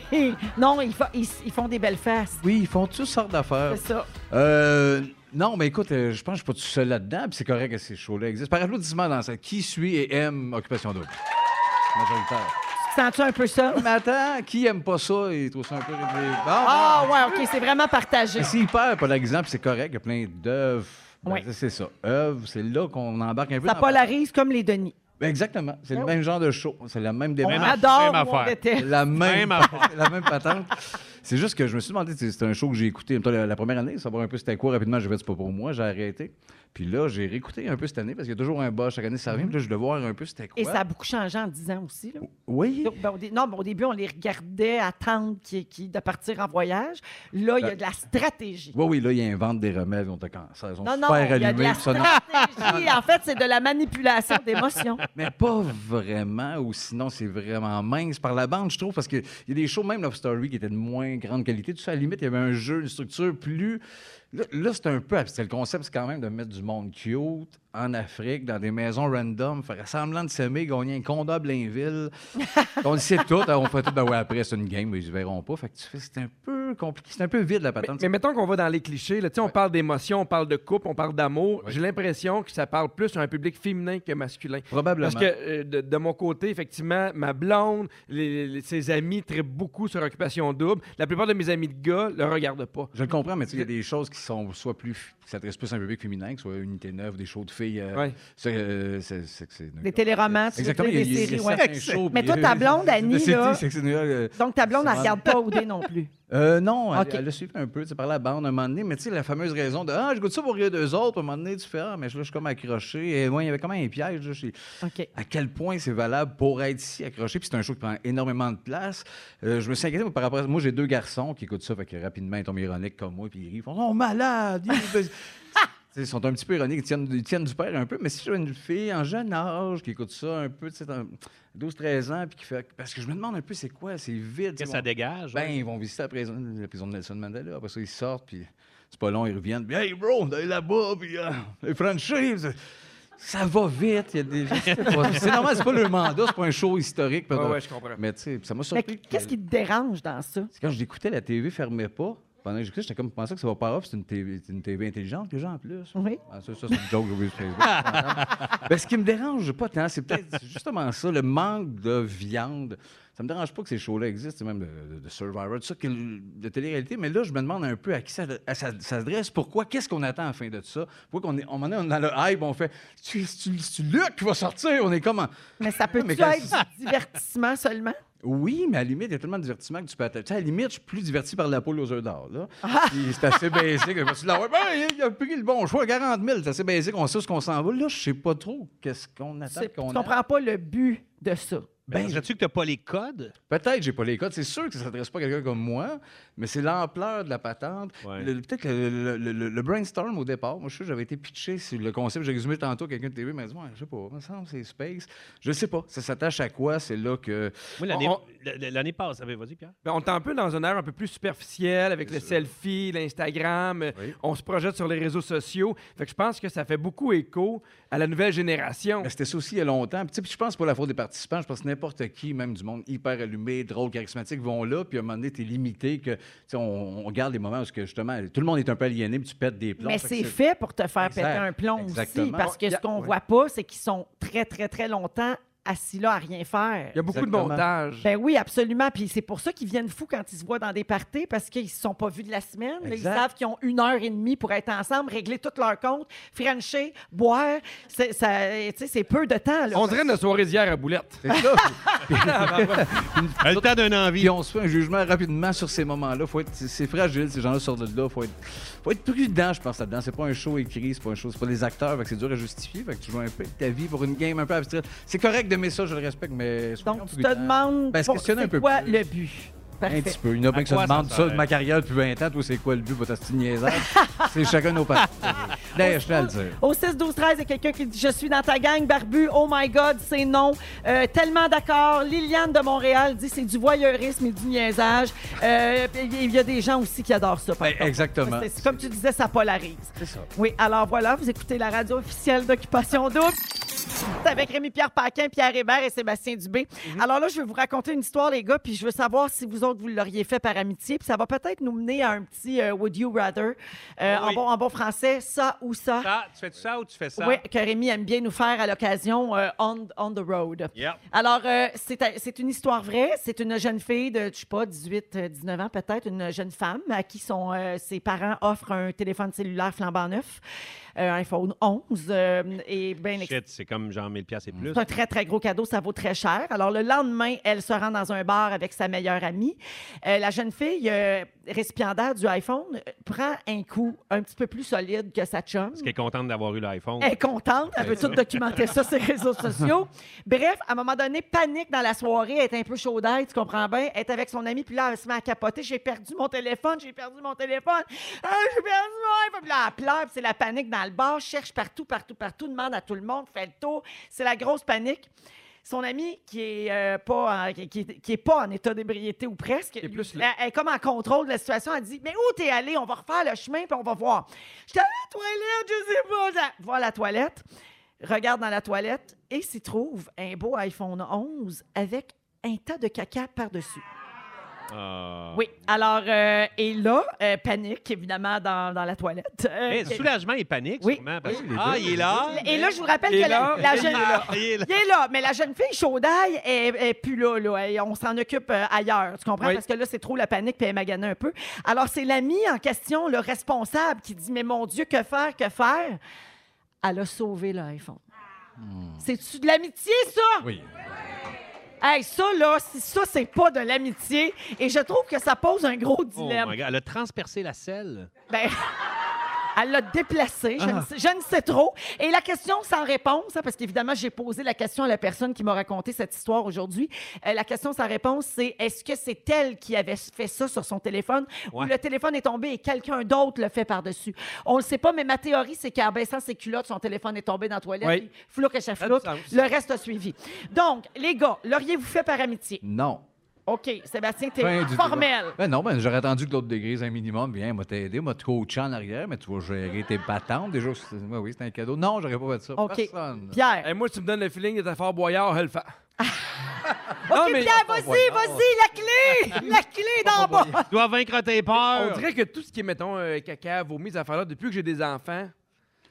Speaker 2: Oui. Non, ils, fa- ils- ils font des belles faces.
Speaker 7: Oui, ils font toutes sortes d'affaires.
Speaker 2: C'est ça.
Speaker 7: Euh, non, mais écoute, euh, je pense que je suis pas tout seul là-dedans, puis c'est correct que ces shows-là existent. Par applaudissement dans ça, qui suit et aime Occupation Double? Majoritaire.
Speaker 2: Tu te Sens-tu un peu ça?
Speaker 7: (laughs) Mais attends, qui aime pas ça et trouve ça un peu ridicule?
Speaker 2: Ah, ouais, OK, c'est vraiment partagé.
Speaker 7: Mais s'il perd, par exemple, c'est correct, il y a plein d'œuvres. Ben, c'est- C'est ça. œuvres, c'est là qu'on embarque un peu.
Speaker 2: Ça
Speaker 7: dans-
Speaker 2: polarise comme les Denis.
Speaker 7: Ben, Exactement. C'est
Speaker 2: Ah
Speaker 7: le
Speaker 2: oui.
Speaker 7: même genre de show. C'est la même démarche.
Speaker 2: adore ou on déteste.
Speaker 7: La même,
Speaker 2: Même
Speaker 7: (laughs)
Speaker 2: affaire.
Speaker 7: la même patente. C'est juste que je me suis demandé, tu sais, c'était un show que j'ai écouté mettons, la, la première année, savoir un peu c'était quoi rapidement. J'ai fait, c'est pas pour moi, j'ai arrêté. Puis là, j'ai réécouté un peu cette année parce qu'il y a toujours un bas chaque année, ça revient. Puis là, je voulais voir un peu c'était quoi.
Speaker 2: Mm-hmm. Et ça a beaucoup changé en 10 ans aussi. Là.
Speaker 7: Oui.
Speaker 2: Donc, ben, au dé- non, mais au début, on les regardait attendre qui, qui- de partir en voyage. Là,
Speaker 7: Ben,
Speaker 2: il y a de la stratégie.
Speaker 7: Oui, oui, là, ils inventent des remèdes contre le cancer. Ils sont
Speaker 2: Non, non,
Speaker 7: super
Speaker 2: il y a de
Speaker 7: allumés.
Speaker 2: la
Speaker 7: puis ça, non.
Speaker 2: stratégie. en fait, c'est de la manipulation d'émotions.
Speaker 7: Mais pas vraiment, ou sinon c'est vraiment mince par la bande, je trouve, parce qu'il y a des shows, même Love Story, qui étaient de moins grande qualité. Tout ça, à la limite, il y avait un jeu, une structure plus. Là, là, c'est un peu. abstrait. le concept, c'est quand même de mettre du monde cute en Afrique, dans des maisons random, faire semblant de semer, gagner un condo à
Speaker 1: (laughs)
Speaker 7: Blainville. on le sait tout, hein, on fait tout. Ben ouais, après, c'est une game, mais ils ne verront pas. Fait que tu fais, c'est un peu compliqué, c'est un peu vide la patente.
Speaker 1: Mais mettons qu'on va dans les clichés. Là, Tu sais, On parle d'émotion, on parle de couple, on parle d'amour. J'ai l'impression que ça parle plus à un public féminin que masculin.
Speaker 7: Probablement.
Speaker 1: Parce que euh, de, de mon côté, effectivement, ma blonde, les- les- ses amis trippent beaucoup sur Occupation Double. La plupart de mes amis de gars le regardent pas.
Speaker 7: Je le comprends, mais tu sais, il y a des choses qui sont soit plus. qui s'adressent plus à un public féminin, que soit Unité 9, des shows de filles. euh,
Speaker 1: Ouais.
Speaker 7: c'est, euh, c'est- c'est- c'est-
Speaker 2: Des téléromans, tu veux
Speaker 7: Exactement,
Speaker 2: dire,
Speaker 7: il y a-
Speaker 2: des
Speaker 7: il y a
Speaker 2: séries.
Speaker 7: certains
Speaker 2: ouais.
Speaker 7: shows,
Speaker 2: Mais
Speaker 7: puis-
Speaker 2: toi, ta blonde, Annie,
Speaker 7: (laughs) C'est-
Speaker 2: là,
Speaker 7: c'est- c'est- euh,
Speaker 2: donc ta blonde, elle
Speaker 7: c'est-
Speaker 2: regarde pas OD non plus.
Speaker 7: Euh, non, elle-
Speaker 2: Ok.
Speaker 7: elle, a suivi un peu, tu sais, par la bande un moment donné, mais tu sais, la fameuse raison de Ah, je goûte ça pour rire d'eux autres, à un moment donné, tu fais Ah, mais là, je suis comme accroché. Et moi, il y avait comme un piège. là, chez- À quel point c'est valable pour être si accroché, puis c'est un show qui prend énormément de place. Euh, je me suis inquiété moi, par rapport à ça. Moi, j'ai deux garçons qui écoutent ça, fait que rapidement, ils tombent ironiques comme moi, puis ils rient, ils font Oh, malade! il est- Tu sais, Ils sont un petit peu ironiques, ils tiennent, ils tiennent du père un peu, mais si j'avais une fille en jeune âge qui écoute ça un peu, tu sais, dans 12-13 ans, puis qui fait. Parce que je me demande un peu c'est quoi, c'est vide.
Speaker 5: Qu'est-ce que ça dégage,
Speaker 7: Ben, ils vont visiter la prison, la prison de Nelson Mandela, après ça, ils sortent, puis c'est pas long, ils reviennent, puis hey bro, on est là-bas, puis euh, les franchises. Ça va vite, il y
Speaker 1: (laughs)
Speaker 7: a des. c'est normal, c'est pas le mandat, c'est pas un show historique.
Speaker 1: Ouais,
Speaker 7: peut-être.
Speaker 1: ouais, je comprends.
Speaker 7: Mais tu sais, ça m'a
Speaker 2: Mais
Speaker 7: surpris.
Speaker 2: qu'est-ce qui te dérange dans ça?
Speaker 7: C'est quand je l'écoutais, la TV fermait pas. Pendant que j'écoutais, j'étais comme pensais que ça va pas off, c'est une TV, c'est une TV intelligente, les gens en plus.
Speaker 2: Oui.
Speaker 7: Ah, ça, ça, c'est une joke, j'ai oublié sur Facebook.
Speaker 2: (laughs)
Speaker 7: Ben, ce qui me dérange pas tant, c'est peut-être c'est justement ça, le manque de viande. Ça me dérange pas que ces shows-là existent, c'est même de, de- de Survivor, tout ça, que le- de télé-réalité. Mais là, je me demande un peu à qui ça, à ça- ça s'adresse, pourquoi, qu'est-ce qu'on attend à la fin de ça? Pourquoi qu'on est, on, on est dans le hype, on fait tu, tu, tu Luc qui va sortir, on est comment?
Speaker 2: Mais ça peut-tu
Speaker 7: mais quand-
Speaker 2: être du divertissement seulement?
Speaker 7: Oui, mais à la limite, il y a tellement de divertissement que tu peux attaquer. Tu sais, À la limite, je suis plus diverti par la poule aux œufs d'or. là.
Speaker 2: Ah!
Speaker 7: Puis C'est assez basique. Je me suis dit, Ah ouais, ben, il a pris le bon choix, 40 000. C'est assez basique, on sait ce qu'on s'en va. Là, je sais pas trop qu'est-ce qu'on attend.
Speaker 2: C'est- Tu
Speaker 7: qu'on
Speaker 2: comprends pas le but de ça.
Speaker 7: Ben,
Speaker 5: tu que tu n'as pas les codes?
Speaker 7: Peut-être que j'ai pas les codes. C'est sûr que ça s'adresse pas à quelqu'un comme moi, mais c'est l'ampleur de la patente. Le- Peut-être que le, le- le- le brainstorm au départ, moi, je suis sûr que j'avais été pitché sur le concept. J'ai résumé tantôt à quelqu'un de TV, mais il m'a dit, ouais, je sais pas, il me semble que c'est space. Je sais pas. Ça s'attache à quoi? C'est là que.
Speaker 5: Moi, l'année,
Speaker 7: On-
Speaker 5: l- l'année passée, vas-y, Pierre.
Speaker 1: Ben, on est un peu dans une ère un peu plus superficielle avec le selfie, l'Instagram. euh, On se projette sur les réseaux sociaux. Fait que je pense que ça fait beaucoup écho à la nouvelle génération.
Speaker 7: Mais c'était ça aussi il y a longtemps. Puis, tu sais, puis je pense pas la faute des participants. Je pense que n'importe qui, même du monde hyper allumé, drôle, charismatique, vont là. Puis à un moment donné, t'es limité. Que, tu sais, on, on regarde des moments où, ce que, justement, tout le monde est un peu aliéné, puis tu pètes des plombs.
Speaker 2: Mais
Speaker 7: Fait que
Speaker 2: c'est fait pour te faire
Speaker 7: Exact.
Speaker 2: péter un plomb aussi,
Speaker 7: Exactement.
Speaker 2: parce que
Speaker 7: Ouais.
Speaker 2: ce qu'on
Speaker 7: Ouais.
Speaker 2: voit pas, c'est qu'ils sont très, très, très longtemps assis là à rien faire.
Speaker 1: Il y a beaucoup de Exactement. montage.
Speaker 2: Ben oui, absolument. Puis c'est pour ça qu'ils viennent fous quand ils se voient dans des parties parce qu'ils ne se sont pas vus de la semaine. là. ils
Speaker 1: Exact.
Speaker 2: savent qu'ils ont une heure et demie pour être ensemble, régler tous leurs comptes, frencher, boire. C'est, ça, tu sais, c'est peu de temps. là.
Speaker 1: On dirait notre soirée d'hier à boulette.
Speaker 7: C'est ça. le temps d'un envie. Puis on se fait un jugement rapidement sur ces moments-là. Faut être, c'est- c'est fragile, ces gens-là sortent de là. Faut être, faut être prudent, je pense, là-dedans. C'est pas un show écrit, c'est pas un show, c'est pas des acteurs. Fait que c'est dur à justifier. Fait que tu joues un peu avec ta vie pour une game un peu abstraite. C'est correct de mettre ça, je le respecte, mais soyons
Speaker 2: Donc, tu
Speaker 7: prudents.
Speaker 2: te demandes
Speaker 7: Ben, se
Speaker 2: pour-
Speaker 7: questionner un
Speaker 2: c'est
Speaker 7: peu
Speaker 2: quoi
Speaker 7: plus.
Speaker 2: le but.
Speaker 7: Un
Speaker 2: Parfait.
Speaker 7: petit peu. Il y en a
Speaker 2: À
Speaker 7: bien qui se
Speaker 2: quoi ça
Speaker 7: demandent ça,
Speaker 2: sert?
Speaker 7: de ma carrière depuis 20 ans. Toi, c'est quoi le but pour ta petite niaiseuse?
Speaker 2: (laughs)
Speaker 7: c'est chacun nos parties. D'ailleurs, je tenais à le dire.
Speaker 2: Au 6 12 13 il y a quelqu'un qui dit je suis dans ta gang barbu. Oh my god, c'est non. Euh, tellement d'accord. Liliane de Montréal dit c'est du voyeurisme et du niaisage. Euh, puis il y a des gens aussi qui adorent ça. par
Speaker 7: Ben,
Speaker 2: contre.
Speaker 7: exactement.
Speaker 2: C'est- c'est comme tu disais, ça polarise.
Speaker 7: C'est ça.
Speaker 2: Oui, alors voilà, vous écoutez la radio officielle d'Occupation Double. C'est avec Rémi-Pierre Paquin, Pierre Hébert et Sébastien Dubé.
Speaker 7: Mhm.
Speaker 2: Alors là, je vais vous raconter une histoire, les gars, puis je veux savoir si vous autres, vous l'auriez fait par amitié. Puis ça va peut-être nous mener à un petit euh, Would you rather euh, en, bon, en bon français, ça ou ça.
Speaker 5: Ça, tu fais ça ou tu fais ça?
Speaker 2: Oui, que Rémi aime bien nous faire à l'occasion euh, on, on the road.
Speaker 5: Yep.
Speaker 2: Alors, euh, c'est c'est une histoire vraie. C'est une jeune fille de, je sais pas, 18, euh, 19 ans peut-être, une jeune femme à qui son, euh, ses parents offrent un téléphone cellulaire flambant neuf, euh, iPhone 11, euh, et bien
Speaker 5: Shit, c'est comme genre 1000 pièces et plus.
Speaker 2: c'est un très, très gros cadeau. Ça vaut très cher. Alors, le lendemain, elle se rend dans un bar avec sa meilleure amie. Euh, la jeune fille, euh, récipiendaire du iPhone, euh, prend un coup un petit peu plus solide que sa chum.
Speaker 5: Parce qu'elle est contente d'avoir eu l'iPhone.
Speaker 2: Elle est contente, elle veut tout documenter ça sur les réseaux sociaux. Bref, à un moment donné, panique dans la soirée, elle est un peu chaude d'ail, tu comprends bien, elle est avec son ami, puis là, elle se met à capoter, j'ai perdu mon téléphone, j'ai perdu mon téléphone, Ah, j'ai perdu mon iPhone. Puis là, elle pleure, puis c'est la panique dans le bar, cherche partout, partout, partout, demande à tout le monde, fait le tour, c'est la grosse panique. Son ami qui est euh, pas en- qui, qui- qui est pas en état d'ébriété ou presque, lui- elle, elle est comme en contrôle de la situation. Elle dit mais où t'es allé On va refaire le chemin puis on va voir. Je suis allée à la toilette, je sais pas. Ça- Voir la toilette, regarde dans la toilette et s'y trouve un beau iPhone 11 avec un tas de caca par dessus.
Speaker 5: Ah.
Speaker 2: Oui. Alors euh, et là euh, panique évidemment dans, dans la toilette. Euh,
Speaker 5: Mais Eh, soulagement et panique, sûrement. Parce... que ah, il est là.
Speaker 2: et là, je vous rappelle
Speaker 5: Il est
Speaker 2: que la,
Speaker 5: là.
Speaker 2: la
Speaker 5: Il est
Speaker 2: jeune
Speaker 5: là. Il est là.
Speaker 2: Il est là, mais la jeune fille chaudaille est, est plus là, là. Elle- on s'en occupe euh, ailleurs, tu comprends?
Speaker 14: Oui.
Speaker 2: Parce que là, c'est trop la panique, puis elle magane un peu. Alors, c'est l'ami en question, le responsable, qui dit, mais mon Dieu, que faire, que faire? Elle a sauvé l'iPhone. C'est-tu de l'amitié, ça?
Speaker 7: Oui.
Speaker 2: Hey, ça, là, si ça, c'est pas de l'amitié. Et je trouve que ça pose un gros
Speaker 5: Oh
Speaker 2: dilemme.
Speaker 5: my God, elle a transpercé la selle.
Speaker 2: Ben, (laughs) elle l'a déplacé. Je, ne
Speaker 5: Ah.
Speaker 2: sais, je ne sais trop. Et la question sans réponse, hein, parce qu'évidemment, j'ai posé la question à la personne qui m'a raconté cette histoire aujourd'hui. Euh, la question sans réponse, c'est est-ce que c'est elle qui avait fait ça sur son téléphone ou
Speaker 5: Ouais.
Speaker 2: le téléphone est tombé et quelqu'un d'autre le fait par-dessus? On le sait pas, mais ma théorie, c'est qu'en baissant ses culottes, son téléphone est tombé dans la toilette.
Speaker 7: Oui.
Speaker 2: puis Flouk et chaflouk,
Speaker 7: Ça a du sens.
Speaker 2: le reste a suivi. Donc, les gars, l'auriez-vous fait par amitié?
Speaker 7: Non.
Speaker 2: OK, Sébastien,
Speaker 7: Fin
Speaker 2: t'es
Speaker 7: du
Speaker 2: formel.
Speaker 7: débat. Ben non, ben j'aurais attendu que l'autre dégrise un minimum. Bien, m'a t'aider, m'a te coaché en arrière, mais tu vas gérer tes patentes. Déjà, c'est- ouais, oui, c'est un cadeau. Non, j'aurais pas fait ça.
Speaker 1: OK.
Speaker 7: Personne.
Speaker 2: Pierre.
Speaker 1: moi, tu me donnes le feeling d'être fort boyard, elle le fait.
Speaker 2: OK, Pierre, vas-y, vas-y,
Speaker 5: (laughs)
Speaker 2: la clé! La clé d'en bas!
Speaker 5: Tu dois vaincre tes peurs.
Speaker 7: Ah.
Speaker 1: On dirait que tout ce qui est, mettons, euh, caca, vomi, affaires là, depuis que j'ai des enfants.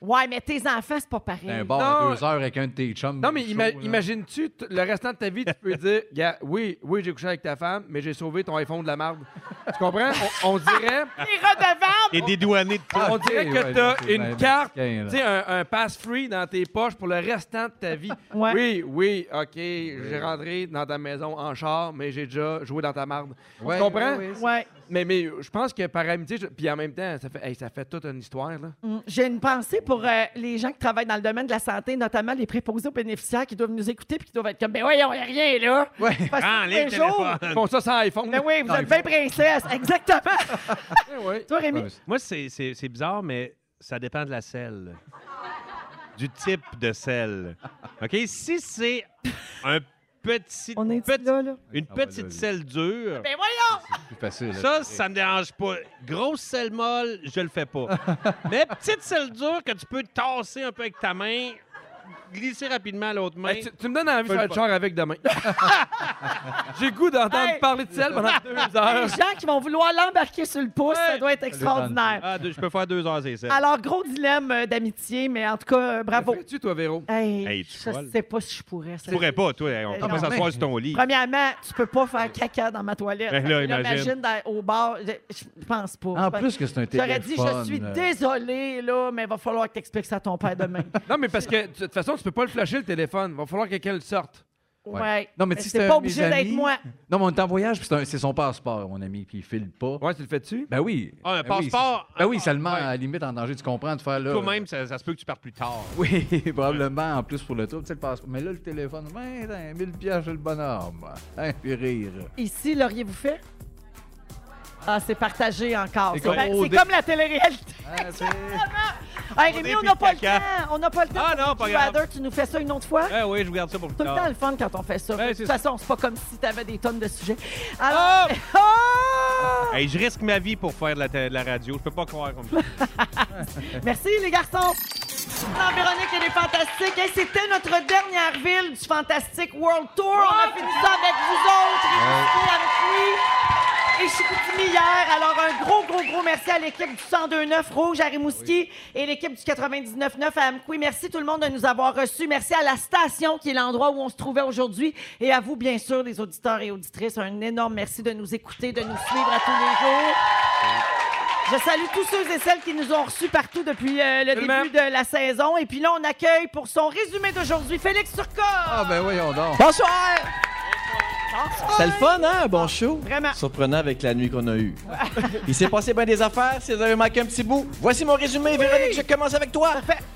Speaker 2: Ouais, mais tes enfants, c'est pas pareil.
Speaker 7: T'as
Speaker 5: Ben,
Speaker 7: un bar
Speaker 1: Non.
Speaker 7: à deux heures avec un de tes chums.
Speaker 1: Non, mais
Speaker 7: chaud,
Speaker 1: ima-
Speaker 7: là.
Speaker 1: imagines-tu, t- le restant de ta vie, tu peux dire, (laughs) Gars, oui, oui, j'ai couché avec ta femme, mais j'ai sauvé ton iPhone de la marde. tu comprends? On, on dirait.
Speaker 2: Les redevables!
Speaker 5: Et dédouané de
Speaker 7: Ah,
Speaker 1: On
Speaker 5: tout.
Speaker 1: dirait que
Speaker 5: Ouais,
Speaker 1: t'as
Speaker 5: c'est
Speaker 1: une
Speaker 5: bien
Speaker 1: carte,
Speaker 5: mesquin, là.
Speaker 1: tu sais, un, un pass free dans tes poches pour le restant de ta vie.
Speaker 5: Ouais.
Speaker 1: Oui, oui, OK, j'ai rentré dans ta maison en char, mais j'ai déjà joué dans ta marde.
Speaker 7: Ouais,
Speaker 1: tu comprends?
Speaker 7: ouais, ouais, c'est-
Speaker 1: Mais, mais je pense que par amitié, je- puis en même temps, ça fait, hey, ça fait toute une histoire, là.
Speaker 2: Mm, J'ai une pensée pour euh, les gens qui travaillent dans le domaine de la santé, notamment les préposés aux bénéficiaires qui doivent nous écouter puis qui doivent être comme, ben voyons, il a rien, là.
Speaker 1: Ouais.
Speaker 2: Parce que
Speaker 1: Enlève
Speaker 2: Ah, un
Speaker 1: le
Speaker 2: jour-
Speaker 1: téléphone. Ils font ça sans iPhone.
Speaker 2: Ben oui, vous
Speaker 5: Non,
Speaker 2: êtes
Speaker 5: Eh ils
Speaker 2: bien
Speaker 5: (laughs)
Speaker 2: princesse. Exactement. Toi, Rémi?
Speaker 5: Moi, c'est- c'est c'est bizarre, mais ça dépend de la selle. Du type de selle. OK? Si c'est un petit. petit- Une
Speaker 7: Ah ouais,
Speaker 5: petite
Speaker 7: là, là.
Speaker 5: selle dure.
Speaker 2: Ben voyons!
Speaker 7: Plus facile.
Speaker 5: Ça, ça me dérange pas. Grosse selle (laughs) molle, je le fais pas. Mais petite selle dure que tu peux tasser un peu avec ta main, glisser rapidement à l'autre main.
Speaker 1: Hey, tu, tu me donnes envie de faire le char avec demain. (laughs) J'ai goût d'entendre
Speaker 2: Hey.
Speaker 1: parler de sel pendant deux
Speaker 5: Ah.
Speaker 1: heures.
Speaker 2: Les gens qui vont vouloir l'embarquer sur le pouce, ça doit être extraordinaire.
Speaker 5: Ah, deux- je peux faire deux heures et sept.
Speaker 2: Alors, gros dilemme euh, d'amitié, mais en tout cas, euh, bravo.
Speaker 1: tu toi, Véro?
Speaker 2: Hey,
Speaker 5: Hey, tu
Speaker 2: je
Speaker 5: folle.
Speaker 2: sais pas si je pourrais.
Speaker 5: tu pourrais pas, toi. On
Speaker 2: Eh,
Speaker 5: peut pas
Speaker 2: non.
Speaker 5: s'asseoir sur ton lit.
Speaker 2: Premièrement, tu peux pas faire caca dans ma toilette.
Speaker 5: Ben là,
Speaker 2: Puis
Speaker 5: imagine.
Speaker 2: dans- au bar, je, je pense pas.
Speaker 7: En plus que c'est un
Speaker 2: J'aurais dit, je
Speaker 7: téléphone,
Speaker 2: suis
Speaker 7: euh.
Speaker 2: désolé, là, mais il va falloir que tu expliques ça à ton père
Speaker 7: (laughs)
Speaker 2: demain.
Speaker 1: Non, mais parce que de toute façon, tu peux pas le flasher le téléphone. Va falloir que quelqu'un le sorte.
Speaker 2: Ouais.
Speaker 7: Non, mais,
Speaker 2: Mais
Speaker 7: si
Speaker 2: c'est
Speaker 7: c'était
Speaker 2: pas
Speaker 7: un de mes
Speaker 2: obligé d'être
Speaker 7: amis-
Speaker 2: moi.
Speaker 7: Non, mais on est en voyage, puis c'est un- c'est son passeport, mon ami, puis il file pas.
Speaker 1: Ouais, tu le fais-tu?
Speaker 7: Ben oui.
Speaker 5: Ah, un
Speaker 7: Ben oui,
Speaker 5: passeport,
Speaker 7: c'est- Ben oui, ça le met à la limite en danger, tu comprends, de faire là.
Speaker 5: Toi-même, ça, ça se peut que tu partes plus tard.
Speaker 7: (laughs) Oui, probablement, en plus pour le tour, tu sais, le passeport. Mais là, le téléphone, ben, ben, 1000 pièges le bonhomme. Hein, puis rire.
Speaker 2: Ici, l'auriez-vous fait? Ah, c'est partagé encore.
Speaker 7: C'est
Speaker 2: C'est
Speaker 7: comme Ah,
Speaker 2: vrai-
Speaker 7: OD.
Speaker 2: c'est comme la télé-réalité. (laughs) Hey, Rémi, on n'a pas le
Speaker 5: caca.
Speaker 2: temps. On n'a pas le temps.
Speaker 5: Ah
Speaker 2: pour
Speaker 5: non,
Speaker 2: du
Speaker 5: pas grave.
Speaker 2: rather. Tu nous fais ça une autre fois?
Speaker 5: Ah oui, je vous garde ça pour plus
Speaker 2: Tout le temps
Speaker 5: tard.
Speaker 2: le fun quand on fait ça.
Speaker 5: Ben,
Speaker 2: de
Speaker 5: c'est
Speaker 2: toute
Speaker 5: ça. Ah!
Speaker 2: façon, c'est pas comme si t'avais des tonnes de sujets. Alors, (laughs) Oh!
Speaker 5: Hey, je risque ma vie pour faire de la, de la radio. Je peux pas
Speaker 2: (laughs)
Speaker 5: croire comme ça.
Speaker 2: merci les garçons. Non, Véronique, elle est fantastique. Hey, C'était notre dernière ville du Fantastic World Tour. On a fini ça avec vous autres, Rimouski, Amqui et Chicoutimi hier. Alors, un gros, gros, gros merci à l'équipe du 102-9 Rouge à Rimouski et l'équipe du 99-9 à Amqui. Merci tout le monde de nous avoir reçus. Merci à la station qui est l'endroit où on se trouvait aujourd'hui et à vous, bien sûr, les auditeurs et auditrices. Un énorme merci de nous écouter, de nous suivre à tous les jours. Je salue tous ceux et celles qui nous ont reçus partout depuis euh, le
Speaker 1: Absolument.
Speaker 2: début de la saison. Et puis là, on accueille pour son résumé d'aujourd'hui Félix Turcot.
Speaker 7: Ah, ben voyons donc.
Speaker 14: Bonsoir! C'était le fun, hein? Un bon show.
Speaker 2: Vraiment.
Speaker 14: Surprenant avec la nuit qu'on a eue. Il s'est passé bien des affaires. Si vous avez manqué un petit bout, voici mon résumé. Véronique, je commence avec toi.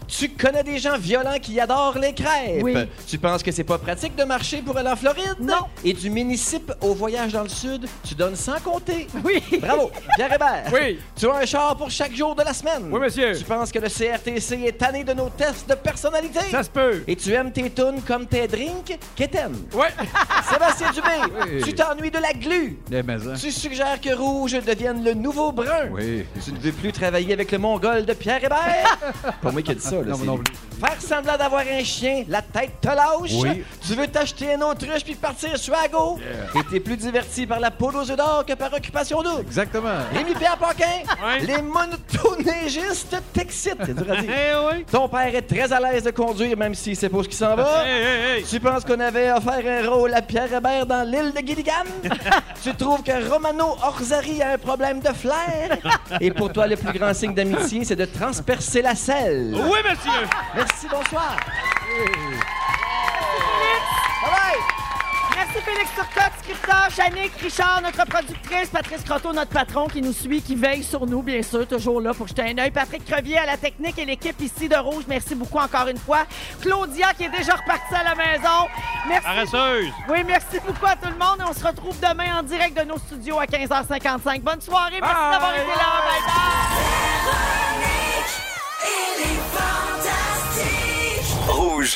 Speaker 14: Tu connais des gens violents qui adorent les crêpes.
Speaker 2: Oui.
Speaker 14: Tu penses que c'est pas pratique de marcher pour aller en Floride? Non. Et du municipal au voyage dans le Sud, tu donnes sans compter.
Speaker 2: Oui.
Speaker 14: Bravo. Pierre Hébert.
Speaker 1: Oui.
Speaker 14: Tu as un char pour chaque jour de la semaine.
Speaker 1: Oui, monsieur.
Speaker 14: Tu penses que le CRTC est tanné de nos tests de personnalité?
Speaker 1: Ça se peut.
Speaker 14: Et tu aimes tes tunes comme tes drinks? Kéten.
Speaker 1: Ouais.
Speaker 14: Sébastien Dubé,
Speaker 7: Ah! (laughs) Oui.
Speaker 14: tu t'ennuies de la glu.
Speaker 7: Les maisons.
Speaker 14: Tu suggères que Rouge devienne le nouveau brun.
Speaker 7: Oui.
Speaker 14: Tu ne veux plus travailler avec le mongol de Pierre
Speaker 7: (laughs)
Speaker 14: Hébert. Pas moi qui ai dit ça, là.
Speaker 7: Non,
Speaker 14: c'est
Speaker 7: non
Speaker 14: lui. Faire semblant d'avoir un chien, la tête te lâche.
Speaker 7: Oui.
Speaker 14: Tu veux t'acheter un autruche puis partir sur Ago. Et t'es plus diverti par la poule aux œufs d'or que par Occupation double.
Speaker 7: Exactement.
Speaker 14: Rémi-Pierre Paquin, les monotonégistes t'excitent. C'est dur à dire. Ton père est très à l'aise de conduire, même s'il sait pas ce qui s'en va. Tu penses qu'on avait offert un rôle à Pierre Hébert dans l'île de Gilligan? tu trouves que Romano Orzari a un problème de flair? Et pour toi, le plus grand signe d'amitié, c'est de transpercer la selle.
Speaker 5: Oui, monsieur!
Speaker 14: Merci, bonsoir.
Speaker 2: Merci Félix Turcotte, scripteur, Yannick, Richard, notre productrice, Patrice Croteau, notre patron qui nous suit, qui veille sur nous, bien sûr, toujours là pour jeter un œil. Patrick Crevier à la technique et l'équipe ici de Rouge, merci beaucoup encore une fois. Claudia qui est déjà repartie à la maison. Merci.
Speaker 7: Ah.
Speaker 5: Paresseuse!
Speaker 2: Oui, merci beaucoup à tout le monde. On se retrouve demain en direct de nos studios à 15h55. Bonne soirée. Merci d'avoir été là. Bye bye.
Speaker 3: Véronique, elle est fantastique.
Speaker 4: Rouge.